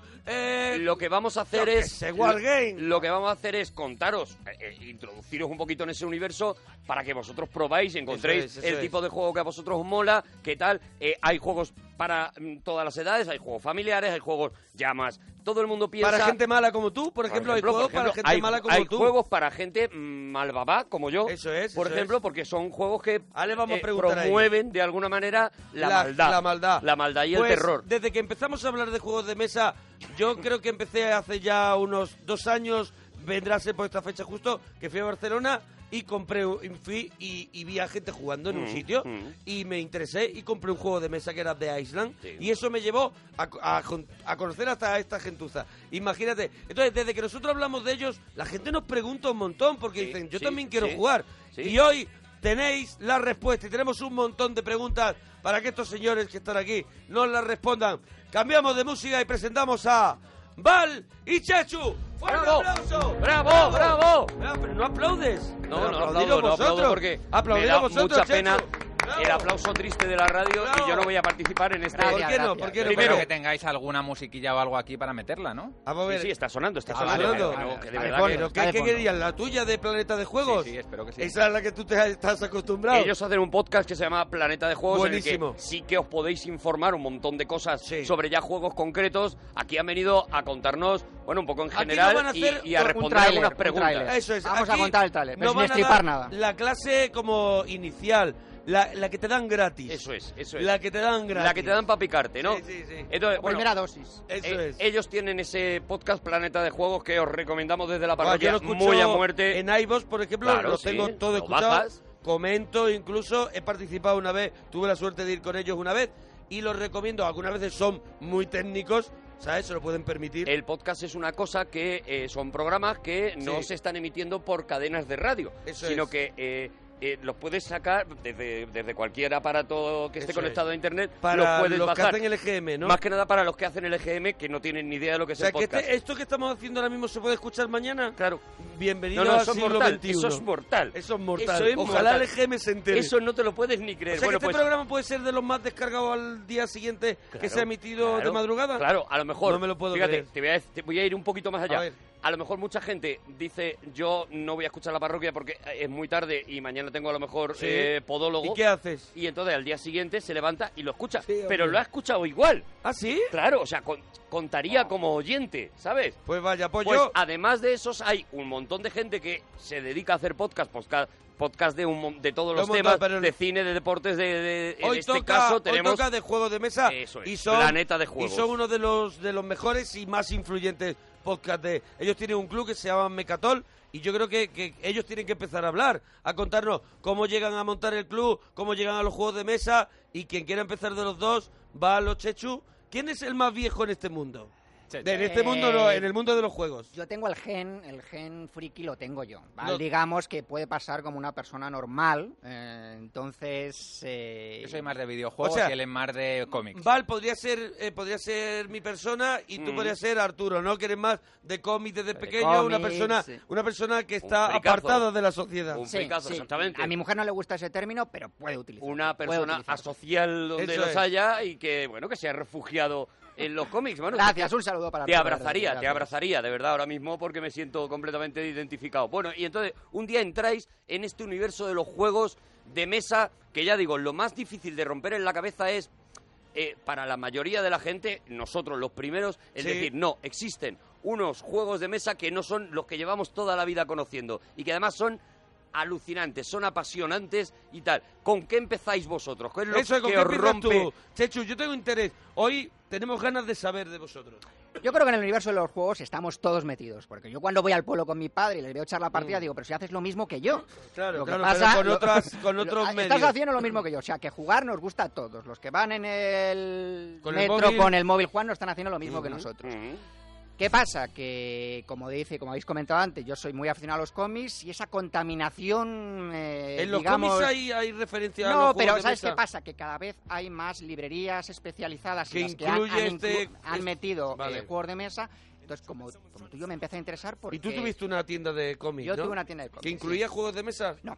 Speaker 3: lo que vamos a hacer
Speaker 2: Eh, yo qué
Speaker 3: es
Speaker 2: sé, Wargame.
Speaker 3: lo, lo que vamos a hacer es contaros eh, eh, introduciros un poquito en ese universo para que vosotros probáis y encontréis
Speaker 2: Eso es, eso
Speaker 3: el
Speaker 2: es.
Speaker 3: tipo de juego que a vosotros os mola qué tal Eh, hay juegos para mm, todas las edades hay juegos familiares hay juegos ya más todo el mundo piensa
Speaker 2: Para gente mala como tú, por ejemplo, hay juegos
Speaker 3: por ejemplo,
Speaker 2: para gente
Speaker 3: hay-
Speaker 2: mala como
Speaker 3: hay
Speaker 2: tú.
Speaker 3: juegos para gente mm, malvavá como yo
Speaker 2: Eso es,
Speaker 3: por
Speaker 2: eso
Speaker 3: ejemplo
Speaker 2: es.
Speaker 3: porque son juegos que
Speaker 2: Ahora le vamos a
Speaker 3: eh,
Speaker 2: preguntar a ellos.
Speaker 3: promueven de alguna manera la, maldad
Speaker 2: La maldad.
Speaker 3: la maldad y
Speaker 2: Pues,
Speaker 3: el terror
Speaker 2: Desde que empezamos a hablar de juegos de mesa, yo creo que empecé hace ya unos dos años, vendrá a ser por esta fecha justo, que fui a Barcelona y compré, un- y fui y, y vi a gente jugando en un
Speaker 3: Mm,
Speaker 2: sitio
Speaker 3: mm.
Speaker 2: y me interesé y compré un juego de mesa que era de Island y eso me llevó a, co- a con- a conocer hasta a esta gentuza. Imagínate. Entonces, desde que nosotros hablamos de ellos, la gente nos pregunta un montón porque dicen, yo
Speaker 3: sí,
Speaker 2: también quiero
Speaker 3: sí,
Speaker 2: jugar.
Speaker 3: sí.
Speaker 2: Y hoy tenéis la respuesta y tenemos un montón de preguntas para que estos señores que están aquí nos las respondan. Cambiamos de música y presentamos a Val y Chechu. ¡Fuerte
Speaker 3: ¡Bravo!
Speaker 2: aplauso!
Speaker 3: ¡Bravo, bravo!
Speaker 2: Bravo, pero no aplaudes.
Speaker 3: No,
Speaker 2: Pero
Speaker 3: no
Speaker 2: aplaudidlo
Speaker 3: aplaudo, no aplaudo
Speaker 2: vosotros.
Speaker 3: porque
Speaker 2: Aplaudidlo
Speaker 3: me da
Speaker 2: vosotros,
Speaker 3: mucha
Speaker 2: Chechu.
Speaker 3: pena el aplauso triste de la radio y yo no voy a participar en este... Primero,
Speaker 7: que tengáis alguna musiquilla o algo aquí para meterla, ¿no?
Speaker 2: Vamos a ver.
Speaker 3: Sí, sí, está sonando, está
Speaker 7: Ah,
Speaker 3: sonando.
Speaker 7: vale,
Speaker 3: pero no,
Speaker 7: vale, vale.
Speaker 3: que de
Speaker 7: Al
Speaker 3: verdad
Speaker 7: fondo,
Speaker 3: que-
Speaker 2: Pero ¿qué, qué querías? ¿La tuya de Planeta de Juegos?
Speaker 3: Sí, sí, espero que sí.
Speaker 2: Esa es la que tú te estás acostumbrado.
Speaker 3: Ellos hacen un podcast que se llama Planeta de Juegos en
Speaker 2: Buenísimo.
Speaker 3: el que sí que os podéis informar un montón de cosas sobre ya juegos concretos. Aquí han venido a contarnos, bueno, un poco en
Speaker 2: Aquí nos
Speaker 3: general
Speaker 2: van a hacer
Speaker 3: y, y a
Speaker 2: un
Speaker 3: responder
Speaker 2: tráiler,
Speaker 3: algunas
Speaker 2: un
Speaker 3: preguntas.
Speaker 2: tráiler. Eso es.
Speaker 10: Vamos a
Speaker 2: Aquí
Speaker 10: contar el tráiler, pero
Speaker 2: no
Speaker 10: sin
Speaker 2: van a
Speaker 10: destripar
Speaker 2: dar
Speaker 10: nada.
Speaker 2: La clase como inicial, la, la que te dan gratis.
Speaker 3: Eso es, eso es.
Speaker 2: La que te dan gratis.
Speaker 3: La que te dan para picarte, ¿no?
Speaker 2: Sí, sí, sí.
Speaker 3: Eh, Entonces,
Speaker 2: La
Speaker 3: bueno,
Speaker 2: primera dosis. Eso
Speaker 3: eh,
Speaker 2: es.
Speaker 3: Ellos tienen ese podcast Planeta de Juegos que os recomendamos desde la
Speaker 2: Bueno, yo
Speaker 3: parroquia
Speaker 2: lo escucho
Speaker 3: muy a muerte.
Speaker 2: En iVoox, por ejemplo,
Speaker 3: Claro,
Speaker 2: lo
Speaker 3: sí,
Speaker 2: tengo todo
Speaker 3: lo
Speaker 2: escuchado.
Speaker 3: bajas.
Speaker 2: Comento, incluso he participado una vez, tuve la suerte de ir con ellos una vez y los recomiendo. Algunas veces son muy técnicos, ¿sabes? Se lo pueden permitir.
Speaker 3: El podcast es una cosa que eh, son programas que no
Speaker 2: Sí.
Speaker 3: se están emitiendo por cadenas de radio,
Speaker 2: Eso
Speaker 3: sino
Speaker 2: es.
Speaker 3: que eh, eh, los puedes sacar desde, desde cualquier aparato que esté
Speaker 2: Eso
Speaker 3: conectado
Speaker 2: es.
Speaker 3: a internet.
Speaker 2: Para
Speaker 3: los puedes
Speaker 2: los que
Speaker 3: bajar.
Speaker 2: hacen el EGM, ¿no?
Speaker 3: Más que nada para los que hacen el EGM que no tienen ni idea de lo que
Speaker 2: O sea,
Speaker 3: es el
Speaker 2: que este-
Speaker 3: podcast.
Speaker 2: esto que estamos haciendo ahora mismo se puede escuchar mañana.
Speaker 3: Claro.
Speaker 2: Bienvenido
Speaker 3: No, no,
Speaker 2: al
Speaker 3: eso es
Speaker 2: siglo
Speaker 3: mortal,
Speaker 2: XXI.
Speaker 3: eso es mortal.
Speaker 2: Eso es mortal.
Speaker 3: Eso es
Speaker 2: Ojalá
Speaker 3: mortal.
Speaker 2: el EGM se entere.
Speaker 3: Eso no te lo puedes ni creer.
Speaker 2: O sea,
Speaker 3: Bueno,
Speaker 2: que este
Speaker 3: pues-
Speaker 2: programa puede ser de los más descargados al día siguiente que
Speaker 3: Claro,
Speaker 2: se ha emitido de
Speaker 3: claro,
Speaker 2: madrugada.
Speaker 3: Claro, a lo mejor.
Speaker 2: No me lo puedo
Speaker 3: Fíjate,
Speaker 2: creer.
Speaker 3: Te, voy a, te voy a ir un poquito más allá.
Speaker 2: A
Speaker 3: A,
Speaker 2: ver.
Speaker 3: lo mejor mucha gente dice, yo no voy a escuchar la parroquia porque es muy tarde y mañana tengo a lo mejor
Speaker 2: Sí.
Speaker 3: eh, podólogo.
Speaker 2: ¿Y qué haces?
Speaker 3: Y entonces al día siguiente se levanta y lo escucha. pero
Speaker 2: hombre.
Speaker 3: lo ha escuchado igual.
Speaker 2: ¿Ah, sí?
Speaker 3: Claro, o sea, con- contaría como oyente, ¿sabes?
Speaker 2: Pues vaya, pues,
Speaker 3: Pues
Speaker 2: yo...
Speaker 3: además de esos hay un montón de gente que se dedica a hacer podcast, podcast, podcast de, un, mon- de todos
Speaker 2: De
Speaker 3: los
Speaker 2: un montón,
Speaker 3: temas,
Speaker 2: pero-
Speaker 3: de cine, de deportes, de, de- en
Speaker 2: Hoy,
Speaker 3: este
Speaker 2: toca,
Speaker 3: caso
Speaker 2: hoy
Speaker 3: tenemos
Speaker 2: toca de juegos de mesa
Speaker 3: Eso es,
Speaker 2: y son
Speaker 3: Planeta de Juegos.
Speaker 2: y son uno de los de los mejores y más influyentes podcast de ellos tienen un club que se llama Mecatol y yo creo que, que ellos tienen que empezar a hablar a contarnos cómo llegan a montar el club cómo llegan a los juegos de mesa y quien quiera empezar de los dos va a los Chechu quién es el más viejo en este mundo De- en este mundo no,
Speaker 10: Eh.
Speaker 2: en el mundo de los juegos
Speaker 10: Yo tengo el gen, el gen friki lo tengo yo. ¿vale?
Speaker 2: No.
Speaker 10: Digamos que puede pasar como una persona normal. eh, entonces. eh,
Speaker 7: Yo soy más de videojuegos
Speaker 2: O sea,
Speaker 7: y él es más de cómics.
Speaker 2: Val podría ser eh, podría ser mi persona y tú
Speaker 7: Mm.
Speaker 2: podrías ser Arturo, ¿no? Que eres más de cómics desde pequeño, una
Speaker 10: cómics,
Speaker 2: persona
Speaker 10: sí.
Speaker 2: una persona que está
Speaker 3: fricazo.
Speaker 2: apartada de la sociedad.
Speaker 3: Un fricazo, exactamente.
Speaker 10: A mi mujer no le gusta ese término, pero puede utilizarlo.
Speaker 3: una persona asocial donde
Speaker 10: Eso
Speaker 3: los
Speaker 10: es.
Speaker 3: haya y que, bueno, que se ha refugiado en los cómics. Bueno,
Speaker 10: Gracias,
Speaker 3: te-
Speaker 10: un saludo para
Speaker 3: Te
Speaker 10: Arturo Herrero,
Speaker 3: abrazaría, te
Speaker 10: gracias.
Speaker 3: abrazaría, de verdad, ahora mismo, porque me siento completamente identificado. Bueno, y entonces, un día entráis en este universo de los juegos de mesa, que ya digo, lo más difícil de romper en la cabeza es... eh, para la mayoría de la gente, nosotros los primeros, es
Speaker 2: Sí.
Speaker 3: decir, no, existen unos juegos de mesa que no son los que llevamos toda la vida conociendo y que además son alucinantes, son apasionantes y tal. ¿Con qué empezáis vosotros? ¿Qué es lo
Speaker 2: Eso es con
Speaker 3: que
Speaker 2: qué
Speaker 3: os
Speaker 2: empiezas
Speaker 3: rompe?
Speaker 2: tú. Chechu, yo tengo interés. Hoy tenemos ganas de saber de vosotros.
Speaker 10: Yo creo que en el universo de los juegos estamos todos metidos. Porque yo cuando voy al pueblo con mi padre y les veo echar la
Speaker 2: Mm.
Speaker 10: partida, digo, pero si haces lo mismo que yo.
Speaker 2: Claro,
Speaker 10: Lo que
Speaker 2: claro,
Speaker 10: pasa-
Speaker 2: pero con
Speaker 10: lo-
Speaker 2: otras [laughs] con
Speaker 10: lo- ah,
Speaker 2: otros
Speaker 10: estás
Speaker 2: medios.
Speaker 10: haciendo lo mismo que yo. O sea, que jugar nos gusta a todos. Los que van en el
Speaker 2: Con el
Speaker 10: metro
Speaker 2: móvil.
Speaker 10: con el móvil Juan no están haciendo lo mismo que
Speaker 2: Ujú.
Speaker 10: nosotros. ¿Qué pasa? Que, como dice, como habéis comentado antes, yo soy muy aficionado a los cómics y esa contaminación, eh,
Speaker 2: en los
Speaker 10: digamos...
Speaker 2: cómics hay, hay referencia a los
Speaker 10: No,
Speaker 2: juegos
Speaker 10: pero
Speaker 2: de
Speaker 10: ¿sabes
Speaker 2: mesa.
Speaker 10: qué pasa? Que cada vez hay más librerías especializadas
Speaker 2: Que
Speaker 10: en las que han,
Speaker 2: incluye
Speaker 10: han
Speaker 2: este-
Speaker 10: inclu- han
Speaker 2: este-
Speaker 10: metido
Speaker 2: Vale.
Speaker 10: el juegos de mesa. Entonces, como, como tú, yo me empecé a interesar porque...
Speaker 2: Y tú tuviste una tienda de cómics,
Speaker 10: Yo
Speaker 2: ¿no?
Speaker 10: tuve una tienda de
Speaker 2: ¿Que
Speaker 10: cómics,
Speaker 2: incluía
Speaker 10: sí.
Speaker 2: juegos de mesa?
Speaker 10: No.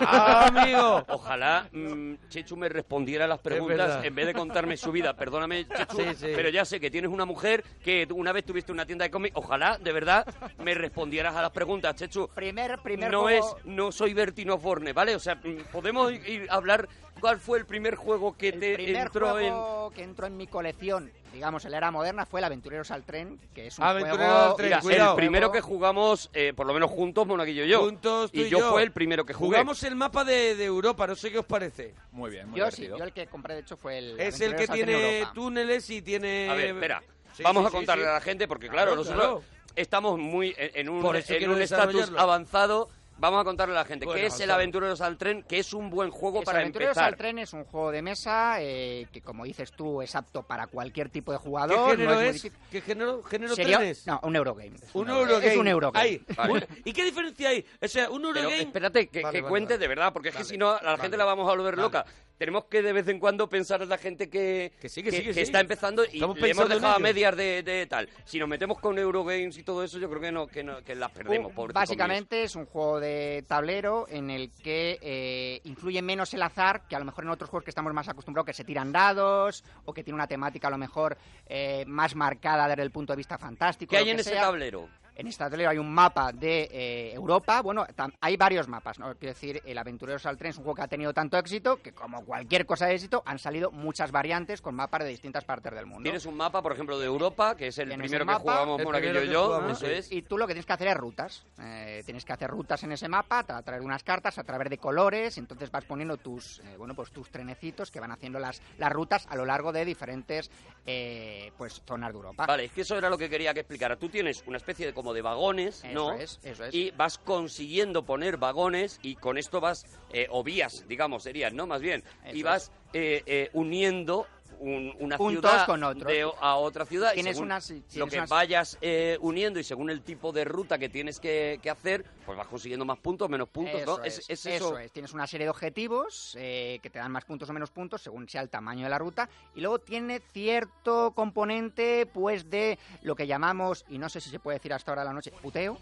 Speaker 2: ¡Ah, amigo!
Speaker 3: [laughs] Ojalá mm, Chechu me respondiera a las preguntas
Speaker 2: verdad.
Speaker 3: en vez de contarme su vida.
Speaker 2: [laughs]
Speaker 3: Perdóname, Chechu,
Speaker 2: Sí, sí.
Speaker 3: pero ya sé que tienes una mujer que tú una vez tuviste una tienda de cómics. Ojalá, de verdad, me respondieras a las preguntas, Chechu.
Speaker 10: Primer, primer
Speaker 3: no
Speaker 10: juego-
Speaker 3: es, no soy Bertino Forne, ¿vale? O sea, mm, podemos ir- ir a hablar cuál fue el primer juego que te
Speaker 10: primer
Speaker 3: entró en...
Speaker 10: juego que entró en mi colección, digamos, en la era moderna, fue el Aventureros al Tren, que es un
Speaker 3: Aventureros
Speaker 10: juego...
Speaker 3: al tren, Mira,
Speaker 10: juego-
Speaker 3: el primero que jugamos, eh, por lo menos juntos, Monaguillo y yo.
Speaker 2: Juntos, tú
Speaker 3: y
Speaker 2: y
Speaker 3: yo
Speaker 2: yo.
Speaker 3: fue el primero que jugué.
Speaker 2: Jugamos el mapa de, de Europa, no sé qué os parece.
Speaker 7: Muy bien,
Speaker 10: Yo sí, yo el que compré, de hecho, fue el
Speaker 2: Es el que
Speaker 10: Aventureros al Tren
Speaker 2: tiene
Speaker 10: Europa.
Speaker 2: túneles y tiene...
Speaker 3: A ver, espera.
Speaker 2: Sí,
Speaker 3: Vamos
Speaker 2: sí,
Speaker 3: a
Speaker 2: sí,
Speaker 3: contarle
Speaker 2: sí.
Speaker 3: a la gente, porque claro,
Speaker 2: Claro,
Speaker 3: nosotros
Speaker 2: claro.
Speaker 3: estamos muy en, en un
Speaker 2: Por eso
Speaker 3: en
Speaker 2: quiero
Speaker 3: un estatus
Speaker 2: desarrollarlo.
Speaker 3: avanzado. Vamos a contarle a la gente
Speaker 2: Bueno,
Speaker 3: qué es el
Speaker 2: avanzado.
Speaker 3: Aventureros al Tren, que es un buen juego
Speaker 10: Es
Speaker 3: para
Speaker 10: Aventureros
Speaker 3: empezar.
Speaker 10: al Tren es un juego de mesa eh, que, como dices tú, es apto para cualquier tipo de
Speaker 2: ¿Qué
Speaker 10: jugador.
Speaker 2: género
Speaker 10: no es muy
Speaker 2: es?
Speaker 10: difícil.
Speaker 2: ¿Qué género, género
Speaker 10: Sería-
Speaker 2: tren es?
Speaker 10: No, un Eurogame. Es
Speaker 2: Un
Speaker 10: Eurogame.
Speaker 2: Eurogame.
Speaker 10: Es un Eurogame.
Speaker 2: Ahí. Un- ¿Y qué diferencia hay? O sea, un
Speaker 3: Pero
Speaker 2: Eurogame...
Speaker 3: espérate, que,
Speaker 2: Vale,
Speaker 3: que
Speaker 2: vale,
Speaker 3: cuente
Speaker 2: vale.
Speaker 3: de verdad, porque es
Speaker 2: Vale,
Speaker 3: que si no, a la
Speaker 2: vale.
Speaker 3: gente la vamos a volver loca. Tenemos que de vez en cuando pensar a la gente que,
Speaker 2: que sí, que sí.
Speaker 3: está empezando y
Speaker 2: Estamos
Speaker 3: le hemos
Speaker 2: pensando en
Speaker 3: dejado a
Speaker 2: ello.
Speaker 3: medias de, de tal. Si nos metemos con Eurogames y todo eso, yo creo que no que, no- que las perdemos.
Speaker 2: Uh,
Speaker 10: Un-
Speaker 3: por
Speaker 10: Básicamente es un juego de tablero en el que eh, influye menos el azar que a lo mejor en otros juegos que estamos más acostumbrados, que se tiran dados o que tiene una temática a lo mejor eh, más marcada desde el punto de vista fantástico.
Speaker 3: ¿Qué
Speaker 10: lo
Speaker 3: hay en
Speaker 10: que
Speaker 3: ese
Speaker 10: sea.
Speaker 3: tablero?
Speaker 10: En este tablero hay un mapa de eh, Europa. Bueno, tam- hay varios mapas. ¿no? Quiero decir, el Aventureros al Tren es un juego que ha tenido tanto éxito que, como cualquier cosa de éxito, han salido muchas variantes con mapas de distintas partes del mundo.
Speaker 3: Tienes un mapa, por ejemplo, de Europa, que es el
Speaker 10: Tienes
Speaker 3: primero
Speaker 10: un
Speaker 3: que
Speaker 10: mapa,
Speaker 3: jugamos
Speaker 10: el
Speaker 3: Monaguillo
Speaker 10: primero
Speaker 3: y
Speaker 10: que
Speaker 3: yo,
Speaker 10: jugamos,
Speaker 3: eso es.
Speaker 10: Y tú lo que tienes que hacer es rutas. Eh, tienes que hacer rutas en ese mapa, tra- traer unas cartas a través de colores, entonces vas poniendo tus, eh, bueno, pues tus trenecitos que van haciendo las, las rutas a lo largo de diferentes eh, pues zonas de Europa.
Speaker 3: Vale, es que eso era lo que quería que explicara. Tú tienes una especie de como de vagones,
Speaker 10: Eso
Speaker 3: ¿no?
Speaker 10: es, eso es.
Speaker 3: Y vas consiguiendo poner vagones y con esto vas, eh, o vías, digamos, serían, ¿no? Más bien, y
Speaker 10: Eso
Speaker 3: vas eh, eh, uniendo u- un- una
Speaker 10: Un
Speaker 3: ciudad
Speaker 10: tos con otro.
Speaker 3: de o- a otra ciudad. y
Speaker 10: Tienes
Speaker 3: según
Speaker 10: una- sí,
Speaker 3: lo
Speaker 10: tienes
Speaker 3: que
Speaker 10: unas-
Speaker 3: vayas eh, uniendo y según el tipo de ruta que tienes que, que hacer, pues vas consiguiendo más puntos, menos puntos.
Speaker 10: Eso,
Speaker 3: ¿no?
Speaker 10: es,
Speaker 3: Es- es
Speaker 10: eso es. Tienes una serie de objetivos eh, que te dan más puntos o menos puntos según sea el tamaño de la ruta. Y luego tiene cierto componente, pues, de lo que llamamos, y no sé si se puede decir hasta ahora de la noche, puteo.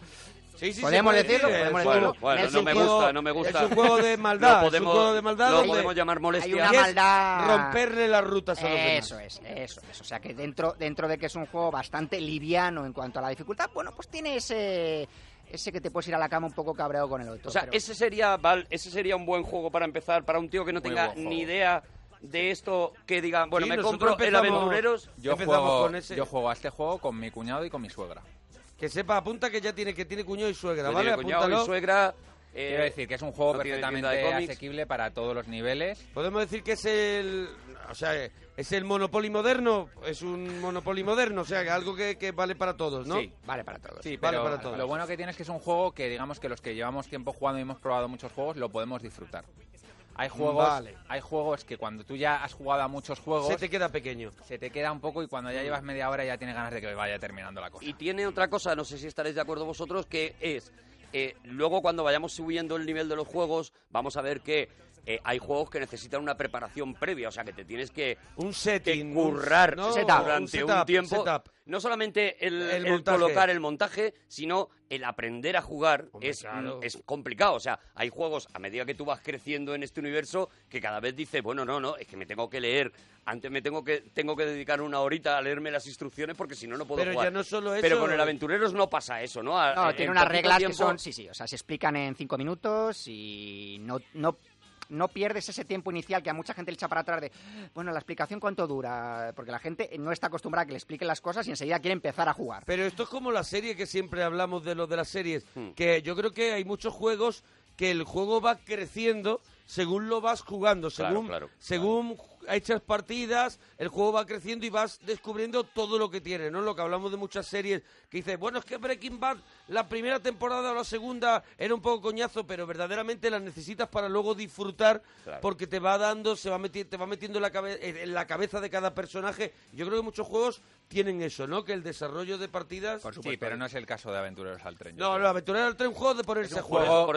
Speaker 2: Sí, sí, se
Speaker 10: podemos
Speaker 2: puede
Speaker 10: decirlo,
Speaker 2: decir,
Speaker 3: eh,
Speaker 10: podemos
Speaker 2: es
Speaker 10: decirlo.
Speaker 2: bueno, bueno,
Speaker 10: Es
Speaker 2: no
Speaker 10: un
Speaker 2: me
Speaker 10: juego-
Speaker 2: gusta, no me gusta. Es un juego de maldad,
Speaker 3: [laughs] Lo
Speaker 2: es un
Speaker 3: podemos-
Speaker 2: juego de maldad
Speaker 3: lo
Speaker 2: donde
Speaker 3: podemos llamar molestia.
Speaker 10: Hay una
Speaker 3: Y es
Speaker 10: maldad.
Speaker 2: romperle las rutas a los demás.
Speaker 10: Eso es, eso es. O sea que dentro, dentro de que es un juego bastante liviano en cuanto a la dificultad, bueno, pues tiene ese, ese que te puedes ir a la cama un poco cabreado con el otro.
Speaker 3: O sea,
Speaker 10: pero-
Speaker 3: ese sería Val, ese sería un buen juego para empezar para un tío que no
Speaker 10: Muy
Speaker 3: tenga
Speaker 10: buen juego.
Speaker 3: ni idea de esto que diga, bueno,
Speaker 7: Sí,
Speaker 3: me
Speaker 7: nosotros
Speaker 3: compro el
Speaker 7: empezamos-
Speaker 3: aventureros.
Speaker 7: Yo
Speaker 2: empezamos
Speaker 7: juego,
Speaker 2: con ese.
Speaker 7: yo juego a este juego con mi cuñado y con mi suegra.
Speaker 2: Que sepa, apunta que ya tiene que tiene cuñado y suegra,
Speaker 7: Que
Speaker 2: ¿vale?
Speaker 7: tiene cuñado y
Speaker 2: Apúntalo.
Speaker 3: suegra. eh,
Speaker 7: Quiero decir que es un juego
Speaker 2: no tiene
Speaker 7: perfectamente
Speaker 2: tienda de cómics.
Speaker 7: asequible para todos los niveles.
Speaker 2: Podemos decir que es el, o sea, es el Monopoly moderno, es un Monopoly moderno, o sea, que algo que, que vale para todos, ¿no?
Speaker 7: Sí,
Speaker 10: vale para todos.
Speaker 7: Sí,
Speaker 2: vale
Speaker 7: pero
Speaker 2: para todos.
Speaker 7: lo bueno que tiene es que es un juego que digamos que los que llevamos tiempo jugando y hemos probado muchos juegos lo podemos disfrutar. Hay juegos,
Speaker 2: Vale.
Speaker 7: hay juegos que cuando tú ya has jugado a muchos juegos
Speaker 2: Se te queda pequeño.
Speaker 7: se te queda un poco y cuando
Speaker 10: Mm.
Speaker 7: ya llevas media hora ya tienes ganas de que vaya terminando la cosa.
Speaker 3: Y tiene otra cosa, no sé si estaréis de acuerdo vosotros, que es, eh, luego cuando vayamos subiendo el nivel de los juegos, vamos a ver que eh, hay juegos que necesitan una preparación previa, o sea que te tienes que,
Speaker 2: Un setting,
Speaker 3: que currar
Speaker 2: un- no,
Speaker 3: setup
Speaker 2: un
Speaker 3: durante un,
Speaker 2: setup,
Speaker 3: tiempo.
Speaker 2: setup.
Speaker 3: No solamente el,
Speaker 2: El
Speaker 3: el
Speaker 2: montaje.
Speaker 3: colocar el montaje, sino el aprender a jugar es,
Speaker 2: claro.
Speaker 3: es complicado. O sea, hay juegos a medida que tú vas creciendo en este universo que cada vez dices, bueno, no, no, es que me tengo que leer. Antes me tengo que tengo que dedicar una horita a leerme las instrucciones porque si no, no puedo
Speaker 2: Pero
Speaker 3: jugar.
Speaker 2: ya no solo
Speaker 3: Pero
Speaker 2: eso-
Speaker 3: con el aventureros no pasa eso, ¿no? A-
Speaker 10: No,
Speaker 3: en
Speaker 10: tiene unas
Speaker 3: poquito
Speaker 10: reglas que
Speaker 3: tiempo-
Speaker 10: son, sí, sí, o sea, se explican en cinco minutos y no, no, no pierdes ese tiempo inicial que a mucha gente le echa para atrás de, bueno, la explicación cuánto dura, porque la gente no está acostumbrada a que le expliquen las cosas y enseguida quiere empezar a jugar.
Speaker 2: Pero esto es como la serie que siempre hablamos de lo de las series, que yo creo que hay muchos juegos que el juego va creciendo según lo vas jugando, según según hechas partidas, el juego va creciendo y vas descubriendo todo lo que tiene, ¿no? Lo que hablamos de muchas series que dices, bueno, es que Breaking Bad la primera temporada o la segunda era un poco coñazo, pero verdaderamente las necesitas para luego disfrutar
Speaker 3: Claro.
Speaker 2: porque te va dando, se va meti- te va metiendo en la, cabe- en en la cabeza de cada personaje. Yo creo que muchos juegos tienen eso, ¿no? Que el desarrollo de partidas...
Speaker 7: Sí, pero no es el caso de Aventureros al Tren. yo
Speaker 2: No,
Speaker 7: creo.
Speaker 2: lo aventurero del tren un juego de ponerse a jugar.
Speaker 7: Una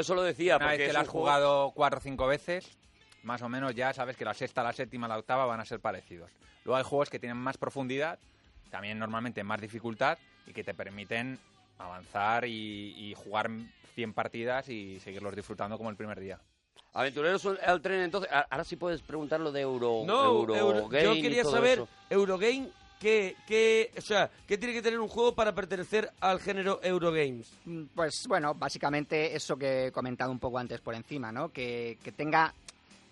Speaker 7: vez que lo has jugado cuatro o cinco veces, más o menos ya sabes que la sexta, la séptima, la octava van a ser parecidos. Luego hay juegos que tienen más profundidad, también normalmente más dificultad y que te permiten avanzar y, y jugar 100 partidas y seguirlos disfrutando como el primer día.
Speaker 3: Aventureros al tren, entonces, a- ahora sí puedes preguntar lo de Euro,
Speaker 2: No, Euro-
Speaker 3: Eurogame
Speaker 2: yo
Speaker 3: y
Speaker 2: quería
Speaker 3: todo
Speaker 2: saber,
Speaker 3: eso.
Speaker 2: Eurogame, ¿qué, qué, o sea, ¿qué tiene que tener un juego para pertenecer al género Eurogames?
Speaker 10: Mm, Pues bueno, básicamente eso que he comentado un poco antes por encima, ¿no? Que, que tenga...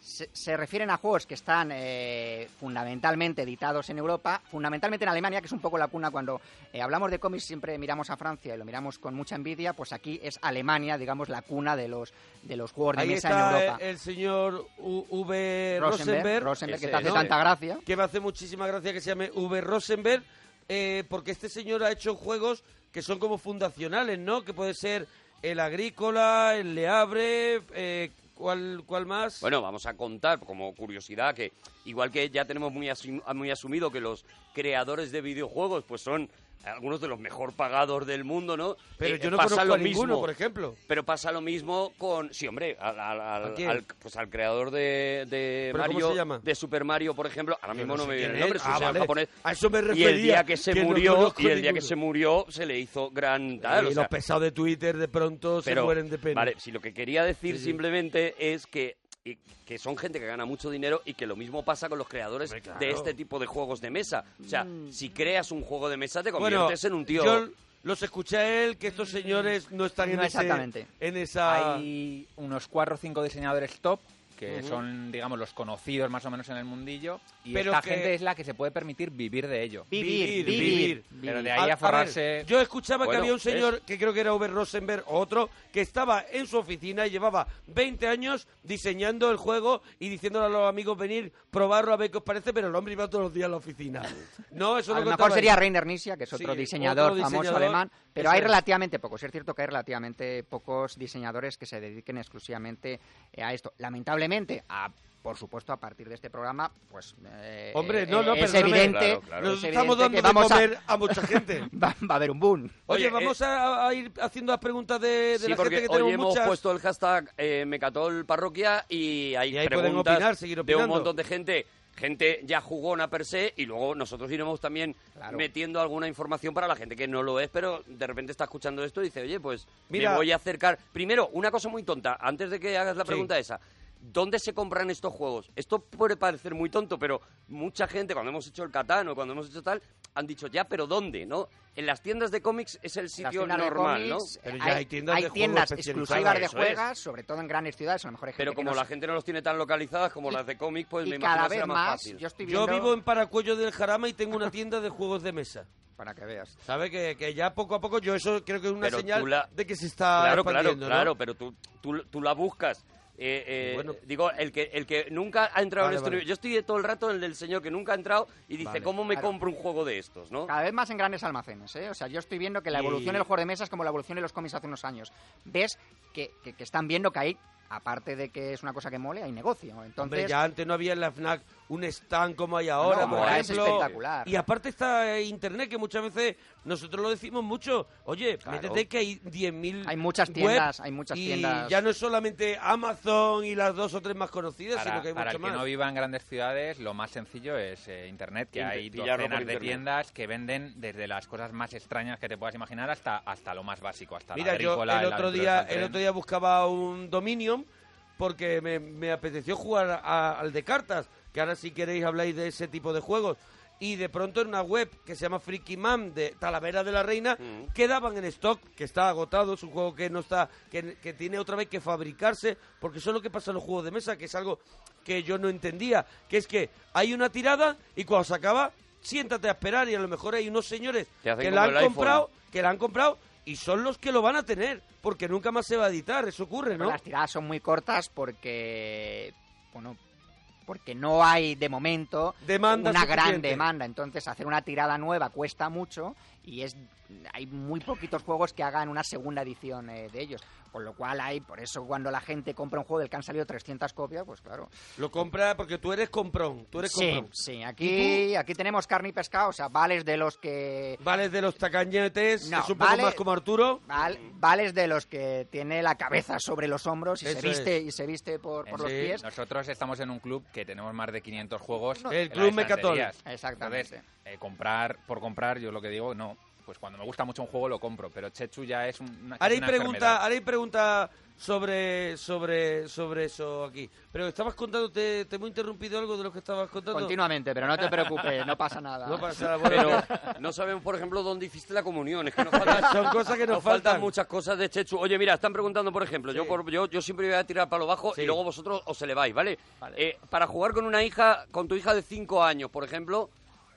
Speaker 10: Se, se refieren a juegos que están eh, fundamentalmente editados en Europa, fundamentalmente en Alemania, que es un poco la cuna cuando eh, hablamos de cómics siempre miramos a Francia y lo miramos con mucha envidia, pues aquí es Alemania, digamos, la cuna de los, de los juegos de
Speaker 2: Ahí
Speaker 10: mesa
Speaker 2: está eh,
Speaker 10: en Europa.
Speaker 2: el, el señor U- V.
Speaker 10: Rosenberg,
Speaker 2: Rosenberg.
Speaker 10: Rosenberg, que te hace tanta gracia.
Speaker 2: Que me hace muchísima gracia que se llame V. Rosenberg, eh, porque este señor ha hecho juegos que son como fundacionales, ¿no? Que puede ser el agrícola, el leabre, eh, ¿cuál, ¿cuál más?
Speaker 3: Bueno, vamos a contar como curiosidad que igual que ya tenemos muy, asim- muy asumido que los creadores de videojuegos pues son algunos de los mejor pagados del mundo, ¿no?
Speaker 2: Pero
Speaker 3: Eh,
Speaker 2: yo no
Speaker 3: pasa
Speaker 2: conozco
Speaker 3: lo
Speaker 2: a ninguno,
Speaker 3: mismo.
Speaker 2: por ejemplo.
Speaker 3: Pero pasa lo mismo con... Sí, hombre, al, al- al-
Speaker 2: ¿A quién?
Speaker 3: al- pues al creador de, de
Speaker 2: ¿Pero cómo
Speaker 3: Mario...
Speaker 2: se llama?
Speaker 3: De Super Mario, por ejemplo. Ahora mismo no,
Speaker 2: sé
Speaker 3: me viene el
Speaker 2: quién
Speaker 3: nombre,
Speaker 2: es.
Speaker 3: su
Speaker 2: Ah,
Speaker 3: sea
Speaker 2: vale.
Speaker 3: japonés.
Speaker 2: A eso me
Speaker 3: Y el
Speaker 2: refería,
Speaker 3: día que se
Speaker 2: que no
Speaker 3: murió,
Speaker 2: conozco
Speaker 3: y el día que
Speaker 2: ninguno.
Speaker 3: se murió, se le hizo gran tal.
Speaker 2: y
Speaker 3: o sea,
Speaker 2: los pesados de Twitter de pronto se mueren de pena.
Speaker 3: Vale, si lo que quería decir
Speaker 2: Sí, sí.
Speaker 3: simplemente es que, y- que son gente que gana mucho dinero y que lo mismo pasa con los creadores de este tipo de juegos de mesa. O sea, si creas un juego de mesa te conviertes en un tío...
Speaker 2: Yo los escuché a él que
Speaker 10: Mm,
Speaker 2: estos señores no están en ese- en esa
Speaker 7: Hay unos cuatro o cinco diseñadores top que
Speaker 2: Ujú.
Speaker 7: son, digamos, los conocidos más o menos en el mundillo. Y
Speaker 2: Pero
Speaker 7: esta
Speaker 2: que-
Speaker 7: gente es la que se puede permitir vivir de ello.
Speaker 2: Vivir, vivir, vivir.
Speaker 7: Pero de ahí a,
Speaker 2: ver,
Speaker 7: forrarse...
Speaker 2: yo escuchaba
Speaker 7: Bueno,
Speaker 2: que había un señor
Speaker 7: ¿ves?
Speaker 2: que creo que era Uber Rosenberg o otro que estaba en su oficina y llevaba 20 años diseñando el juego y diciéndole a los amigos venir, probarlo a ver qué os parece, pero el hombre iba todos los días a la oficina. No, eso
Speaker 10: a
Speaker 2: lo
Speaker 10: lo mejor
Speaker 2: contaba
Speaker 10: sería
Speaker 2: él.
Speaker 10: Reiner Nisia, que es
Speaker 2: Sí,
Speaker 10: otro diseñador
Speaker 2: otro
Speaker 10: famoso
Speaker 2: diseñador.
Speaker 10: alemán, pero
Speaker 2: Eso
Speaker 10: hay
Speaker 2: es.
Speaker 10: relativamente pocos. Sí, es cierto que hay relativamente pocos diseñadores que se dediquen exclusivamente eh, a esto. Lamentablemente, a Por supuesto, a partir de este programa, pues. eh,
Speaker 2: Hombre, no,
Speaker 10: eh,
Speaker 2: no,
Speaker 10: es
Speaker 2: perdóname.
Speaker 10: evidente,
Speaker 2: Claro, claro. Nos
Speaker 10: es
Speaker 2: estamos
Speaker 10: evidente que
Speaker 2: dando de
Speaker 10: vamos
Speaker 2: comer a mucha
Speaker 10: [laughs]
Speaker 2: gente.
Speaker 10: va, va a haber un boom.
Speaker 2: Oye, vamos a, a ir haciendo las preguntas de, de
Speaker 3: eh, Sí,
Speaker 2: la gente
Speaker 3: porque
Speaker 2: que
Speaker 3: hoy
Speaker 2: tenemos
Speaker 3: hemos
Speaker 2: muchas.
Speaker 3: puesto el hashtag eh, Mecatol Parroquia y hay
Speaker 2: Y ahí pueden
Speaker 3: preguntas
Speaker 2: opinar, seguir
Speaker 3: de un
Speaker 2: opinando.
Speaker 3: montón de gente. Gente ya jugona per se y luego nosotros iremos también metiendo alguna información para la gente que no lo es, pero de repente está escuchando esto y dice, oye, pues
Speaker 2: Mira-
Speaker 3: me voy a acercar. Primero, una cosa muy tonta, antes de que hagas la pregunta esa. ¿Dónde se compran estos juegos? Esto puede parecer muy tonto, pero mucha gente, cuando hemos hecho el Catán o cuando hemos hecho tal, han dicho ya, pero ¿dónde? ¿No? En las tiendas de cómics es el sitio
Speaker 10: tiendas de
Speaker 3: normal, ¿no?
Speaker 10: cómics, Pero ya hay- hay tiendas hay de juegos tiendas especializadas. exclusivas de juegas, sobre todo en grandes ciudades, a lo mejor hay gente
Speaker 3: Pero
Speaker 10: que
Speaker 3: como
Speaker 10: no
Speaker 3: la
Speaker 10: se-
Speaker 3: gente no los tiene tan localizadas como las de cómics, pues
Speaker 10: y
Speaker 3: me
Speaker 10: cada
Speaker 3: imagino
Speaker 10: vez
Speaker 3: será más,
Speaker 10: más,
Speaker 3: fácil.
Speaker 10: yo estoy
Speaker 2: Yo vivo en Paracuello del Jarama y tengo una tienda de juegos de mesa.
Speaker 10: Para que veas.
Speaker 2: ¿Sabes? Que, que ya poco a poco yo eso creo que es una
Speaker 3: Pero
Speaker 2: señal
Speaker 3: tú la-
Speaker 2: de que se está
Speaker 3: claro, claro,
Speaker 2: expandiendo, ¿no?
Speaker 3: claro, pero tú, tú, tú la buscas. Eh, eh, Digo, el que, el que nunca ha entrado en
Speaker 10: Vale,
Speaker 3: este
Speaker 10: vale.
Speaker 3: nivel- Yo estoy todo el rato en el del señor que nunca ha entrado y dice,
Speaker 10: Vale.
Speaker 3: ¿cómo me
Speaker 10: Claro.
Speaker 3: compro un juego de estos? ¿no?
Speaker 10: Cada vez más en grandes almacenes, ¿eh? O sea, yo estoy viendo que la
Speaker 3: Y-
Speaker 10: evolución del juego de mesa es como la evolución de los cómics hace unos años. Ves que, que- que están viendo que ahí, aparte de que es una cosa que mole, hay negocio. Entonces, pues
Speaker 2: Hombre, ya antes no había en la FNAC un stand como hay ahora,
Speaker 10: No,
Speaker 2: por
Speaker 10: ahora es
Speaker 2: ejemplo.
Speaker 10: espectacular.
Speaker 2: Y aparte está eh, Internet, que muchas veces nosotros lo decimos mucho. Oye,
Speaker 10: Claro.
Speaker 2: métete que hay 10.000
Speaker 10: Hay muchas
Speaker 2: web
Speaker 10: tiendas, hay muchas
Speaker 2: y
Speaker 10: tiendas.
Speaker 2: ya no es solamente Amazon y las dos o tres más conocidas,
Speaker 7: Para,
Speaker 2: sino que hay
Speaker 7: para
Speaker 2: mucho
Speaker 7: el
Speaker 2: más.
Speaker 7: que no viva en grandes ciudades, lo más sencillo es eh, Internet, que
Speaker 2: Inter-
Speaker 7: hay
Speaker 2: pillarlo por
Speaker 7: docenas de
Speaker 2: Internet.
Speaker 7: tiendas que venden desde las cosas más extrañas que te puedas imaginar hasta, hasta lo más básico, hasta la
Speaker 2: Mira, yo
Speaker 7: agrícola,
Speaker 2: el
Speaker 7: la
Speaker 2: otro,
Speaker 7: aventura
Speaker 2: día,
Speaker 7: del tren.
Speaker 2: el otro día buscaba un Dominion porque me, me apeteció jugar a- al de cartas, que ahora si queréis habláis de ese tipo de juegos. Y de pronto en una web que se llama Freaky Man de Talavera de la Reina, quedaban en stock, que está agotado, es un juego que no está, que, que tiene otra vez que fabricarse, porque eso es lo que pasa en los juegos de mesa, que es algo que yo no entendía, que es que hay una tirada y cuando se acaba, siéntate a esperar y a lo mejor hay unos señores
Speaker 3: Te hacen
Speaker 2: que
Speaker 3: como
Speaker 2: la han
Speaker 3: el iPhone.
Speaker 2: comprado que la han comprado y son los que lo van a tener, porque nunca más se va a editar, eso ocurre,
Speaker 10: Pero
Speaker 2: ¿no?
Speaker 10: Las tiradas son muy cortas porque, bueno, porque no hay de momento
Speaker 2: Demanda
Speaker 10: una gran
Speaker 2: suficiente.
Speaker 10: demanda. Entonces, hacer una tirada nueva cuesta mucho y es hay muy poquitos juegos que hagan una segunda edición eh, de ellos. Con lo cual hay, por eso cuando la gente compra un juego del que han salido 300 copias, pues claro.
Speaker 2: Lo compra porque tú eres comprón, tú eres
Speaker 10: Sí,
Speaker 2: comprón.
Speaker 10: sí,
Speaker 2: ¿Y
Speaker 10: aquí, aquí tenemos carne y pescado, o sea, vales de los que...
Speaker 2: Vales de los tacañetes,
Speaker 10: No,
Speaker 2: es un poco
Speaker 10: vale-
Speaker 2: más como Arturo.
Speaker 10: Val- vales de los que tiene la cabeza sobre los hombros y, se
Speaker 7: Eso
Speaker 10: viste,
Speaker 7: es.
Speaker 10: y se viste por, por
Speaker 7: Sí,
Speaker 10: los pies.
Speaker 7: Nosotros estamos en un club que tenemos más de 500 juegos.
Speaker 10: No.
Speaker 7: en
Speaker 10: El
Speaker 7: las
Speaker 10: Club Mecatol.
Speaker 7: estanterías.
Speaker 10: Exactamente.
Speaker 7: Entonces, eh, comprar por comprar, yo lo que digo, no. Pues cuando me gusta mucho un juego lo compro, pero Chechu ya es un- una.
Speaker 2: Ahora hay
Speaker 7: una
Speaker 2: pregunta,
Speaker 7: enfermedad.
Speaker 2: ahora hay pregunta sobre sobre sobre eso aquí. Pero estabas contando, te, te hemos interrumpido algo de lo que estabas contando.
Speaker 10: Continuamente, pero no te preocupes, no pasa nada.
Speaker 2: [laughs] No pasa nada, bueno,
Speaker 3: Pero no sabemos, por ejemplo, dónde hiciste la comunión. Es que nos faltan,
Speaker 2: [laughs] Son cosas que nos faltan.
Speaker 3: muchas cosas de Chechu. Oye, mira, están preguntando, por ejemplo, yo, por- yo, yo siempre voy a tirar para lo bajo y luego vosotros os eleváis, ¿vale? Eh, para jugar con una hija, con tu hija de 5 años, por ejemplo,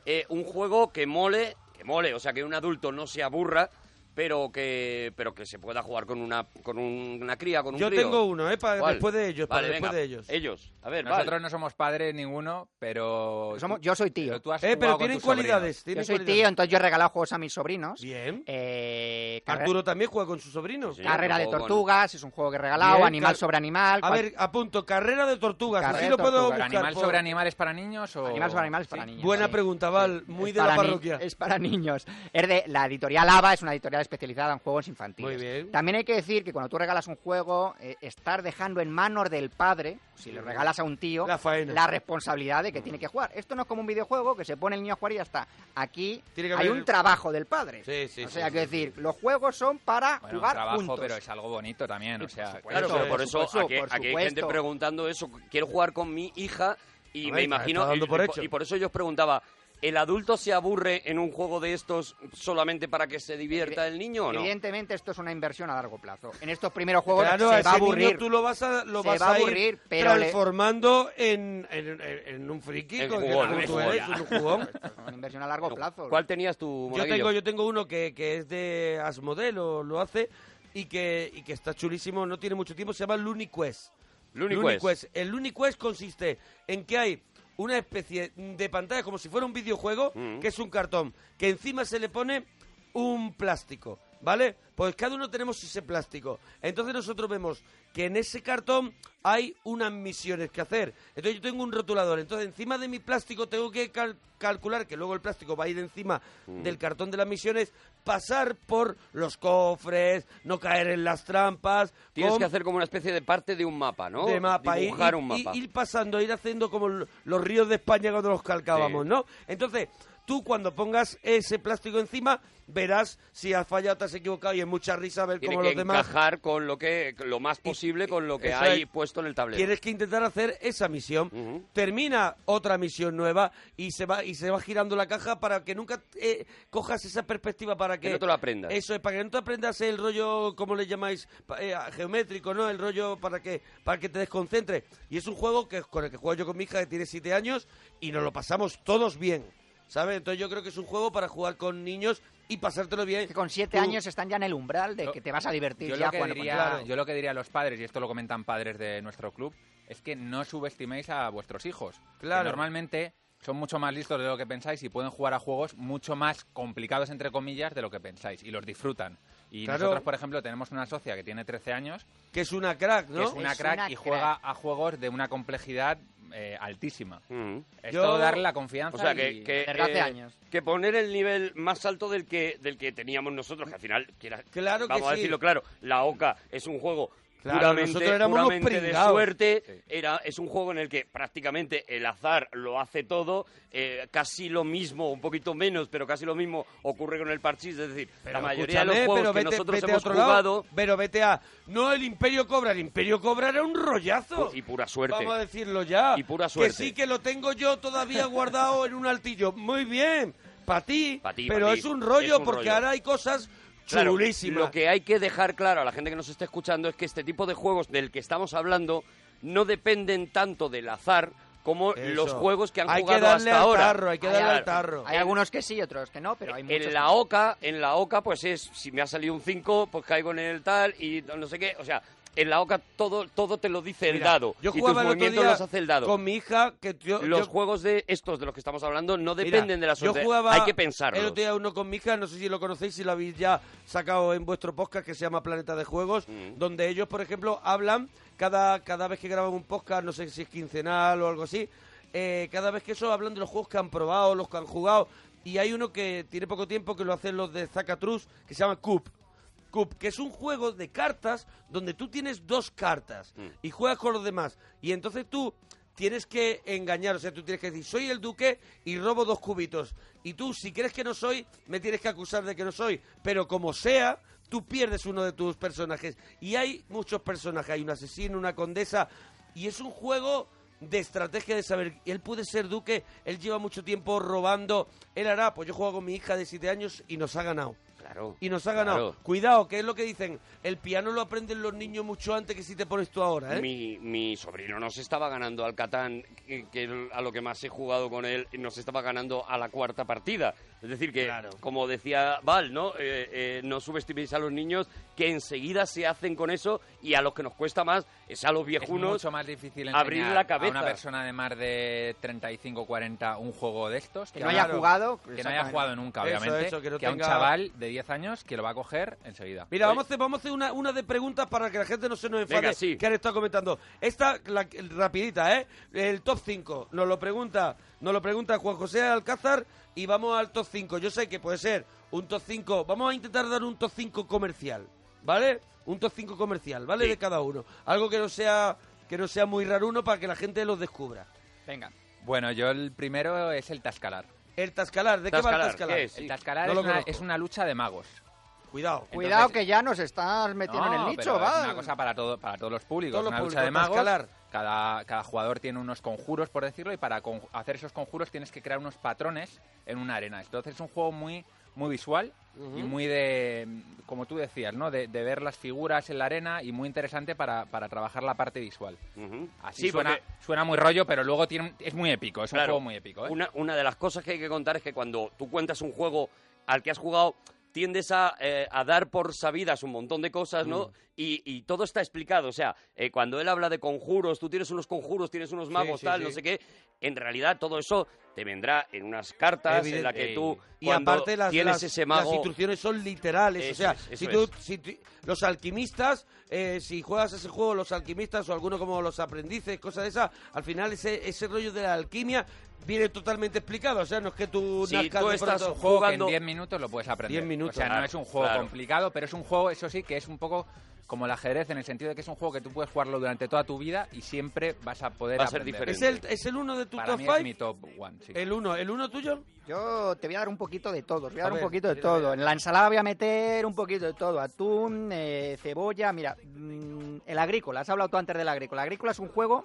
Speaker 3: eh, un juego que mole, que mole, o sea, que un adulto no se aburra, pero que, pero que se pueda jugar con una, con un- una cría, con un
Speaker 2: Yo
Speaker 3: crío.
Speaker 2: tengo uno, eh, para
Speaker 3: ¿Cuál?
Speaker 2: después de ellos, para
Speaker 3: Vale,
Speaker 2: después
Speaker 3: venga,
Speaker 2: de ellos.
Speaker 3: Ellos, a ver,
Speaker 7: Nosotros
Speaker 3: vale.
Speaker 7: no somos padres ninguno, pero.
Speaker 10: Somos- yo soy tío.
Speaker 7: Pero tú has
Speaker 2: Eh, pero
Speaker 7: jugado con
Speaker 2: tienen
Speaker 7: tus sobrinos.
Speaker 2: cualidades,
Speaker 10: Yo
Speaker 2: tienen
Speaker 10: soy Eh,
Speaker 2: cualidades.
Speaker 10: tío, entonces yo he regalado juegos a mis sobrinos.
Speaker 2: Bien.
Speaker 10: carre-
Speaker 2: Arturo también juega con su sobrino.
Speaker 10: Carrera de tortugas, es un juego que he regalado,
Speaker 2: Bien,
Speaker 10: animal
Speaker 2: car-
Speaker 10: sobre animal.
Speaker 2: A
Speaker 10: cual-
Speaker 2: ver, apunto, carrera de tortugas.
Speaker 10: Carrera
Speaker 2: Así
Speaker 10: de
Speaker 2: lo puedo
Speaker 10: tortugas.
Speaker 2: buscar.
Speaker 7: ¿Animal
Speaker 2: por-
Speaker 7: sobre animales para niños o.?
Speaker 10: Animal sobre animal es para niños.
Speaker 2: Buena
Speaker 10: sí.
Speaker 2: pregunta, Val. Muy
Speaker 10: Es
Speaker 2: de la
Speaker 10: para ni-
Speaker 2: parroquia.
Speaker 10: Es para niños. Es de la editorial ABA, es una editorial especializada en juegos infantiles.
Speaker 2: Muy bien.
Speaker 10: También hay que decir que cuando tú regalas un juego, eh, estar dejando en manos del padre, si le regalas a un tío, la, responsabilidad de que tiene que jugar. Esto no es como un videojuego que se pone el niño a jugar y ya está. Aquí
Speaker 7: que
Speaker 10: hay
Speaker 7: haber-
Speaker 10: un trabajo del padre.
Speaker 7: Sí, sí,
Speaker 10: O
Speaker 7: sí,
Speaker 10: sea,
Speaker 7: sí,
Speaker 10: que decir, los juegos son para
Speaker 7: Bueno,
Speaker 10: jugar
Speaker 7: trabajo,
Speaker 10: juntos.
Speaker 7: pero es algo bonito también, o sea.
Speaker 3: Claro, pero por eso
Speaker 10: supuesto,
Speaker 3: aquí,
Speaker 10: por
Speaker 3: aquí hay gente
Speaker 10: supuesto.
Speaker 3: preguntando eso. Quiero jugar con mi hija y
Speaker 2: Hombre,
Speaker 3: me
Speaker 2: está-
Speaker 3: imagino.
Speaker 2: está dando
Speaker 3: y-
Speaker 2: por
Speaker 3: y,
Speaker 2: hecho.
Speaker 3: y por eso yo os preguntaba: ¿el adulto se aburre en un juego de estos solamente para que se divierta el niño o no?
Speaker 10: Evidentemente esto es una inversión a largo plazo. En estos primeros juegos
Speaker 2: Claro, a
Speaker 10: se
Speaker 2: ese
Speaker 10: va a
Speaker 2: niño
Speaker 10: aburrir.
Speaker 2: tú lo vas a, lo
Speaker 10: Se
Speaker 2: vas
Speaker 10: va a
Speaker 2: a ir
Speaker 10: aburrir, pero le-
Speaker 2: transformando en, en, en- en un friki.
Speaker 3: En
Speaker 2: con- que
Speaker 3: jugón,
Speaker 2: como
Speaker 3: en
Speaker 2: tú
Speaker 3: jugón.
Speaker 2: eres, un
Speaker 10: [laughs]
Speaker 2: jugón.
Speaker 10: Una inversión a largo plazo.
Speaker 3: ¿Cuál tenías tú,
Speaker 2: Yo
Speaker 3: Monaguillo?
Speaker 2: tengo, yo tengo uno que, que es de Asmodee, lo, lo hace, y que, y que está chulísimo, no tiene mucho tiempo, se llama LuniQuest.
Speaker 3: LuniQuest.
Speaker 2: El LuniQuest consiste en que hay una especie de pantalla
Speaker 3: Mm.
Speaker 2: como si fuera un videojuego, que es un cartón, que encima se le pone un plástico. ¿Vale? Pues cada uno tenemos ese plástico. Entonces nosotros vemos que en ese cartón hay unas misiones que hacer. Entonces yo tengo un rotulador. Entonces encima de mi plástico tengo que cal- calcular que luego el plástico va a ir encima
Speaker 1: Mm.
Speaker 2: del cartón de las misiones, pasar por los cofres, no caer en las trampas.
Speaker 3: Tienes
Speaker 2: con-
Speaker 3: que hacer como una especie de parte de un mapa, ¿no?
Speaker 2: de mapa, y-
Speaker 3: Dibujar
Speaker 2: y-
Speaker 3: un
Speaker 2: y-
Speaker 3: mapa.
Speaker 2: ir pasando, ir haciendo como l- los ríos de España cuando los calcábamos,
Speaker 3: Sí.
Speaker 2: ¿no? Entonces, tú cuando pongas ese plástico encima, verás si has fallado, te has equivocado y es mucha risa ver
Speaker 3: Tiene
Speaker 2: cómo
Speaker 3: que
Speaker 2: los demás
Speaker 3: encajar con lo que lo más posible con lo que
Speaker 2: eso
Speaker 3: hay
Speaker 2: es.
Speaker 3: puesto en el tablero.
Speaker 2: Tienes que intentar hacer esa misión. Termina otra misión nueva y se va y se va girando la caja para que nunca eh, cojas esa perspectiva para que,
Speaker 3: Que no te lo aprendas.
Speaker 2: Eso es para que no te aprendas el rollo, ¿cómo le llamáis? Pa- eh, geométrico, ¿no? El rollo para que para que te desconcentres. Y es un juego que con el que juego yo con mi hija que tiene siete años y nos lo pasamos todos bien. ¿Sabes? Entonces yo creo que es un juego para jugar con niños y pasártelo bien.
Speaker 10: Con siete años están ya en el umbral de que te vas a ah, divertir
Speaker 7: Yo
Speaker 10: ya
Speaker 7: lo, que
Speaker 10: cuando-
Speaker 7: diría,
Speaker 10: cuando-
Speaker 7: yo lo que diría a los padres, y esto lo comentan padres de nuestro club, es que no subestiméis a vuestros hijos. que
Speaker 2: Claro.
Speaker 7: Normalmente son mucho más listos de lo que pensáis y pueden jugar a juegos mucho más complicados, entre comillas, de lo que pensáis y los disfrutan. Y
Speaker 2: Claro.
Speaker 7: nosotros, por ejemplo, tenemos una socia que tiene 13 años
Speaker 2: Que es una crack, ¿no?
Speaker 7: que es una crack y juega a juegos de una complejidad eh, altísima. Es
Speaker 3: Yo-
Speaker 7: todo darle la confianza.
Speaker 3: Mm. O sea, que,
Speaker 7: y-
Speaker 3: que, eh, que poner el nivel más alto del que, del que teníamos nosotros, que al final, quiera-
Speaker 2: Claro que
Speaker 3: vamos a
Speaker 2: sí.
Speaker 3: decirlo claro, la OCA es un juego
Speaker 2: Claro,
Speaker 3: puramente,
Speaker 2: nosotros éramos unos
Speaker 3: puramente de
Speaker 2: pringaos.
Speaker 3: suerte, era, es un juego en el que prácticamente el azar lo hace todo, eh, casi lo mismo, un poquito menos, pero casi lo mismo ocurre con el parchís, es decir, la mayoría de los
Speaker 2: Escúchame,
Speaker 3: juegos
Speaker 2: pero
Speaker 3: que
Speaker 2: vete,
Speaker 3: nosotros
Speaker 2: vete a
Speaker 3: hemos
Speaker 2: otro lado,
Speaker 3: jugado...
Speaker 2: pero vete a... No, el Imperio Cobra. El Imperio Cobra era un rollazo.
Speaker 3: Pues, Y pura suerte.
Speaker 2: Vamos a decirlo ya.
Speaker 3: Y pura suerte.
Speaker 2: Que sí que lo tengo yo todavía guardado en un altillo. Muy bien. Para ti.
Speaker 3: ti,
Speaker 2: pero
Speaker 3: pa' ti.
Speaker 2: es un rollo
Speaker 3: Es un
Speaker 2: porque
Speaker 3: rollo.
Speaker 2: ahora hay cosas
Speaker 3: Claro,
Speaker 2: chulísimas.
Speaker 3: Lo que hay que dejar claro a la gente que nos está escuchando es que este tipo de juegos del que estamos hablando no dependen tanto del azar como
Speaker 2: Eso.
Speaker 3: los juegos que han
Speaker 2: Hay que
Speaker 3: jugado
Speaker 2: darle
Speaker 3: hasta
Speaker 2: al
Speaker 3: ahora.
Speaker 2: tarro, hay que darle
Speaker 3: Claro.
Speaker 2: al tarro.
Speaker 10: Hay algunos que sí, otros que no, pero hay muchos.
Speaker 3: En la OCA, en la OCA pues es si me ha salido un 5, pues caigo en el tal y no sé qué, o sea, en la OCA todo todo te lo dice [laughs] el
Speaker 2: Mira,
Speaker 3: dado
Speaker 2: yo
Speaker 3: y tus
Speaker 2: jugaba el otro
Speaker 3: movimientos
Speaker 2: día
Speaker 3: los hace el dado.
Speaker 2: con mi hija que yo-
Speaker 3: los
Speaker 2: yo-
Speaker 3: juegos de estos de los que estamos hablando no
Speaker 2: Mira,
Speaker 3: dependen de la suerte,
Speaker 2: Yo jugaba
Speaker 3: hay que pensarlo.
Speaker 2: El otro día uno con mi hija, no sé si lo conocéis, si lo habéis ya sacado en vuestro podcast que se llama Planeta de Juegos,
Speaker 3: Mm.
Speaker 2: donde ellos, por ejemplo, hablan cada, cada vez que graban un podcast, no sé si es quincenal o algo así, eh, cada vez que eso hablan de los juegos que han probado, los que han jugado, y hay uno que tiene poco tiempo que lo hacen los de Zacatrus, que se llama Coop. Cup, que es un juego de cartas donde tú tienes dos cartas y juegas con los demás. Y entonces tú tienes que engañar, o sea, tú tienes que decir, soy el duque y robo dos cubitos. Y tú, si crees que no soy, me tienes que acusar de que no soy. Pero como sea, tú pierdes uno de tus personajes. Y hay muchos personajes, hay un asesino, una condesa, y es un juego de estrategia de saber, él puede ser duque, él lleva mucho tiempo robando, él hará, pues yo juego con mi hija de 7 años y nos ha ganado.
Speaker 3: Claro.
Speaker 2: Y nos ha ganado.
Speaker 3: Claro.
Speaker 2: Cuidado, que es lo que dicen. El piano lo aprenden los niños mucho antes que si te pones tú ahora, ¿eh?
Speaker 3: Mi, mi sobrino nos estaba ganando al Catán, que, que a lo que más he jugado con él, y nos estaba ganando a la cuarta partida. Es decir, que, como decía Val, ¿no? Eh, eh, no subestiméis a los niños que enseguida se hacen con eso y a los que nos cuesta más es a los viejunos
Speaker 7: es mucho más difícil enseñar
Speaker 3: abrir la cabeza.
Speaker 7: a una persona de más de 35 o 40 un juego de estos
Speaker 10: Que no haya jugado,
Speaker 7: que no haya
Speaker 10: exactamente.
Speaker 7: jugado nunca
Speaker 2: Eso,
Speaker 7: obviamente
Speaker 2: eso, que
Speaker 7: que,
Speaker 2: no
Speaker 7: a un
Speaker 2: tenga-
Speaker 7: chaval de 10 años que lo va a coger enseguida
Speaker 2: Mira,
Speaker 7: Oye,
Speaker 2: vamos a hacer, vamos a hacer una, una de preguntas para que la gente no se nos enfade
Speaker 7: Venga, sí.
Speaker 2: que han estado comentando. Esta, la, rapidita, ¿eh? El top 5, nos lo pregunta nos lo pregunta Juan José Alcázar y vamos al top 5. Yo sé que puede ser un top 5, vamos a intentar dar un top 5 comercial, ¿vale? Un top 5 comercial, ¿vale? De cada uno. Algo que no sea que no sea muy raro uno para que la gente los descubra.
Speaker 10: Venga.
Speaker 7: bueno yo el primero es el tascalar
Speaker 2: El Tascalar, ¿de qué va el
Speaker 7: Tascalar,
Speaker 2: Tascalar?
Speaker 7: ¿qué es? El Tascalar
Speaker 2: No
Speaker 7: es
Speaker 2: lo
Speaker 7: una-
Speaker 2: conozco.
Speaker 7: es una lucha de magos
Speaker 2: Cuidado.
Speaker 10: Cuidado que ya nos estás metiendo en
Speaker 7: No,
Speaker 10: el nicho,
Speaker 7: pero
Speaker 10: va.
Speaker 7: Es una cosa para, todo, para todos los públicos,
Speaker 10: Todos los
Speaker 7: una lucha
Speaker 10: públicos,
Speaker 7: de magos.
Speaker 10: Tascalar.
Speaker 7: Cada, cada jugador tiene unos conjuros, por decirlo, y para con- hacer esos conjuros tienes que crear unos patrones en una arena. Entonces es un juego muy, muy visual
Speaker 2: Ujú.
Speaker 7: y muy de, como tú decías, ¿no? De, de ver las figuras en la arena y muy interesante para, para trabajar la parte visual. Así
Speaker 3: Sí,
Speaker 7: suena,
Speaker 3: porque-
Speaker 7: suena muy rollo, pero luego tiene, es muy épico, es un
Speaker 3: Claro.
Speaker 7: juego muy épico. ¿eh?
Speaker 3: Una, una de las cosas que hay que contar es que cuando tú cuentas un juego al que has jugado, tiendes a, eh, a dar por sabidas un montón de cosas, ¿no?
Speaker 7: Mm.
Speaker 3: Y, y todo está explicado. O sea, eh, cuando él habla de conjuros, tú tienes unos conjuros, tienes unos
Speaker 7: Sí,
Speaker 3: magos,
Speaker 7: sí,
Speaker 3: tal,
Speaker 7: sí.
Speaker 3: no sé qué. En realidad todo eso te vendrá en unas cartas en la que
Speaker 2: Evidente.
Speaker 3: tú
Speaker 2: y
Speaker 3: cuando
Speaker 2: aparte las,
Speaker 3: tienes
Speaker 2: las-
Speaker 3: ese mago...
Speaker 2: las instrucciones son literales
Speaker 3: Eso
Speaker 2: o sea
Speaker 3: es,
Speaker 2: si
Speaker 3: eso
Speaker 2: tú,
Speaker 3: es.
Speaker 2: si tú- los alquimistas eh, si juegas ese juego los alquimistas o alguno como los aprendices cosas de esas al final ese ese rollo de la alquimia viene totalmente explicado o sea no es que tú
Speaker 7: Si
Speaker 2: nazcas
Speaker 7: tú
Speaker 2: de
Speaker 7: estás
Speaker 2: pronto-
Speaker 7: juego que en 10 minutos lo puedes aprender.
Speaker 2: 10 minutos,
Speaker 7: O sea, no
Speaker 2: claro,
Speaker 7: es un juego
Speaker 2: claro.
Speaker 7: complicado, pero es un juego, eso sí, que es un poco como el ajedrez en el sentido de que es un juego que tú puedes jugarlo durante toda tu vida y siempre vas a poder
Speaker 3: Va a ser
Speaker 7: aprender.
Speaker 2: es el es el uno de tu
Speaker 7: Para
Speaker 2: top
Speaker 7: mí
Speaker 2: five
Speaker 7: es mi top one, sí.
Speaker 2: el uno el uno tuyo
Speaker 10: Yo te voy a dar un poquito de todo, os voy
Speaker 2: A
Speaker 10: a dar
Speaker 2: ver,
Speaker 10: un poquito de
Speaker 2: mira,
Speaker 10: todo.
Speaker 2: mira.
Speaker 10: En la ensalada voy a meter un poquito de todo, atún, eh, cebolla, mira, mm, el agrícola, has hablado tú antes del agrícola. El agrícola es un juego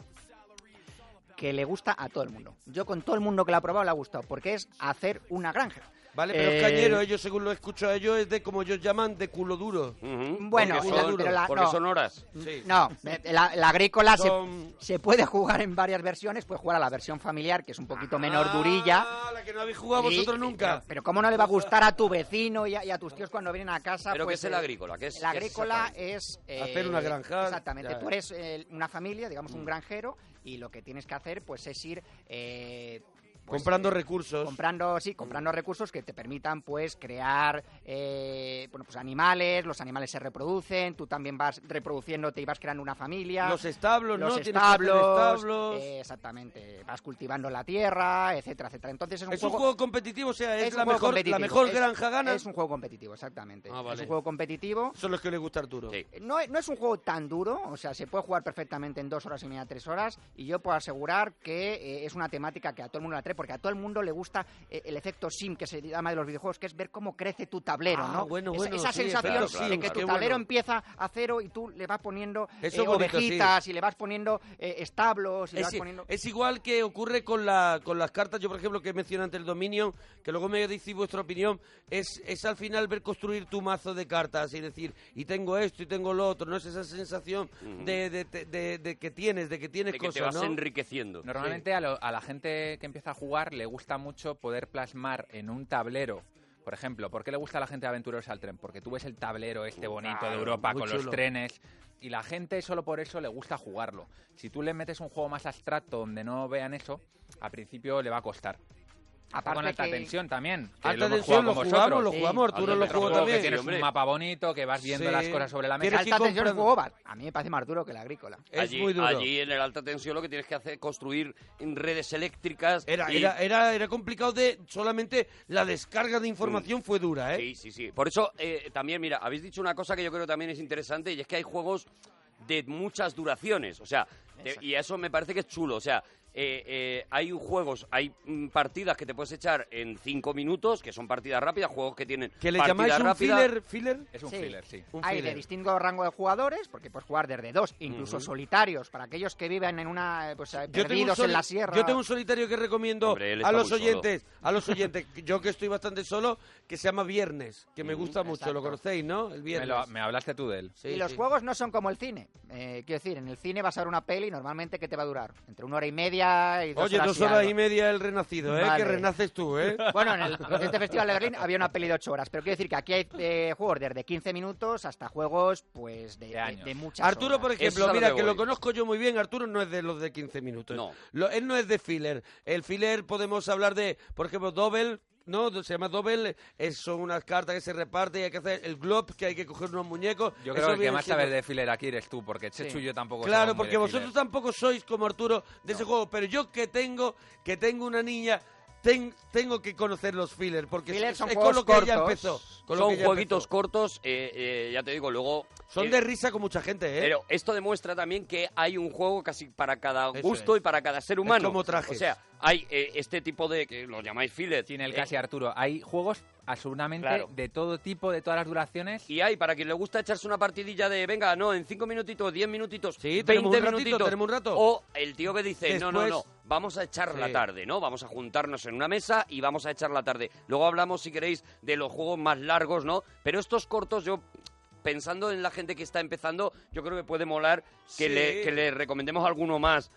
Speaker 10: que le gusta a todo el mundo. Yo con todo el mundo que lo ha probado le ha gustado, porque es hacer una granja.
Speaker 2: vale pero
Speaker 10: Eh,
Speaker 2: es cañero ellos según lo escucho a ellos es de como ellos llaman de culo duro
Speaker 10: Bueno,
Speaker 2: Porque
Speaker 10: la-
Speaker 2: son-
Speaker 10: pero la-
Speaker 2: porque
Speaker 10: no.
Speaker 2: son horas
Speaker 10: Sí. No, eh, la, la agrícola se-
Speaker 2: Son-
Speaker 10: se, puede jugar en varias versiones. Puedes jugar a la versión familiar, que es un poquito menor durilla.
Speaker 2: la que no habéis jugado
Speaker 10: Sí,
Speaker 2: vosotros nunca
Speaker 10: Pero, pero ¿cómo no le va a gustar a tu vecino y a, y a tus tíos cuando vienen a casa?
Speaker 3: Pero
Speaker 10: pues,
Speaker 3: ¿qué es el
Speaker 10: eh,
Speaker 3: agrícola? ¿Qué es-
Speaker 10: el
Speaker 3: qué es
Speaker 10: agrícola
Speaker 3: exactamente?
Speaker 10: es... eh,
Speaker 3: Hacer una granja,
Speaker 10: Exactamente.
Speaker 3: ya.
Speaker 10: Tú eres eh, una familia, digamos
Speaker 2: Mm.
Speaker 10: un granjero, y lo que tienes que hacer pues es ir... eh, pues,
Speaker 2: comprando
Speaker 10: eh,
Speaker 2: recursos Mm.
Speaker 10: comprando sí comprando recursos que te permitan pues crear eh, bueno pues animales los animales se reproducen tú también vas reproduciéndote y vas creando una familia
Speaker 2: Los establos,
Speaker 10: los
Speaker 2: ¿no? Tienes que hacer
Speaker 10: establos,
Speaker 2: establos.
Speaker 10: eh, exactamente vas cultivando la tierra etcétera etcétera entonces es un
Speaker 2: es
Speaker 10: juego,
Speaker 2: un juego competitivo o sea es,
Speaker 10: es
Speaker 2: la
Speaker 10: un juego
Speaker 2: mejor la
Speaker 10: competitivo,
Speaker 2: mejor
Speaker 10: es-
Speaker 2: granja gana
Speaker 10: es un juego competitivo exactamente
Speaker 2: Ah, vale.
Speaker 10: es un juego competitivo
Speaker 2: son los que les gusta Arturo
Speaker 10: no, no es un juego tan duro, o sea, se puede jugar perfectamente en dos horas y media, tres horas, y yo puedo asegurar que eh, es una temática que a todo el mundo la trae, porque a todo el mundo le gusta eh, el efecto sim, que se llama de los videojuegos, que es ver cómo crece tu tablero,
Speaker 2: Ah,
Speaker 10: ¿no?
Speaker 2: bueno,
Speaker 10: Esa-
Speaker 2: bueno,
Speaker 10: esa
Speaker 2: sí,
Speaker 10: sensación
Speaker 2: efecto sim,
Speaker 10: de que
Speaker 2: claro,
Speaker 10: tu
Speaker 2: qué
Speaker 10: tablero
Speaker 2: bueno.
Speaker 10: empieza a cero y tú le vas poniendo
Speaker 2: Eso
Speaker 10: eh,
Speaker 2: es bonito,
Speaker 10: ovejitas y le vas poniendo eh, establos y le
Speaker 2: es,
Speaker 10: vas poniendo...
Speaker 2: es igual que ocurre con, la, con las cartas. Yo, por ejemplo, que mencioné antes el Dominion, que luego me decís vuestra opinión, es, es al final ver construir tu mazo de cartas y decir, y tengo esto y tengo lo otro. No es esa sensación
Speaker 3: Ujú.
Speaker 2: de, de- de- de- de que tienes, de que tienes
Speaker 3: de que
Speaker 2: cosas,
Speaker 3: te vas
Speaker 2: ¿no?
Speaker 3: enriqueciendo.
Speaker 7: Normalmente a, lo- a la gente que empieza a jugar le gusta mucho poder plasmar en un tablero. Por ejemplo, ¿por qué le gusta a la gente aventureros al tren? Porque tú ves el tablero este bonito
Speaker 3: Claro,
Speaker 7: de Europa
Speaker 3: muy
Speaker 7: con los
Speaker 3: chulo.
Speaker 7: trenes y la gente solo por eso le gusta jugarlo. Si tú le metes un juego más abstracto donde no vean eso, a principio le va a costar. Aparte con
Speaker 2: Aparte
Speaker 7: alta
Speaker 2: que-
Speaker 7: tensión también. que
Speaker 2: Alta
Speaker 7: lo hemos
Speaker 2: tensión,
Speaker 7: jugado
Speaker 2: lo
Speaker 7: con
Speaker 2: jugamos,
Speaker 7: vosotros.
Speaker 2: lo jugamos, Sí. Arturo lo
Speaker 7: Otro
Speaker 2: jugó
Speaker 7: juego
Speaker 2: también.
Speaker 7: Que tienes
Speaker 2: Sí,
Speaker 7: un
Speaker 2: hombre.
Speaker 7: mapa bonito, que vas viendo
Speaker 2: Sí.
Speaker 7: las cosas sobre la mesa.
Speaker 10: Alta tensión es un juego, va- a mí me parece más duro que el agrícola.
Speaker 3: allí, allí en el alta tensión lo que tienes que hacer es construir redes eléctricas.
Speaker 2: Era,
Speaker 3: y-
Speaker 2: era, era, era complicado de solamente la descarga de información fue dura, ¿eh?
Speaker 3: Mm. Sí, sí, sí. Por eso, eh, también, mira, habéis dicho una cosa que yo creo también es interesante y es que hay juegos de muchas duraciones. O sea, te- y eso me parece que es chulo. O sea, eh, eh, hay juegos, hay mm, partidas que te puedes echar en cinco minutos, que son partidas rápidas, juegos que tienen.
Speaker 2: Que le
Speaker 3: partida
Speaker 2: llamáis un
Speaker 3: rápida.
Speaker 2: filler, filler.
Speaker 7: Es un
Speaker 10: Sí.
Speaker 7: filler, sí.
Speaker 10: Hay de distinto rango de jugadores, porque puedes jugar desde dos, incluso
Speaker 2: Ujú.
Speaker 10: solitarios, para aquellos que viven en una, eh, pues, eh,
Speaker 2: Yo tengo un
Speaker 10: perdidos
Speaker 2: soli-
Speaker 10: en la sierra.
Speaker 2: Yo tengo un solitario que recomiendo
Speaker 3: Hombre, él
Speaker 2: a
Speaker 3: está
Speaker 2: los
Speaker 3: muy solo.
Speaker 2: oyentes, a los
Speaker 3: [laughs]
Speaker 2: oyentes, que yo que estoy bastante solo, que se llama Viernes, que me gusta mucho, lo conocéis, ¿no? El
Speaker 7: Me,
Speaker 2: Viernes.
Speaker 7: lo- me hablaste tú de él.
Speaker 10: y los juegos no son como el cine. Eh, quiero decir, en el cine vas a ver una peli y normalmente ¿qué te va a durar? Entre una hora y media y dos
Speaker 2: Oye,
Speaker 10: horas
Speaker 2: dos horas
Speaker 10: algo.
Speaker 2: y media el renacido, ¿eh?
Speaker 10: Vale.
Speaker 2: Que renaces tú, ¿eh?
Speaker 10: [laughs] Bueno, en el reciente Festival de Berlín había una peli de ocho horas, pero quiero decir que aquí hay eh, juegos desde 15 minutos hasta juegos pues de, de- de muchas
Speaker 2: Arturo, por
Speaker 10: horas.
Speaker 2: ejemplo, mira, que, lo conozco yo muy bien, Arturo no es de los de 15 minutos. Lo- él no es de filler. El filler podemos hablar de, por ejemplo, Double. No, se llama Double, es- son unas cartas que se reparten y hay que hacer el glob, que hay que coger unos muñecos.
Speaker 7: Yo
Speaker 2: Eso
Speaker 7: creo que el que
Speaker 2: viene
Speaker 7: más
Speaker 2: siendo-
Speaker 7: saber de filler aquí eres tú, porque Chechu y yo tampoco
Speaker 2: Claro,
Speaker 7: somos muy
Speaker 2: porque
Speaker 7: de
Speaker 2: vosotros
Speaker 7: filler.
Speaker 2: tampoco sois como Arturo de ese juego, pero yo que tengo, que tengo una niña, ten- tengo que conocer los fillers, porque
Speaker 3: Filler
Speaker 2: es,
Speaker 3: son
Speaker 2: es con lo
Speaker 3: juegos
Speaker 2: que ella
Speaker 3: cortos,
Speaker 2: empezó. con lo
Speaker 3: son
Speaker 2: que ella
Speaker 3: jueguitos cortos, eh, eh, ya te digo, luego...
Speaker 2: empezó. Son
Speaker 3: eh,
Speaker 2: de risa con mucha gente, ¿eh?
Speaker 3: Pero esto demuestra también que hay un juego casi para cada
Speaker 2: Eso
Speaker 3: gusto y
Speaker 2: es.
Speaker 3: para cada ser humano.
Speaker 2: como trajes.
Speaker 3: O sea, hay eh, este tipo de... que lo llamáis filler.
Speaker 7: Tiene el casi Arturo. Hay juegos absolutamente
Speaker 3: Claro.
Speaker 7: de todo tipo, de todas las duraciones.
Speaker 3: Y hay, para quien le gusta echarse una partidilla de, venga, no, en cinco minutitos, diez minutitos, sí,
Speaker 2: tenemos un ratito,
Speaker 3: minutitos.
Speaker 2: tenemos un rato.
Speaker 3: O el tío que dice, no, no, no,
Speaker 2: Después-
Speaker 3: vamos a echar la
Speaker 2: Sí.
Speaker 3: tarde, ¿no? Vamos a juntarnos en una mesa y vamos a echar la tarde. Luego hablamos, si queréis, de los juegos más largos, ¿no? Pero estos cortos, yo... Pensando en la gente que está empezando, yo creo que puede molar que,
Speaker 2: Sí.
Speaker 3: le, que le recomendemos alguno más.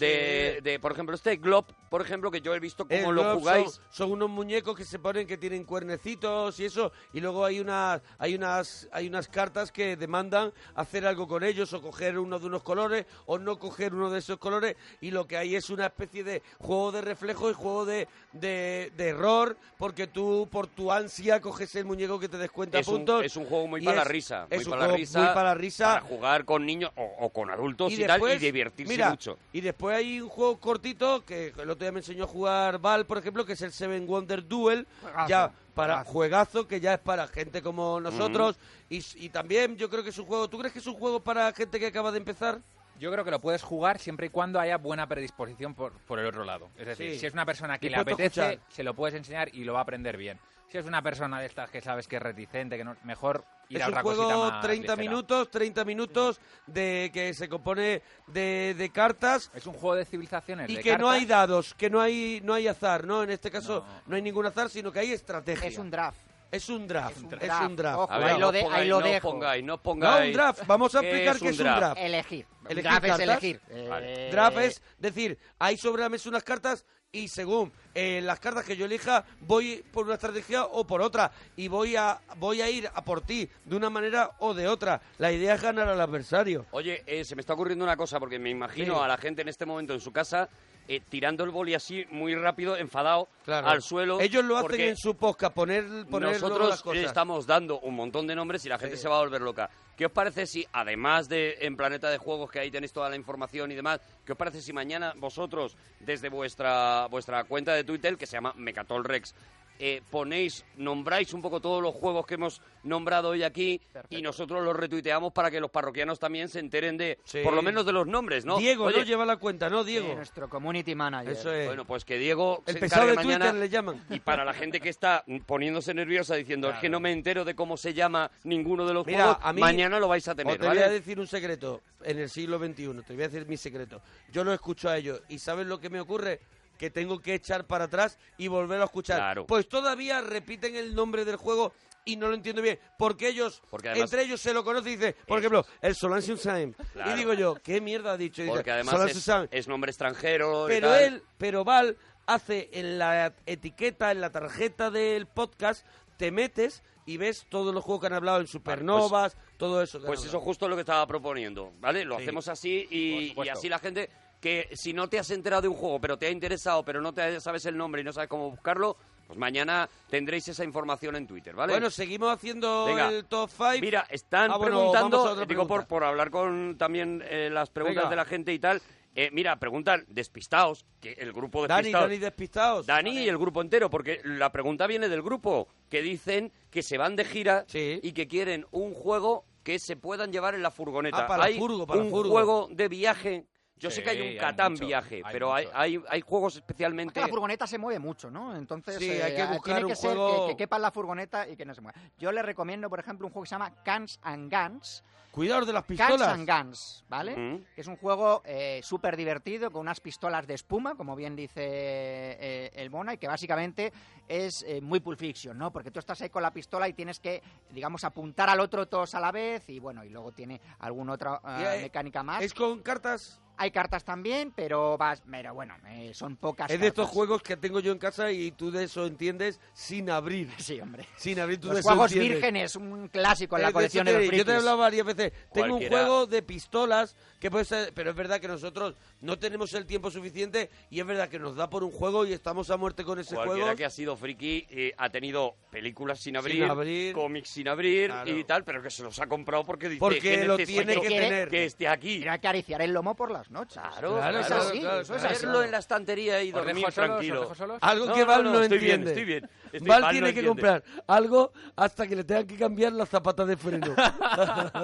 Speaker 3: de, de, por ejemplo, este Glob, por ejemplo, que yo he visto cómo
Speaker 2: El
Speaker 3: lo
Speaker 2: Glob son-
Speaker 3: jugáis.
Speaker 2: Son, unos muñecos que se ponen que tienen cuernecitos y eso, y luego hay unas, hay unas, hay unas cartas que demandan hacer algo con ellos, o coger uno de unos colores, o no coger uno de esos colores, y lo que hay es una especie de juego de reflejo y juego de, de, de error, porque tú por tu ansia coges el muñeco que te descuenta
Speaker 3: Es un-
Speaker 2: puntos.
Speaker 3: es un juego muy
Speaker 2: y
Speaker 3: para la
Speaker 2: es-
Speaker 3: risa,
Speaker 2: es
Speaker 3: muy
Speaker 2: un
Speaker 3: para la
Speaker 2: juego
Speaker 3: risa,
Speaker 2: muy para la risa.
Speaker 3: para jugar con niños o, o con adultos y, tal y divertirse
Speaker 2: mira,
Speaker 3: mucho.
Speaker 2: Y después hay un juego cortito que el otro día me enseñó a jugar Val, por ejemplo, que es el Seven Wonder Duel.
Speaker 3: Juegazo,
Speaker 2: ya para
Speaker 3: juegazo.
Speaker 2: juegazo, que ya es para gente como nosotros. y, s- y también yo creo que es un juego. ¿Tú crees que es un juego para gente que acaba de empezar?
Speaker 7: Yo creo que lo puedes jugar siempre y cuando haya buena predisposición por, por el otro lado. Es decir,
Speaker 2: Sí.
Speaker 7: si es una persona que le
Speaker 2: Dispuesto a
Speaker 7: apetece,
Speaker 2: escuchar.
Speaker 7: se lo puedes enseñar y lo va a aprender bien. Si es una persona de estas que sabes que es reticente, que no, mejor ir
Speaker 2: es
Speaker 7: a
Speaker 2: un
Speaker 7: otra
Speaker 2: juego
Speaker 7: cosita más
Speaker 2: 30
Speaker 7: ligera.
Speaker 2: minutos, 30 minutos de que se compone de, de cartas.
Speaker 7: Es un juego de civilizaciones.
Speaker 2: Y
Speaker 7: de
Speaker 2: que no
Speaker 7: cartas.
Speaker 2: hay dados, que no hay no hay azar, ¿no? En este caso no, hay ningún azar, sino que hay estrategia.
Speaker 10: Es un draft.
Speaker 2: Es un draft, es un draft.
Speaker 10: draft. Ojo, A ver, ahí
Speaker 3: lo de- ahí lo no dejo. pongáis, no pongáis.
Speaker 2: No, un draft, vamos a
Speaker 3: ¿Qué
Speaker 2: explicar
Speaker 3: es
Speaker 2: que
Speaker 3: un
Speaker 2: es un
Speaker 3: draft?
Speaker 2: draft.
Speaker 10: Elegir.
Speaker 2: Elegir
Speaker 10: Draft es
Speaker 2: cartas.
Speaker 10: elegir. Eh,
Speaker 3: Vale.
Speaker 2: Draft es decir, hay sobre la mesa unas cartas y según eh, las cartas que yo elija, voy por una estrategia o por otra. Y voy a, voy a ir a por ti de una manera o de otra. La idea es ganar al adversario.
Speaker 3: Oye, eh, se me está ocurriendo una cosa, porque me imagino
Speaker 2: Sí.
Speaker 3: a la gente en este momento en su casa eh, tirando el boli así muy rápido, enfadado, al suelo.
Speaker 2: Ellos lo hacen
Speaker 3: porque
Speaker 2: en su podcast, poner, poner luego las
Speaker 3: Nosotros
Speaker 2: cosas.
Speaker 3: estamos dando un montón de nombres y la gente se va a volver loca. ¿Qué os parece si, además de en Planeta de Juegos, que ahí tenéis toda la información y demás, qué os parece si mañana vosotros, desde vuestra, vuestra cuenta de Twitter, que se llama Mecatolrex, eh, ponéis, nombráis un poco todos los juegos que hemos nombrado hoy aquí y nosotros los retuiteamos para que los parroquianos también se enteren de, por lo menos de los nombres, ¿no?
Speaker 2: Diego,
Speaker 3: Oye,
Speaker 2: ¿no? Lleva la cuenta, ¿no, Diego?
Speaker 10: nuestro community manager.
Speaker 2: Eso es.
Speaker 3: Bueno, pues que Diego
Speaker 2: El
Speaker 3: se
Speaker 2: pesado
Speaker 3: encargue
Speaker 2: de
Speaker 3: mañana
Speaker 2: Twitter le llaman.
Speaker 3: y para la gente que está poniéndose nerviosa diciendo es que no me entero de cómo se llama ninguno de los
Speaker 2: Mira,
Speaker 3: juegos,
Speaker 2: a mí-
Speaker 3: mañana lo vais a
Speaker 2: Os
Speaker 3: tener,
Speaker 2: te
Speaker 3: ¿vale?
Speaker 2: voy a decir un secreto en el siglo XXI, te voy a decir mi secreto. Yo lo escucho a ellos y ¿sabes lo que me ocurre? Que tengo que echar para atrás y volver a escuchar.
Speaker 3: Claro.
Speaker 2: Pues todavía repiten el nombre del juego y no lo entiendo bien. Porque ellos,
Speaker 3: Porque además-
Speaker 2: entre ellos se lo conocen y dicen, por ejemplo, el Solange Time.
Speaker 3: Claro.
Speaker 2: Y digo yo, ¿qué mierda ha dicho? Y dice,
Speaker 3: Porque además
Speaker 2: "Solange
Speaker 3: es, ¿eh?
Speaker 2: Saint".
Speaker 3: es nombre extranjero y
Speaker 2: Pero
Speaker 3: tal.
Speaker 2: él, pero Val hace en la etiqueta, en la tarjeta del podcast, te metes y ves todos los juegos que han hablado en Supernovas, todo eso. que
Speaker 3: Pues
Speaker 2: han
Speaker 3: eso
Speaker 2: hablado.
Speaker 3: justo lo que estaba proponiendo, ¿vale? Lo
Speaker 2: Sí.
Speaker 3: hacemos así y,
Speaker 2: Por
Speaker 3: y
Speaker 2: supuesto.
Speaker 3: así la gente que si no te has enterado de un juego, pero te ha interesado, pero no te sabes el nombre y no sabes cómo buscarlo, pues mañana tendréis esa información en Twitter, ¿vale?
Speaker 2: Bueno, seguimos haciendo
Speaker 3: Venga.
Speaker 2: el top 5.
Speaker 3: Mira, están
Speaker 2: Ah, bueno, vamos a
Speaker 3: preguntando, eh,
Speaker 2: otra
Speaker 3: digo, por,
Speaker 2: pregunta.
Speaker 3: por hablar con también eh, las preguntas
Speaker 2: Venga.
Speaker 3: de la gente y tal. eh, mira, preguntan despistados, que el grupo
Speaker 2: Dani,
Speaker 3: despistados.
Speaker 2: Dani, despistados.
Speaker 3: Dani y el grupo entero, porque la pregunta viene del grupo, que dicen que se van de gira y que quieren un juego que se puedan llevar en la furgoneta.
Speaker 2: Ah, para la
Speaker 3: Hay
Speaker 2: furgo, para la
Speaker 3: un
Speaker 2: furgo.
Speaker 3: juego de viaje. Yo
Speaker 2: Sí,
Speaker 3: sé que hay un
Speaker 2: hay
Speaker 3: Catán
Speaker 2: mucho,
Speaker 3: viaje,
Speaker 2: hay
Speaker 3: pero hay,
Speaker 2: mucho.
Speaker 3: hay, hay juegos especialmente...
Speaker 2: Eh,
Speaker 10: La furgoneta se mueve mucho, ¿no? Entonces
Speaker 3: Sí, hay que
Speaker 10: eh,
Speaker 3: buscar
Speaker 10: tiene que
Speaker 3: un
Speaker 10: ser
Speaker 3: juego-
Speaker 10: que, que quepa en la furgoneta y que no se mueva. Yo le recomiendo, por ejemplo, un juego que se llama Guns and Guns.
Speaker 2: Cuidaos de las
Speaker 10: Guns
Speaker 2: pistolas.
Speaker 10: and Guns, ¿vale?
Speaker 2: Ujú.
Speaker 10: Que Es un juego eh, súper divertido con unas pistolas de espuma, como bien dice eh, el Mona, y que básicamente es eh, muy Pulp Fiction, ¿no? Porque tú estás ahí con la pistola y tienes que, digamos, apuntar al otro todos a la vez y bueno, y luego tiene alguna otra eh,
Speaker 2: Ya, eh,
Speaker 10: mecánica más.
Speaker 2: ¿Es con cartas?
Speaker 10: Hay cartas también, pero, vas, pero bueno, eh, son pocas.
Speaker 2: Es de estos
Speaker 10: cartas.
Speaker 2: juegos que tengo yo en casa y tú de eso entiendes sin abrir.
Speaker 10: Sí, hombre.
Speaker 2: Sin abrir tú de
Speaker 10: Los
Speaker 2: eso
Speaker 10: juegos
Speaker 2: entiendes.
Speaker 10: vírgenes, un clásico en
Speaker 2: Eh,
Speaker 10: la
Speaker 2: de
Speaker 10: colección
Speaker 2: eso
Speaker 10: de,
Speaker 2: te-
Speaker 10: los
Speaker 2: Yo te he
Speaker 10: frikis.
Speaker 2: hablado varias veces. Tengo
Speaker 10: Cualquiera.
Speaker 2: un juego de pistolas que puede ser, pero es verdad que nosotros no tenemos el tiempo suficiente y es verdad que nos da por un juego y estamos a muerte con ese
Speaker 3: Cualquiera
Speaker 2: juego.
Speaker 3: que ha sido friki eh, ha tenido películas sin abrir,
Speaker 2: abrir.
Speaker 3: cómics sin abrir
Speaker 2: Claro.
Speaker 3: y tal, pero que se los ha comprado porque dice
Speaker 2: Porque
Speaker 3: "Este "Es
Speaker 2: lo
Speaker 3: necesito
Speaker 2: tiene que tener".
Speaker 3: que esté aquí.
Speaker 10: Era acariciar el lomo por las noches.
Speaker 3: Claro,
Speaker 10: Eso es
Speaker 3: claro,
Speaker 10: así,
Speaker 3: claro,
Speaker 10: eso es
Speaker 3: claro.
Speaker 10: así.
Speaker 3: Verlo en la estantería y
Speaker 10: ¿Os dejo
Speaker 3: dormir
Speaker 10: solos? ¿Os
Speaker 3: tranquilo.
Speaker 10: dejo solos?
Speaker 2: Algo que Val no,
Speaker 3: estoy bien,
Speaker 2: entiende.
Speaker 3: estoy bien. Estoy- Val
Speaker 2: Val,
Speaker 3: no
Speaker 2: tiene que
Speaker 3: entiende.
Speaker 2: comprar algo hasta que le tengan que cambiar las zapatas de
Speaker 3: [laughs]
Speaker 2: freno.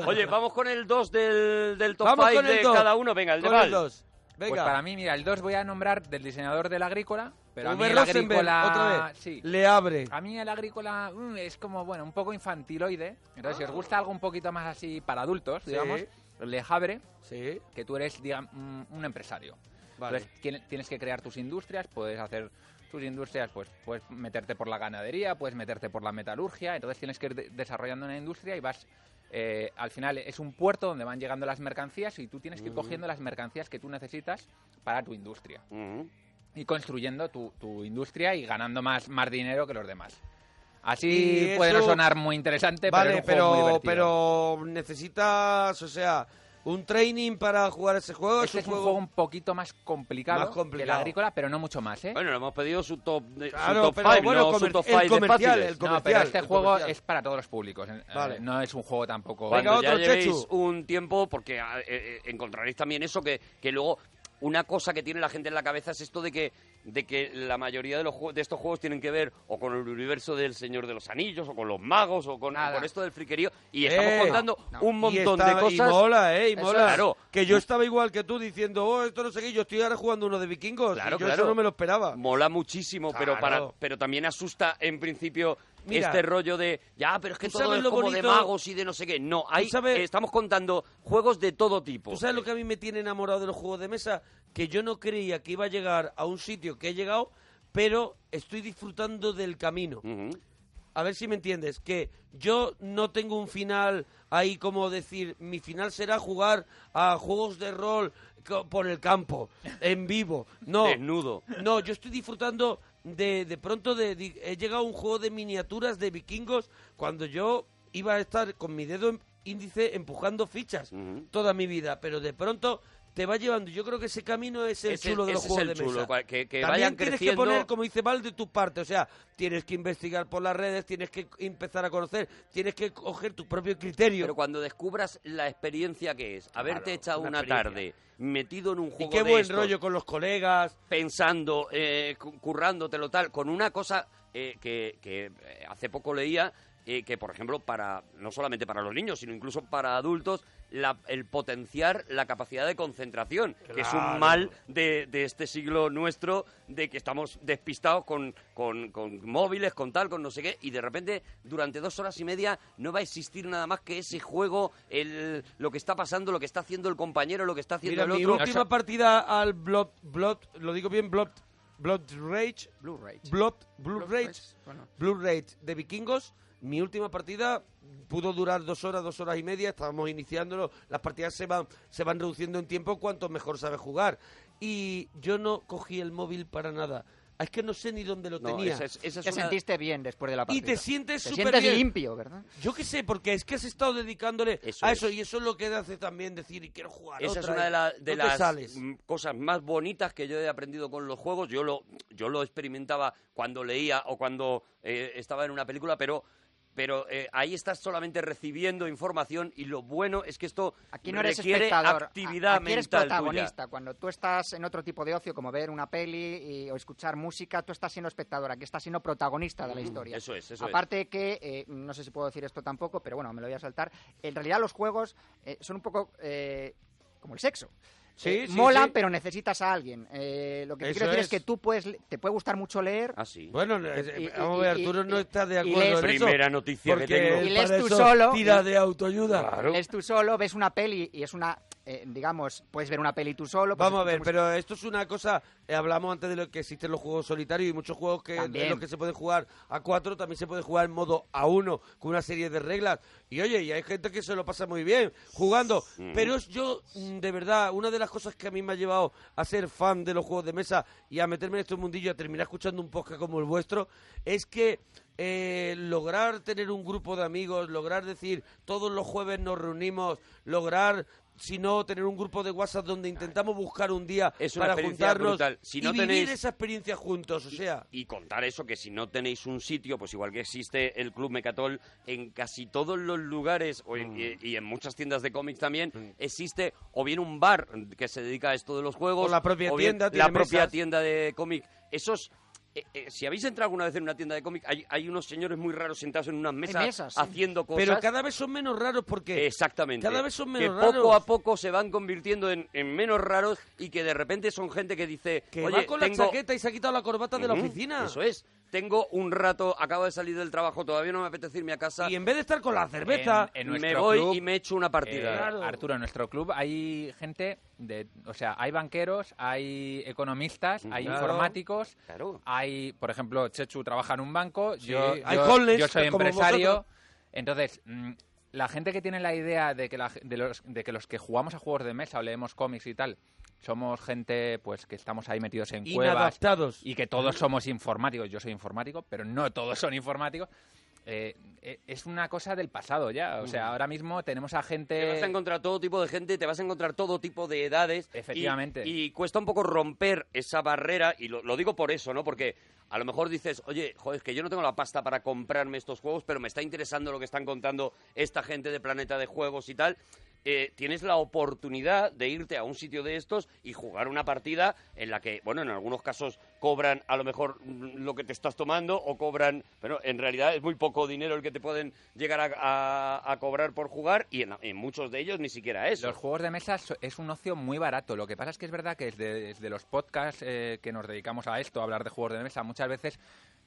Speaker 3: Oye, vamos con el 2 del, del top
Speaker 2: Vamos
Speaker 3: 5
Speaker 2: con el
Speaker 3: de
Speaker 2: dos.
Speaker 3: cada uno. Venga, el de
Speaker 2: Con el
Speaker 3: Val.
Speaker 2: dos.
Speaker 7: Pues
Speaker 2: Venga.
Speaker 7: para mí, mira, el 2 voy a nombrar del diseñador del Agrícola, pero a mí
Speaker 2: V.
Speaker 7: el
Speaker 2: Rosenberg,
Speaker 7: Agrícola...
Speaker 2: otra vez,
Speaker 7: Sí.
Speaker 2: le abre.
Speaker 7: A mí el Agrícola mm, es como, bueno, un poco infantiloide. Entonces, si os gusta algo un poquito más así para adultos,
Speaker 2: Sí.
Speaker 7: digamos, Le Havre, que tú eres digamos, un empresario.
Speaker 2: Vale.
Speaker 7: Entonces, tien- tienes que crear tus industrias, puedes hacer tus industrias, pues puedes meterte por la ganadería, puedes meterte por la metalurgia, entonces tienes que ir de- desarrollando una industria y vas eh, al final es un puerto donde van llegando las mercancías y tú tienes que ir cogiendo las mercancías que tú necesitas para tu industria. Y construyendo tu, tu industria y ganando más, más dinero que los demás. Así
Speaker 2: Y
Speaker 7: puede no
Speaker 2: eso-
Speaker 7: sonar muy interesante,
Speaker 2: Vale,
Speaker 7: pero, es un juego
Speaker 2: pero,
Speaker 7: muy divertido.
Speaker 2: pero necesitas, o sea, un training para jugar ese juego.
Speaker 7: Este es un juego un poquito más complicado,
Speaker 2: Más
Speaker 7: que el
Speaker 2: complicado.
Speaker 7: agrícola, pero no mucho más, ¿eh?
Speaker 3: Bueno, le hemos pedido su top, de,
Speaker 2: Claro,
Speaker 3: su top
Speaker 2: pero
Speaker 3: five,
Speaker 2: bueno,
Speaker 3: no su
Speaker 2: comer-
Speaker 3: top
Speaker 2: el
Speaker 3: five de
Speaker 2: comercial,
Speaker 3: fáciles.
Speaker 2: el
Speaker 7: No, pero este
Speaker 2: el
Speaker 7: juego
Speaker 2: comercial.
Speaker 7: es para todos los públicos. eh,
Speaker 2: Vale.
Speaker 7: No es un juego tampoco...
Speaker 3: Cuando ya llevéis un tiempo, porque ah, eh, eh, encontraréis también eso, que, que luego una cosa que tiene la gente en la cabeza es esto de que, de que la mayoría de, los jue- de estos juegos tienen que ver o con el universo del Señor de los Anillos, o con los magos, o con, o con esto del friquerío, y estamos
Speaker 2: Eh,
Speaker 3: contando un
Speaker 2: Y
Speaker 3: montón
Speaker 2: está-
Speaker 3: de cosas.
Speaker 2: Y mola, ¿eh? Y
Speaker 3: Eso
Speaker 2: mola.
Speaker 3: es. Claro.
Speaker 2: Que yo estaba igual que tú diciendo, oh, esto no sé qué, yo estoy ahora jugando uno de vikingos.
Speaker 3: Claro,
Speaker 2: y yo
Speaker 3: claro.
Speaker 2: eso no me lo esperaba.
Speaker 3: Mola muchísimo, pero para
Speaker 2: Claro.
Speaker 3: pero también asusta en principio
Speaker 2: Mira.
Speaker 3: este rollo de ya, pero es que
Speaker 2: ¿Tú
Speaker 3: todo
Speaker 2: sabes
Speaker 3: es
Speaker 2: lo
Speaker 3: como de
Speaker 2: bonito?
Speaker 3: magos y de no sé qué. No, hay, eh, estamos contando juegos de todo tipo.
Speaker 2: ¿Tú sabes lo que a mí me tiene enamorado de los juegos de mesa? Que yo no creía que iba a llegar a un sitio que he llegado, pero estoy disfrutando del camino. A ver si me entiendes, que yo no tengo un final ahí como decir, mi final será jugar a juegos de rol co- por el campo, en vivo.
Speaker 3: [laughs]
Speaker 2: No.
Speaker 3: Desnudo.
Speaker 2: No, yo estoy disfrutando de, de pronto de, de- he llegado a un juego de miniaturas de vikingos cuando yo iba a estar con mi dedo em- índice empujando fichas toda mi vida, pero de pronto te va llevando. Yo creo que ese camino es el
Speaker 3: Ese-
Speaker 2: chulo de los
Speaker 3: ese es
Speaker 2: juegos
Speaker 3: el
Speaker 2: de
Speaker 3: chulo,
Speaker 2: mesa.
Speaker 3: cual- que- que
Speaker 2: También
Speaker 3: vayan
Speaker 2: tienes
Speaker 3: creciendo-
Speaker 2: que poner, como dice Val, de tu parte. O sea, tienes que investigar por las redes, tienes que empezar a conocer, tienes que coger tu propio criterio.
Speaker 3: Pero cuando descubras la experiencia que es, haberte
Speaker 2: Claro,
Speaker 3: echado
Speaker 2: una
Speaker 3: una, tarde
Speaker 2: experiencia.
Speaker 3: metido en un juego
Speaker 2: y qué
Speaker 3: de
Speaker 2: buen
Speaker 3: estos,
Speaker 2: rollo con los colegas.
Speaker 3: pensando, eh, cu- currándotelo tal, con una cosa eh, que, que, eh, hace poco leía, eh, que por ejemplo, para no solamente para los niños, sino incluso para adultos, la- el potenciar la capacidad de concentración, que es un
Speaker 2: Claro.
Speaker 3: mal de, de este siglo nuestro, de que estamos despistados con, con- con móviles, con tal, con no sé qué, y de repente durante dos horas y media no va a existir nada más que ese juego, el, lo que está pasando, lo que está haciendo el compañero, lo que está haciendo
Speaker 2: Mira, mi
Speaker 3: el otro.
Speaker 2: última partida al Blood, Blood, lo digo bien, Blood, Blood Rage,
Speaker 10: Blue Rage.
Speaker 2: Blood, Blue
Speaker 10: Blood
Speaker 2: Rage,
Speaker 10: Rage, bueno.
Speaker 2: Blue Rage de vikingos. Mi última partida pudo durar dos horas, dos horas y media. Estábamos iniciándolo. Las partidas se van, se van reduciendo en tiempo cuanto mejor sabes jugar. Y yo no cogí el móvil para nada. Ah, Es que no sé ni dónde lo tenía.
Speaker 10: te sentiste bien después de la
Speaker 2: Y
Speaker 10: partida.
Speaker 2: te sientes súper
Speaker 10: sientes
Speaker 2: bien.
Speaker 10: limpio, ¿verdad?
Speaker 2: Yo qué sé, porque es que has estado dedicándole
Speaker 3: Eso
Speaker 2: a
Speaker 3: es.
Speaker 2: Ah, eso. Y eso es lo que hace también decir, y quiero jugar
Speaker 3: Esa es
Speaker 2: otra,
Speaker 3: una de,
Speaker 2: y
Speaker 3: la- de
Speaker 2: no te
Speaker 3: las
Speaker 2: sales.
Speaker 3: mm, cosas más bonitas que yo he aprendido con los juegos. Yo lo, yo lo experimentaba cuando leía o cuando eh, estaba en una película, pero, pero eh, ahí estás solamente recibiendo información y lo bueno es que esto
Speaker 10: Aquí no eres
Speaker 3: requiere
Speaker 10: espectador, a-
Speaker 3: actividad
Speaker 10: aquí eres
Speaker 3: mental
Speaker 10: protagonista.
Speaker 3: tuya.
Speaker 10: Cuando tú estás en otro tipo de ocio, como ver una peli y- o escuchar música, tú estás siendo espectador, aquí estás siendo protagonista de la
Speaker 3: Mm,
Speaker 10: historia.
Speaker 3: eso es, eso es.
Speaker 10: Aparte que, eh, no sé si puedo decir esto tampoco, pero bueno, me lo voy a saltar. En realidad los juegos eh, son un poco eh, como el sexo.
Speaker 2: Sí,
Speaker 10: Eh,
Speaker 2: sí,
Speaker 10: molan,
Speaker 2: sí.
Speaker 10: pero necesitas a alguien. Eh, lo que te
Speaker 2: Eso
Speaker 10: quiero decir es.
Speaker 2: es.
Speaker 10: que tú puedes, le- te puede gustar mucho leer.
Speaker 3: Ah,
Speaker 2: Bueno, eh,
Speaker 10: Y- y-
Speaker 2: vamos a ver,
Speaker 10: y-
Speaker 2: Arturo no
Speaker 10: y-
Speaker 2: está de
Speaker 10: y
Speaker 2: acuerdo
Speaker 10: lees-
Speaker 2: en eso.
Speaker 3: Primera noticia que
Speaker 2: porque
Speaker 3: tengo.
Speaker 2: él
Speaker 10: Y lees
Speaker 2: para
Speaker 10: tú
Speaker 2: eso
Speaker 10: solo.
Speaker 2: Tira
Speaker 10: y-
Speaker 2: de autoayuda.
Speaker 10: Lees tú solo, ves una peli y es una. eh, digamos, puedes ver una peli tú solo. pues puedes
Speaker 2: Vamos a ver,
Speaker 10: escuchar
Speaker 2: pero esto es una cosa. eh, hablamos antes de lo que existen los juegos solitarios y muchos juegos que
Speaker 10: También.
Speaker 2: en los que se puede jugar a cuatro también se puede jugar en modo a uno con una serie de reglas. Y oye, y hay gente que se lo pasa muy bien jugando.
Speaker 3: Mm.
Speaker 2: Pero es yo, mm, de verdad, una de las cosas que a mí me ha llevado a ser fan de los juegos de mesa y a meterme en este mundillo, a terminar escuchando un podcast como el vuestro, es que eh, lograr tener un grupo de amigos, lograr decir todos los jueves nos reunimos, lograr si no tener un grupo de WhatsApp donde intentamos buscar un día
Speaker 3: Es una
Speaker 2: para
Speaker 3: experiencia
Speaker 2: juntarnos
Speaker 3: brutal. Si no
Speaker 2: y vivir
Speaker 3: tenéis-
Speaker 2: esa experiencia juntos, o sea,
Speaker 3: Y contar eso, que si no tenéis un sitio, pues igual que existe el Club Mecatol, en casi todos los lugares o
Speaker 2: Mm.
Speaker 3: en- y, y en muchas tiendas de cómics también, existe o bien un bar que se dedica a esto de los juegos.
Speaker 2: O la propia
Speaker 3: bien
Speaker 2: tienda
Speaker 3: La
Speaker 2: tiene
Speaker 3: propia
Speaker 2: mesas.
Speaker 3: tienda de cómic. Esos... eh, eh, si habéis entrado alguna vez en una tienda de cómic, hay, hay unos señores muy raros sentados en unas mesas,
Speaker 2: mesas, sí.
Speaker 3: haciendo cosas.
Speaker 2: pero cada vez son menos raros porque
Speaker 3: Exactamente.
Speaker 2: cada vez son
Speaker 3: que
Speaker 2: menos
Speaker 3: poco
Speaker 2: raros.
Speaker 3: a poco se van convirtiendo en, en menos raros y que de repente son gente que dice
Speaker 2: Que
Speaker 3: Oye,
Speaker 2: va con
Speaker 3: tengo-
Speaker 2: la chaqueta y se ha quitado la corbata de la
Speaker 3: Ujú,
Speaker 2: oficina.
Speaker 3: Eso es. Tengo un rato, acabo de salir del trabajo, todavía no me apetece irme a casa. Y
Speaker 2: en vez de estar con la
Speaker 7: En- en
Speaker 3: me
Speaker 7: nuestro
Speaker 3: voy
Speaker 7: club,
Speaker 3: y me echo una partida.
Speaker 7: eh, Arturo, en nuestro club hay gente de, o sea, hay banqueros, hay economistas, hay
Speaker 3: Mm, Claro.
Speaker 7: informáticos, hay, por ejemplo, Chechu trabaja en un banco,
Speaker 2: Sí,
Speaker 7: yo,
Speaker 2: hay
Speaker 7: yo,
Speaker 2: homeless,
Speaker 7: yo soy
Speaker 2: como
Speaker 7: empresario.
Speaker 2: vosotros.
Speaker 7: Entonces, mm, la gente que tiene la idea de que, la- de los, de que los que jugamos a juegos de mesa o leemos cómics y tal, somos gente pues que estamos ahí metidos en cuevas
Speaker 2: Inadaptados.
Speaker 7: y que todos somos informáticos. Yo soy informático, pero no todos son informáticos. eh, eh, es una cosa del pasado ya. O sea,
Speaker 3: Ujú.
Speaker 7: ahora mismo tenemos a gente...
Speaker 3: Te vas a encontrar todo tipo de gente, te vas a encontrar todo tipo de edades.
Speaker 7: Efectivamente.
Speaker 3: Y, y cuesta un poco romper esa barrera, y lo, lo digo por eso, ¿no? Porque a lo mejor dices, oye, joder, es que yo no tengo la pasta para comprarme estos juegos, pero me está interesando lo que están contando esta gente de Planeta de Juegos y tal. Eh, tienes la oportunidad de irte a un sitio de estos y jugar una partida en la que, bueno, en algunos casos cobran a lo mejor mm, lo que te estás tomando o cobran, pero en realidad es muy poco dinero el que te pueden llegar a, a- a cobrar por jugar y en, en muchos de ellos ni siquiera eso.
Speaker 7: Los juegos de mesa so- es un ocio muy barato. Lo que pasa es que es verdad que desde, desde los podcasts eh, que nos dedicamos a esto, a hablar de juegos de mesa, muchas veces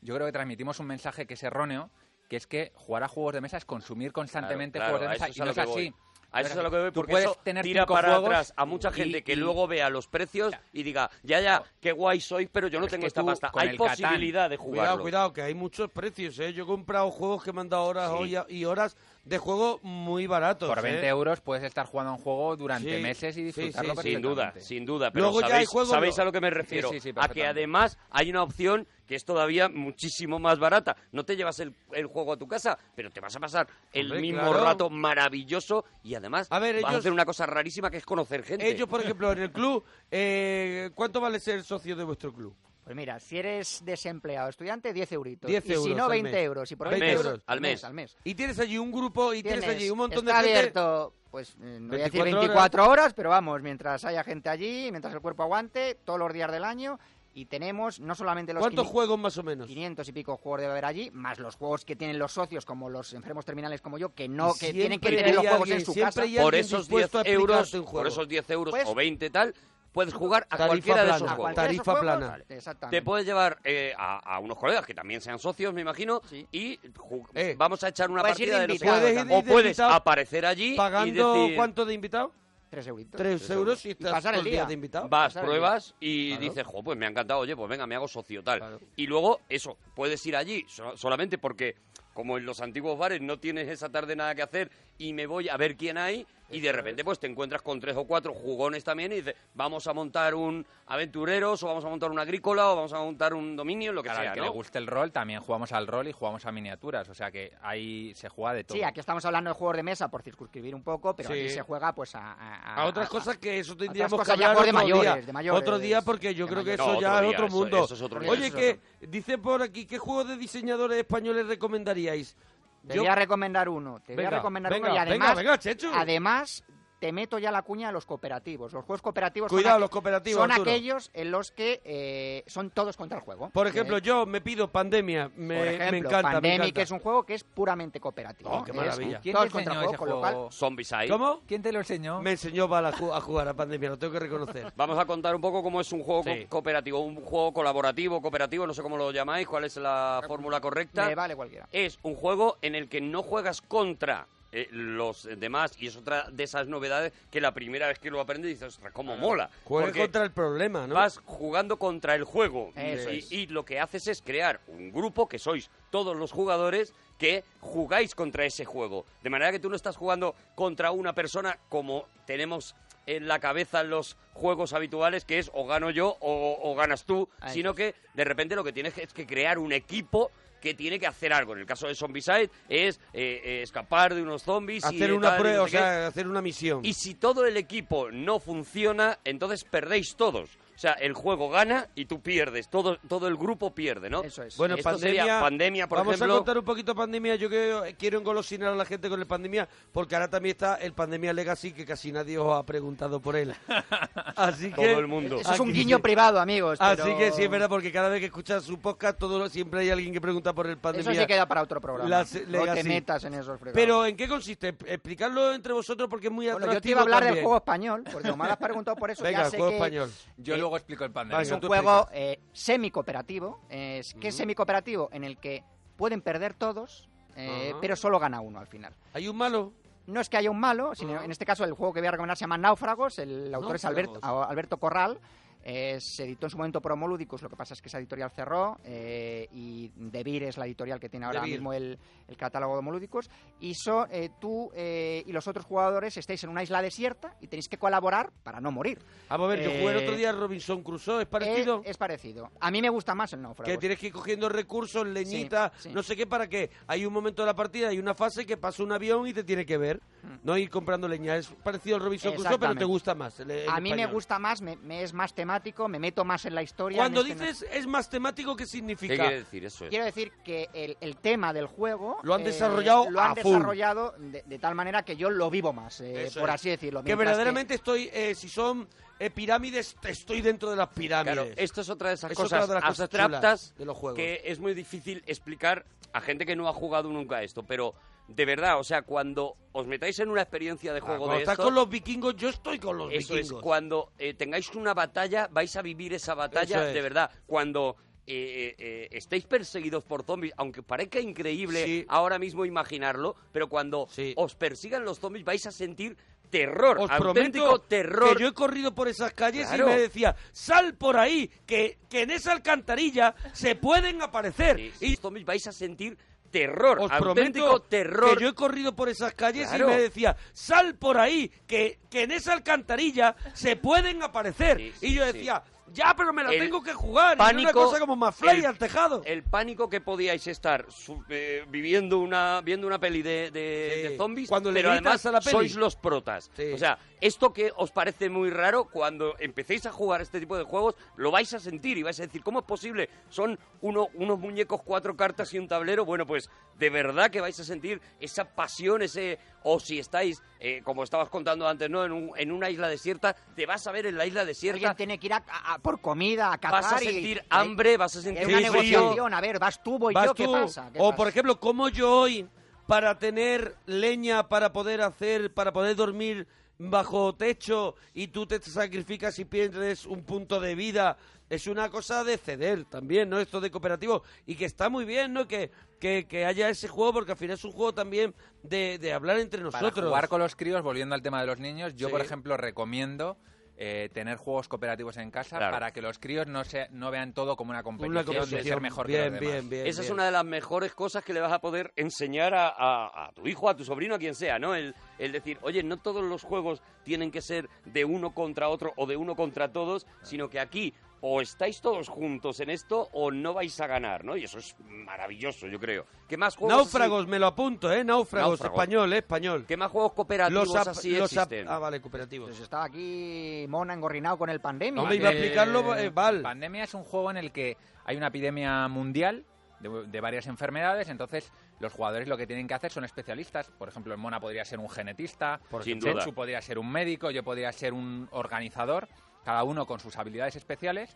Speaker 7: yo creo que transmitimos un mensaje que es erróneo, que es que jugar a juegos de mesa es consumir constantemente
Speaker 3: Claro,
Speaker 7: juegos de
Speaker 3: claro,
Speaker 7: mesa
Speaker 3: a eso es a
Speaker 7: y no
Speaker 3: lo
Speaker 7: es
Speaker 3: que voy.
Speaker 7: así.
Speaker 3: A eso es a lo que voy,
Speaker 7: Tú
Speaker 3: porque
Speaker 7: puedes
Speaker 3: eso
Speaker 7: tener
Speaker 3: tira
Speaker 7: cinco
Speaker 3: para
Speaker 7: juegos
Speaker 3: atrás a mucha
Speaker 7: y-
Speaker 3: gente que
Speaker 7: y-
Speaker 3: luego vea los precios y diga, ya, ya, qué guay sois, pero yo no
Speaker 2: Es
Speaker 3: tengo
Speaker 2: que
Speaker 3: esta
Speaker 2: tú,
Speaker 3: pasta.
Speaker 2: con
Speaker 3: Pues Hay
Speaker 2: el Catán-
Speaker 3: posibilidad de jugarlo.
Speaker 2: Cuidado, cuidado, que hay muchos precios, ¿eh? Yo he comprado juegos que me han dado horas
Speaker 3: Sí.
Speaker 2: hoy a- y horas de juego muy baratos.
Speaker 7: Por 20
Speaker 2: ¿eh?
Speaker 7: euros puedes estar jugando a un juego durante
Speaker 2: Sí,
Speaker 7: meses y
Speaker 2: sí, sí,
Speaker 7: disfrutarlo
Speaker 2: sí. Sin
Speaker 3: duda,
Speaker 7: perfectamente.
Speaker 3: sin duda. Pero
Speaker 2: Luego ya
Speaker 3: sabéis,
Speaker 2: hay juegos-
Speaker 3: sabéis a lo que me
Speaker 2: Sí,
Speaker 3: refiero.
Speaker 2: sí, sí,
Speaker 3: a que
Speaker 2: perfectamente.
Speaker 3: además hay una opción que es todavía muchísimo más barata. No te llevas el, el juego a tu casa, pero te vas a pasar el
Speaker 2: Hombre,
Speaker 3: mismo
Speaker 2: claro.
Speaker 3: rato maravilloso y además vas a
Speaker 2: ellos-
Speaker 3: hacer una cosa rarísima que es conocer gente.
Speaker 2: Ellos, por ejemplo, en el club, eh, ¿cuánto vale ser socio de vuestro club?
Speaker 10: Pues mira, si eres desempleado, estudiante, 10 euritos.
Speaker 2: 10
Speaker 10: y
Speaker 2: euros.
Speaker 10: si no,
Speaker 2: al
Speaker 10: 20
Speaker 2: mes.
Speaker 10: euros. Y por
Speaker 2: Al
Speaker 10: 20
Speaker 2: mes.
Speaker 10: euros
Speaker 2: Al mes. Y tienes allí un grupo y tienes, allí un montón de
Speaker 10: está
Speaker 2: gente.
Speaker 10: abierto, pues eh, no voy a decir
Speaker 2: 24 horas.
Speaker 10: 24 horas. pero vamos, mientras haya gente allí, mientras el cuerpo aguante, todos los días del año. Y tenemos no solamente los
Speaker 2: ¿Cuántos
Speaker 10: 500
Speaker 2: juegos más o menos?
Speaker 10: 500 y pico juegos debe haber allí, más los juegos que tienen los socios, como los enfermos terminales como yo, que no, que
Speaker 2: Siempre
Speaker 10: tienen que
Speaker 2: hay
Speaker 10: tener los juegos
Speaker 2: alguien,
Speaker 10: en su
Speaker 2: siempre
Speaker 10: casa.
Speaker 2: hay
Speaker 3: por
Speaker 2: alguien
Speaker 3: esos 10
Speaker 2: dispuesto a
Speaker 3: euros,
Speaker 2: explicarte un
Speaker 3: por
Speaker 2: juego.
Speaker 3: esos 10 euros
Speaker 2: Pues-
Speaker 3: o 20 tal, puedes jugar a
Speaker 2: Tarifa
Speaker 3: cualquiera de
Speaker 2: plana,
Speaker 3: esos
Speaker 2: a
Speaker 3: juegos.
Speaker 2: cualquiera de esos Tarifa juegos, plana.
Speaker 10: exactamente.
Speaker 3: Te puedes llevar eh, a, a unos colegas que también sean socios, me imagino, y ju- vamos a echar una
Speaker 2: Puedes ir
Speaker 3: partida
Speaker 2: de
Speaker 3: de los
Speaker 2: invitado
Speaker 3: juegos.
Speaker 2: también.
Speaker 3: O puedes
Speaker 2: Eh. Puedes ir de invitado
Speaker 3: aparecer allí
Speaker 2: ¿Pagando
Speaker 3: y decir...
Speaker 2: cuánto de invitado?
Speaker 10: 3 euritos.
Speaker 2: 3 euros y estás
Speaker 3: pasar
Speaker 2: todo el día de invitado.
Speaker 3: Vas,
Speaker 2: Pasar el
Speaker 3: pruebas
Speaker 2: día.
Speaker 3: y
Speaker 2: Claro.
Speaker 3: dices, jo, pues me ha encantado, oye, pues venga, me hago socio, tal. Y luego, eso, puedes ir allí so- solamente porque, como en los antiguos bares, no tienes esa tarde nada que hacer y me voy a ver quién hay y de repente pues te encuentras con tres o cuatro jugones también y dices, vamos a montar un aventureros o vamos a montar un agrícola o vamos a montar un dominio, lo que
Speaker 7: Claro,
Speaker 3: sea,
Speaker 7: al que
Speaker 3: ¿no?
Speaker 7: le guste el rol, también jugamos al rol y jugamos a miniaturas. O sea que ahí se juega de todo.
Speaker 10: Sí, aquí estamos hablando de juegos de mesa por circunscribir un poco, pero
Speaker 7: Sí.
Speaker 10: aquí se juega pues a... A,
Speaker 2: A otras cosas que eso tendríamos
Speaker 10: otras
Speaker 2: que
Speaker 10: cosas ya
Speaker 2: hablar otro
Speaker 10: por de mayores,
Speaker 2: día.
Speaker 10: de mayores,
Speaker 2: otro día porque yo
Speaker 10: de
Speaker 2: creo que
Speaker 10: mayores.
Speaker 2: eso
Speaker 10: No,
Speaker 2: ya
Speaker 10: otro
Speaker 2: es
Speaker 10: día,
Speaker 2: otro
Speaker 10: eso-
Speaker 2: mundo.
Speaker 10: eso es otro
Speaker 2: Oye,
Speaker 10: día.
Speaker 2: que dice por aquí, ¿qué juegos de diseñadores españoles recomendaríais?
Speaker 10: Te voy a recomendar uno. Te voy
Speaker 2: Venga,
Speaker 10: a recomendar
Speaker 2: venga,
Speaker 10: uno y
Speaker 2: venga,
Speaker 10: además...
Speaker 2: venga, Chechu.
Speaker 10: Además, te meto ya la cuña a los cooperativos. Los juegos cooperativos... son
Speaker 2: Cuidado,
Speaker 10: aqu-
Speaker 2: los cooperativos,
Speaker 10: Son
Speaker 2: Arturo.
Speaker 10: aquellos en los que eh, son todos contra el juego.
Speaker 2: Por
Speaker 10: Eh,
Speaker 2: ejemplo, yo me pido Pandemia, me,
Speaker 10: por
Speaker 2: me
Speaker 10: ejemplo,
Speaker 2: encanta, me
Speaker 10: Pandemic
Speaker 2: encanta.
Speaker 10: es un juego que es puramente cooperativo. Eh,
Speaker 2: Oh, qué
Speaker 10: Es
Speaker 2: maravilla.
Speaker 10: todos contra el juego, con lo cual-
Speaker 3: Zombicide.
Speaker 2: ¿Cómo?
Speaker 7: ¿Quién te lo enseñó?
Speaker 2: Me enseñó Val a, ju- a jugar a Pandemia, lo tengo que reconocer.
Speaker 3: Vamos a contar un poco cómo es un juego co-
Speaker 2: Sí.
Speaker 3: cooperativo, un juego colaborativo, cooperativo, no sé cómo lo llamáis, cuál es la fórmula correcta.
Speaker 10: Me vale cualquiera.
Speaker 3: Es un juego en el que no juegas contra eh, los demás y es otra de esas novedades que la primera vez que lo aprendes dices, ostras, cómo mola.
Speaker 2: Juega
Speaker 3: Porque
Speaker 2: contra el problema, ¿no?
Speaker 3: vas jugando contra el juego
Speaker 2: Eso
Speaker 3: y,
Speaker 2: es.
Speaker 3: y lo que haces es crear un grupo que sois todos los jugadores que jugáis contra ese juego. De manera que tú no estás jugando contra una persona como tenemos en la cabeza los juegos habituales, que es o gano yo o, o ganas tú,
Speaker 2: Ahí
Speaker 3: sino que de repente lo que tienes es que crear un equipo que tiene que hacer algo. En el caso de Zombicide es eh, eh, escapar de unos zombies y
Speaker 10: eh,
Speaker 2: hacer
Speaker 3: de
Speaker 2: una
Speaker 3: tal, y
Speaker 2: prueba,
Speaker 3: no
Speaker 2: o
Speaker 3: sé qué.
Speaker 2: sea, hacer una misión.
Speaker 3: Y si todo el equipo no funciona, entonces perdéis todos. O sea, el juego gana y tú pierdes. Todo, todo el grupo pierde, ¿no? Eso es.
Speaker 2: Bueno, pandemia,
Speaker 3: pandemia, por
Speaker 2: Pues vamos
Speaker 3: ejemplo.
Speaker 2: a contar un poquito pandemia. Yo creo- quiero engolosinar a la gente con el pandemia, porque ahora también está el pandemia Legacy, que casi nadie os ha preguntado
Speaker 3: [laughs]
Speaker 2: por él. Así que
Speaker 3: Todo el mundo.
Speaker 10: Eso es un guiño privado, amigos,
Speaker 2: Así
Speaker 10: pero-
Speaker 2: que sí es verdad, porque cada vez que escuchas su podcast, todo lo- siempre hay alguien que pregunta por el pandemia.
Speaker 10: Eso sí queda para otro programa.
Speaker 2: Las-
Speaker 10: no te
Speaker 2: Legacy.
Speaker 10: metas en esos fregados.
Speaker 2: Pero ¿en qué consiste? Explicarlo entre vosotros porque es muy atractivo.
Speaker 10: Bueno, yo te iba a hablar del
Speaker 2: también.
Speaker 10: juego español, porque como me lo has
Speaker 2: [laughs]
Speaker 10: preguntado por eso,
Speaker 2: Venga,
Speaker 10: ya sé
Speaker 2: juego
Speaker 10: que eh,
Speaker 2: español.
Speaker 7: Yo luego explico el pandemia.
Speaker 10: es un juego eh, semi-cooperativo. Es, ¿Qué es
Speaker 2: Ujú.
Speaker 10: semi-cooperativo? En el que pueden perder todos, eh,
Speaker 2: Ajá.
Speaker 10: pero solo gana uno al final.
Speaker 2: ¿Hay un malo?
Speaker 10: No es que haya un malo, sino en este caso el juego que voy a recomendar se llama Náufragos, el autor es Albert-
Speaker 2: Náufragos.
Speaker 10: a- Alberto Corral. Eh, se editó en su momento Promoludicus, lo que pasa es que esa editorial cerró eh, y Debir es la editorial que tiene ahora
Speaker 8: Debir.
Speaker 10: mismo el, el catálogo de Homoludicus. Y so- eh, tú eh, y los otros jugadores estáis en una isla desierta y tenéis que colaborar para no morir.
Speaker 2: Vamos a ver, yo jugué el
Speaker 10: Eh,
Speaker 2: otro día a Robinson Crusoe, ¿es parecido?
Speaker 10: Es, es parecido. A mí me gusta más el náufrago.
Speaker 2: Que tienes que ir cogiendo recursos, leñita,
Speaker 10: Sí, sí.
Speaker 2: no sé qué, para que hay un momento de la partida, hay una fase que pasa un avión y te tiene que ver. No ir comprando leña. Es parecido al Robinson Crusoe, pero
Speaker 10: Mm. Exactamente.
Speaker 2: te gusta más. el- el
Speaker 10: a mí me
Speaker 2: español.
Speaker 10: gusta más, me, me es más temático, me meto más en la historia.
Speaker 2: Cuando
Speaker 10: en este-
Speaker 2: dices es más temático, ¿qué significa?
Speaker 3: ¿Qué quiere decir eso?
Speaker 10: Quiero decir que el, el tema del juego eh,
Speaker 2: Lo han desarrollado
Speaker 10: lo han
Speaker 2: a full.
Speaker 10: desarrollado de, de tal manera que yo lo vivo más, eh,
Speaker 2: Eso
Speaker 10: por
Speaker 2: es.
Speaker 10: así decirlo.
Speaker 2: Que
Speaker 10: Mientras
Speaker 2: verdaderamente estoy, eh, si son eh, pirámides, estoy dentro de las pirámides.
Speaker 3: Claro, esto es otra de esas
Speaker 2: Es
Speaker 3: cosas
Speaker 2: otra de las cosas chulas
Speaker 3: abstractas
Speaker 2: de los juegos.
Speaker 3: que es muy difícil explicar a gente que no ha jugado nunca esto, pero de verdad, o sea, cuando os metáis en una experiencia de juego
Speaker 2: Ah, Cuando
Speaker 3: de
Speaker 2: estás
Speaker 3: esto,
Speaker 2: con los vikingos, yo estoy con los
Speaker 3: eso
Speaker 2: vikingos.
Speaker 3: es, cuando eh, tengáis una batalla, vais a vivir esa batalla
Speaker 2: Eso es.
Speaker 3: de verdad. Cuando eh, eh, eh, estéis perseguidos por zombies, aunque parezca increíble ahora mismo imaginarlo, pero cuando os persigan los zombies vais a sentir terror,
Speaker 2: Os
Speaker 3: auténtico
Speaker 2: prometo
Speaker 3: terror.
Speaker 2: que yo he corrido por esas calles
Speaker 3: Claro.
Speaker 2: y me decía, sal por ahí, que, que en esa alcantarilla se pueden aparecer.
Speaker 3: Y los zombies vais a sentir terror,
Speaker 2: Os
Speaker 3: auténtico
Speaker 2: prometo
Speaker 3: terror.
Speaker 2: que yo he corrido por esas calles
Speaker 3: Claro.
Speaker 2: y me decía, sal por ahí, que, que en esa alcantarilla se pueden aparecer. y yo
Speaker 3: sí.
Speaker 2: decía, ya, pero me la
Speaker 3: El
Speaker 2: tengo que jugar. y no una cosa como más
Speaker 3: el-
Speaker 2: al tejado.
Speaker 3: El pánico que podíais estar su- eh, viviendo una viendo una peli de, de- de zombies,
Speaker 2: Cuando le
Speaker 3: pero además
Speaker 2: gritas a la peli.
Speaker 3: sois los protas. O sea, esto que os parece muy raro, cuando empecéis a jugar este tipo de juegos, lo vais a sentir y vais a decir, ¿cómo es posible? Son uno- unos muñecos, cuatro cartas y un tablero. Bueno, pues de verdad que vais a sentir esa pasión, ese... O si estáis, eh, como estabas contando antes, ¿no? En, un- en una isla desierta, te vas a ver en la isla desierta
Speaker 10: Alguien tiene que ir a, a- a por comida, a cazar.
Speaker 3: Vas a
Speaker 10: y-
Speaker 3: sentir
Speaker 10: y-
Speaker 3: hambre, vas a
Speaker 10: Es
Speaker 3: sentir
Speaker 10: una
Speaker 3: frío.
Speaker 10: negociación, a ver, vas tú, voy
Speaker 2: Vas
Speaker 10: yo, ¿qué
Speaker 2: tú.
Speaker 10: pasa? ¿Qué
Speaker 2: o
Speaker 10: pasa?
Speaker 2: por ejemplo, como yo hoy para tener leña para poder hacer, para poder dormir bajo techo y tú te sacrificas y pierdes un punto de vida. Es una cosa de ceder también, ¿no? Esto de cooperativo. Y que está muy bien, ¿no? Que, que, que haya ese juego, porque al final es un juego también de, de hablar entre
Speaker 7: Para
Speaker 2: nosotros.
Speaker 7: jugar con los críos, volviendo al tema de los niños, yo,
Speaker 2: Sí.
Speaker 7: por ejemplo, recomiendo eh, tener juegos cooperativos en casa
Speaker 3: Claro.
Speaker 7: para que los críos no, se, no vean todo como una competición, de ser
Speaker 3: competición.
Speaker 7: mejor que
Speaker 2: Bien,
Speaker 7: los demás.
Speaker 2: bien, bien,
Speaker 3: Esa es una de las mejores cosas que le vas a poder enseñar a, a- a tu hijo, a tu sobrino, a quien sea, ¿no? El, el decir, oye, no todos los juegos tienen que ser de uno contra otro o de uno contra todos, sino que aquí o estáis todos juntos en esto o no vais a ganar, ¿no? Y eso es maravilloso, yo creo. ¿Qué más juegos así?
Speaker 2: Náufragos, me lo apunto, ¿eh? Náufragos,
Speaker 3: Náufragos.
Speaker 2: español, ¿eh? español.
Speaker 3: ¿Qué más juegos cooperativos
Speaker 2: Los ap-
Speaker 3: así
Speaker 2: los ap-
Speaker 3: existen?
Speaker 2: ah, vale, cooperativos.
Speaker 10: Pues estaba aquí Mona engorrinado con el pandemia.
Speaker 7: No
Speaker 2: me iba a explicarlo, eh, Val.
Speaker 7: Pandemia es un juego en el que hay una epidemia mundial de, de varias enfermedades, entonces los jugadores lo que tienen que hacer son especialistas. Por ejemplo, el Mona podría ser un genetista,
Speaker 3: Por Sin
Speaker 7: ejemplo,
Speaker 3: duda.
Speaker 7: Chenchu podría ser un médico, yo podría ser un organizador, cada uno con sus habilidades especiales,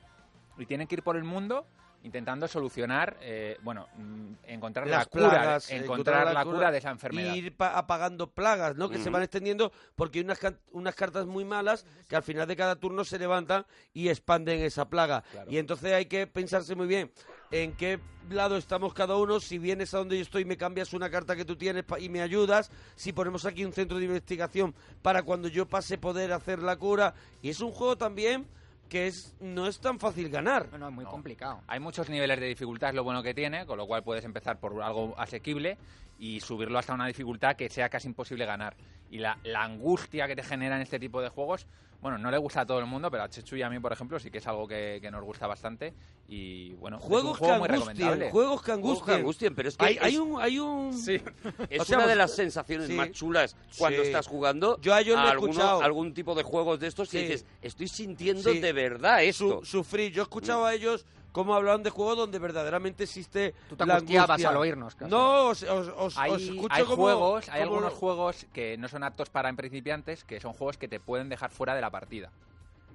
Speaker 7: y tienen que ir por el mundo intentando solucionar, eh, bueno, mm, encontrar la
Speaker 2: las
Speaker 7: cura,
Speaker 2: plagas,
Speaker 7: encontrar la cura de esa enfermedad.
Speaker 2: Y ir pa- apagando plagas, ¿no? Que se
Speaker 7: Ujú.
Speaker 2: van extendiendo porque hay unas, can- unas cartas muy malas que al final de cada turno se levantan y expanden esa plaga. Y entonces hay que pensarse muy bien en qué lado estamos cada uno, si vienes a donde yo estoy y me cambias una carta que tú tienes pa- y me ayudas, si ponemos aquí un centro de investigación para cuando yo pase poder hacer la cura. Y es un juego también que es no es tan fácil ganar.
Speaker 10: No, es muy complicado.
Speaker 7: Hay muchos niveles de dificultad, es lo bueno que tiene, con lo cual puedes empezar por algo asequible y subirlo hasta una dificultad que sea casi imposible ganar. Y la, la angustia que te generan este tipo de juegos, bueno, no le gusta a todo el mundo, pero a Chechu y a mí, por ejemplo, sí que es algo que, que nos gusta bastante. Y bueno,
Speaker 2: Juegos
Speaker 7: es un juego
Speaker 2: que
Speaker 7: muy
Speaker 2: angustien,
Speaker 7: recomendable.
Speaker 2: juegos que angustien.
Speaker 3: pero es que
Speaker 2: Hay, hay
Speaker 3: es-
Speaker 2: un... Hay un... [laughs]
Speaker 3: Es
Speaker 2: O sea,
Speaker 3: una de
Speaker 2: vos-
Speaker 3: las sensaciones
Speaker 2: sí.
Speaker 3: más chulas cuando
Speaker 2: Sí.
Speaker 3: estás jugando
Speaker 2: Yo a ellos lo he
Speaker 3: alguno-
Speaker 2: escuchado.
Speaker 3: algún tipo de juegos de estos
Speaker 2: Sí.
Speaker 3: que dices, estoy sintiendo
Speaker 2: Sí.
Speaker 3: de verdad esto. Mm.
Speaker 2: Su- sufrir. Yo he escuchado a ellos cómo hablaban de juegos donde verdaderamente existe Tú
Speaker 10: te
Speaker 2: la
Speaker 10: angustiabas
Speaker 2: angustia.
Speaker 10: al oírnos, casi.
Speaker 2: No, os, os- os-
Speaker 7: hay,
Speaker 2: os escucho
Speaker 7: hay
Speaker 2: como-
Speaker 7: juegos, hay
Speaker 2: como-
Speaker 7: algunos juegos que no son aptos para principiantes, que son juegos que te pueden dejar fuera de la partida.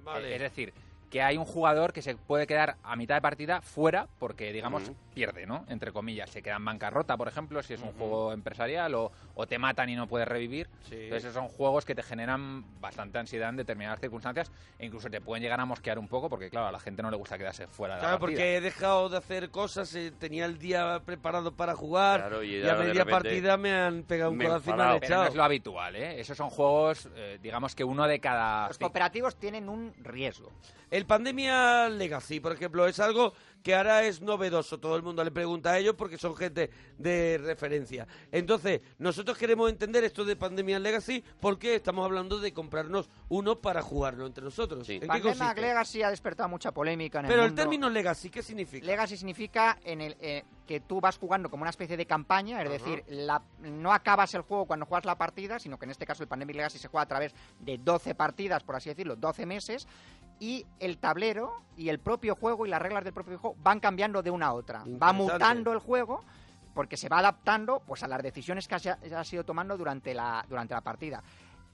Speaker 2: Vale.
Speaker 7: Eh, Es decir, que hay un jugador que se puede quedar a mitad de partida fuera porque, digamos,
Speaker 3: Ujú.
Speaker 7: pierde, ¿no? Entre comillas, se queda en bancarrota, por ejemplo, si es un juego empresarial o, o te matan y no puedes revivir. Entonces, esos son juegos que te generan bastante ansiedad en determinadas circunstancias e incluso te pueden llegar a mosquear un poco porque, claro, a la gente no le gusta quedarse fuera de
Speaker 2: Claro,
Speaker 7: la partida.
Speaker 2: porque he dejado de hacer cosas, eh, tenía el día preparado para jugar
Speaker 7: Claro, y
Speaker 2: y, a
Speaker 7: ahora de
Speaker 2: media
Speaker 7: repente
Speaker 2: partida me han pegado un
Speaker 7: Me he
Speaker 2: codazo y me
Speaker 7: enfadado.
Speaker 2: han
Speaker 7: Pero no
Speaker 2: echado.
Speaker 7: es lo habitual, ¿eh? Esos son juegos, eh, digamos que uno de cada...
Speaker 10: Los cooperativos tienen un riesgo.
Speaker 2: El el Pandemia Legacy, por ejemplo, es algo que ahora es novedoso. Todo el mundo le pregunta a ellos porque son gente de referencia. Entonces, nosotros queremos entender esto de Pandemia Legacy porque estamos hablando de comprarnos uno para jugarlo entre nosotros. ¿En qué
Speaker 10: Pandemic
Speaker 2: consiste?
Speaker 10: Legacy ha despertado mucha polémica en el
Speaker 2: Pero el
Speaker 10: mundo.
Speaker 2: término Legacy, ¿qué significa?
Speaker 10: Legacy significa en el, eh, que tú vas jugando como una especie de campaña, es
Speaker 2: Ajá.
Speaker 10: decir, la- no acabas el juego cuando juegas la partida, sino que en este caso el Pandemic Legacy se juega a través de 12 partidas, por así decirlo, 12 meses, y el tablero y el propio juego y las reglas del propio juego van cambiando de una a otra. Va
Speaker 8: Interesante.
Speaker 10: mutando el juego porque se va adaptando pues a las decisiones que has, has ido tomando durante la, durante la partida.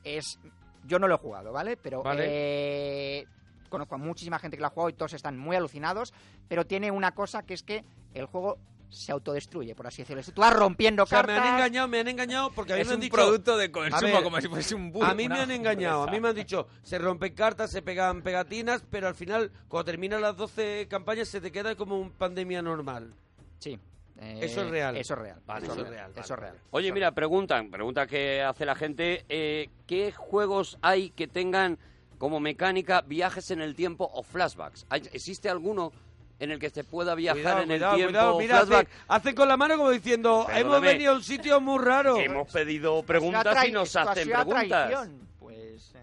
Speaker 10: Es, yo no lo he jugado, ¿vale? Pero
Speaker 2: Vale.
Speaker 10: eh, conozco a muchísima gente que lo ha jugado y todos están muy alucinados, pero tiene una cosa que es que el juego se autodestruye, por así decirlo. Tú vas rompiendo
Speaker 2: O sea,
Speaker 10: cartas...
Speaker 2: me han engañado, me han engañado porque a mí
Speaker 10: Es
Speaker 2: me han
Speaker 10: un
Speaker 2: dicho...
Speaker 10: producto de
Speaker 2: A
Speaker 10: consumo, como si fuese un burro,
Speaker 2: A mí me
Speaker 10: una
Speaker 2: han engañado, a
Speaker 10: hamburguesa.
Speaker 2: mí me han dicho, se rompen cartas, se pegan pegatinas, pero al final, cuando terminan las 12 campañas, se te queda como un pandemia normal.
Speaker 10: Sí. eh,
Speaker 2: eso es real.
Speaker 10: Eso es real.
Speaker 2: Vale,
Speaker 10: eso,
Speaker 2: eso
Speaker 10: es
Speaker 2: es
Speaker 10: real.
Speaker 2: real,
Speaker 10: Eso es
Speaker 2: vale,
Speaker 10: real.
Speaker 3: Oye, mira, preguntan, pregunta que hace la gente, eh, ¿qué juegos hay que tengan como mecánica viajes en el tiempo o flashbacks? ¿Hay- ¿Existe alguno en el que se pueda viajar
Speaker 2: Cuidado,
Speaker 3: en
Speaker 2: cuidado,
Speaker 3: el tiempo
Speaker 2: cuidado,
Speaker 3: o
Speaker 2: mira, hace,
Speaker 3: flashback?
Speaker 2: hace con la mano como diciendo,
Speaker 3: Perdóname.
Speaker 2: hemos venido a un sitio muy raro.
Speaker 3: Hemos pedido preguntas y nos hacen preguntas.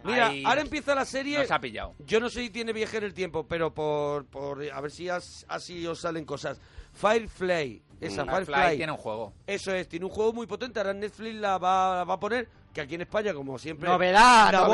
Speaker 2: Mira,
Speaker 3: Ay,
Speaker 2: ahora empieza la serie.
Speaker 3: nos ha pillado.
Speaker 2: Yo no sé si tiene viaje en el tiempo, pero por, por a ver si as- así os salen cosas. Firefly, esa
Speaker 7: Mm.
Speaker 2: Firefly.
Speaker 7: Firefly tiene un juego.
Speaker 2: Eso es, tiene un juego muy potente. Ahora Netflix la va, la va a poner. Que aquí en España, como siempre.
Speaker 10: Novedad,
Speaker 2: la
Speaker 10: novedad,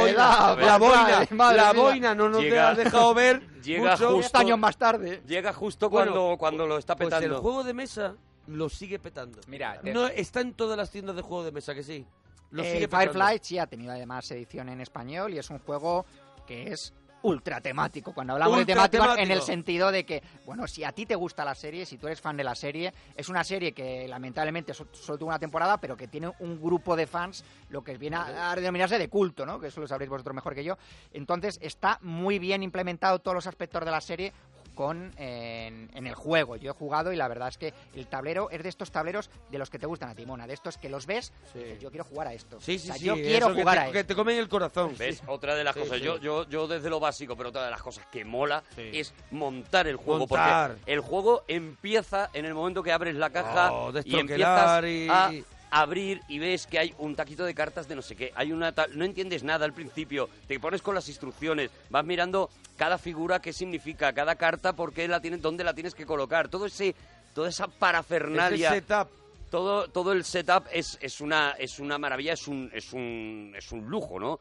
Speaker 2: boina, la boina,
Speaker 10: madre, madre
Speaker 2: la
Speaker 10: mía.
Speaker 2: boina, no nos te
Speaker 3: Llega- [laughs]
Speaker 2: has dejado ver.
Speaker 3: llega
Speaker 2: mucho.
Speaker 3: justo- Diez años
Speaker 10: más tarde.
Speaker 3: Llega justo
Speaker 2: Bueno,
Speaker 3: cuando, cuando lo está
Speaker 2: Pues
Speaker 3: petando.
Speaker 2: el juego de mesa lo sigue petando. Mira,
Speaker 3: te-
Speaker 2: no está en todas las tiendas de juego de mesa, que sí. Lo
Speaker 10: El
Speaker 2: sigue petando.
Speaker 10: Eh, Firefly sí ha tenido además edición en español y es un juego que es ultra temático. Cuando hablamos de
Speaker 2: Ultra
Speaker 10: temático, en
Speaker 2: temático.
Speaker 10: el sentido de que, bueno, si a ti te gusta la serie, si tú eres fan de la serie, es una serie que lamentablemente so- solo tuvo una temporada, pero que tiene un grupo de fans, lo que viene a, a denominarse de culto, ¿no? Que eso lo sabréis vosotros mejor que yo. Entonces está muy bien implementado todos los aspectos de la serie con eh, en, en el juego. Yo he jugado y la verdad es que el tablero es de estos tableros de los que te gustan a ti, Mona, de estos que los ves, y dices, yo quiero jugar a esto.
Speaker 2: Sí, sí,
Speaker 10: O sea,
Speaker 2: sí.
Speaker 10: Yo
Speaker 2: eso
Speaker 10: quiero
Speaker 2: que
Speaker 10: jugar
Speaker 2: te-
Speaker 10: a esto.
Speaker 2: Que te comen el corazón.
Speaker 3: ¿Ves? Otra de las
Speaker 2: Sí,
Speaker 3: cosas.
Speaker 2: sí.
Speaker 3: Yo, yo, yo desde lo básico, pero otra de las cosas que mola es montar el juego.
Speaker 2: Montar.
Speaker 3: Porque el juego empieza en el momento que abres la caja
Speaker 2: Oh,
Speaker 3: y empiezas
Speaker 2: destroquelar y-
Speaker 3: a abrir y ves que hay un taquito de cartas de no sé qué. Hay una ta- no entiendes nada al principio. Te pones con las instrucciones, vas mirando cada figura qué significa, cada carta, por qué la tienes, dónde la tienes que colocar. Todo ese toda esa parafernalia
Speaker 2: Ese setup.
Speaker 3: todo, todo el setup es, es, una, es una maravilla, es un, es, un, es un lujo, ¿no?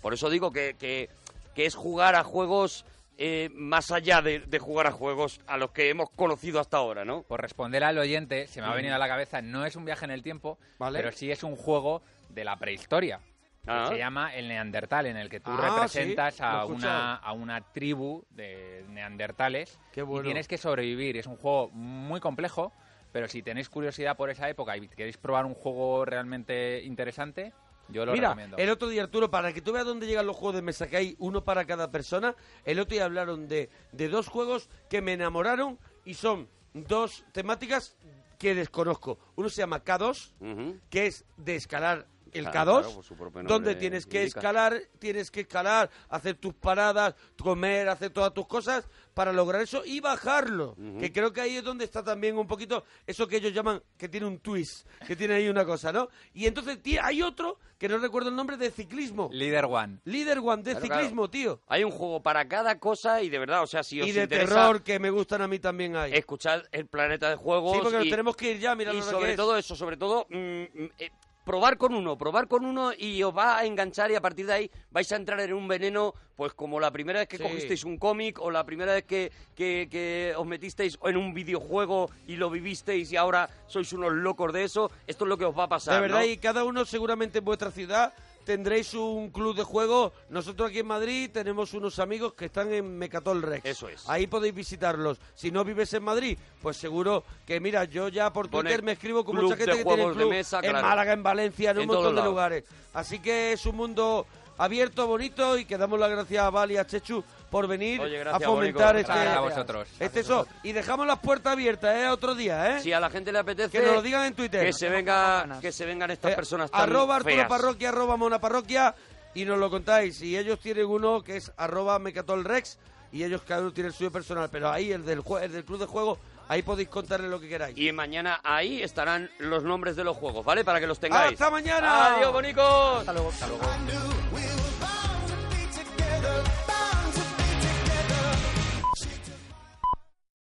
Speaker 3: Por eso digo que, que, que es jugar a juegos eh, más allá de, de jugar a juegos a los que hemos conocido hasta ahora, ¿no?
Speaker 7: Por responder al oyente, se me ha
Speaker 3: Mm.
Speaker 7: venido a la cabeza, no es un viaje en el tiempo,
Speaker 3: Vale.
Speaker 7: pero sí es un juego de la prehistoria. que
Speaker 3: Ah.
Speaker 7: Se llama el Neandertal, en el que tú
Speaker 3: Ah,
Speaker 7: representas
Speaker 3: sí, lo he
Speaker 7: a,
Speaker 3: escuchado.
Speaker 7: una, a una tribu de neandertales
Speaker 2: Qué bueno.
Speaker 7: y tienes que sobrevivir. Es un juego muy complejo, pero si tenéis curiosidad por esa época y queréis probar un juego realmente interesante, yo lo
Speaker 2: Mira,
Speaker 7: recomiendo.
Speaker 2: el otro día, Arturo, para que tú veas dónde llegan los juegos de mesa, que hay uno para cada persona, el otro día hablaron de, de dos juegos que me enamoraron y son dos temáticas que desconozco. Uno se llama K2, que es de escalar el
Speaker 3: Claro,
Speaker 2: K2,
Speaker 3: claro, por su propio nombre
Speaker 2: donde tienes que
Speaker 3: indica.
Speaker 2: escalar, tienes que escalar, hacer tus paradas, comer, hacer todas tus cosas para lograr eso y bajarlo. Que creo que ahí es donde está también un poquito eso que ellos llaman que tiene un twist, que tiene ahí una cosa, ¿no? Y entonces ti- hay otro que no recuerdo el nombre de ciclismo.
Speaker 7: Leader One.
Speaker 2: Líder One de
Speaker 3: Claro,
Speaker 2: ciclismo, tío.
Speaker 3: Hay un juego para cada cosa y de verdad, o sea, si os
Speaker 2: Y de
Speaker 3: interesa
Speaker 2: terror que me gustan a mí también hay.
Speaker 3: escuchar el planeta de juegos
Speaker 2: Sí, porque nos
Speaker 3: y-
Speaker 2: tenemos que ir ya, mira
Speaker 3: y
Speaker 2: lo que
Speaker 3: sobre
Speaker 2: es.
Speaker 3: todo eso, sobre todo mm, mm, eh, probar con uno, probar con uno y os va a enganchar y a partir de ahí vais a entrar en un veneno, pues como la primera vez que
Speaker 2: Sí.
Speaker 3: cogisteis un cómic o la primera vez que, que- que os metisteis en un videojuego y lo vivisteis y ahora sois unos locos de eso, esto es lo que os va a pasar.
Speaker 2: De verdad,
Speaker 3: ¿no?
Speaker 2: y cada uno seguramente en vuestra ciudad tendréis un club de juego. Nosotros aquí en Madrid tenemos unos amigos que están en Mecatol Rex. Eso es. Ahí podéis visitarlos. Si no vives en Madrid, pues seguro que, mira, yo ya por
Speaker 3: Pone
Speaker 2: Twitter me escribo con
Speaker 3: club
Speaker 2: mucha gente
Speaker 3: de
Speaker 2: que tiene
Speaker 3: juegos de
Speaker 2: club
Speaker 3: mesa,
Speaker 2: en
Speaker 3: claro.
Speaker 2: Málaga, en Valencia, en un
Speaker 3: En
Speaker 2: montón
Speaker 3: todos
Speaker 2: de
Speaker 3: lados.
Speaker 2: lugares. Así que es un mundo abierto, bonito, y que damos las gracias a Vali y a Chechu por venir
Speaker 3: Oye,
Speaker 2: a
Speaker 3: gracias,
Speaker 2: fomentar
Speaker 3: Bonico.
Speaker 2: este...
Speaker 3: Gracias a vosotros.
Speaker 2: Este eso. Y dejamos las puertas abiertas, ¿eh? Otro día, ¿eh?
Speaker 3: Si a la gente le apetece...
Speaker 2: Que nos lo digan en Twitter. Eh,
Speaker 3: Que se, venga, que se vengan estas personas tan
Speaker 2: arroba Arturo
Speaker 3: feas.
Speaker 2: Parroquia, arroba Mona Parroquia y nos lo contáis. Y ellos tienen uno que es arroba Mecatolrex, y ellos cada uno tiene el suyo personal, pero ahí el del, jue- el del club de juego, ahí podéis contarle lo que queráis.
Speaker 3: Y mañana ahí estarán los nombres de los juegos, ¿vale? Para que los tengáis.
Speaker 2: ¡Hasta mañana!
Speaker 3: ¡Adiós, bonicos! Hasta
Speaker 2: luego.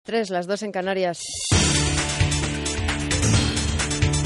Speaker 13: Tres, las dos en Canarias.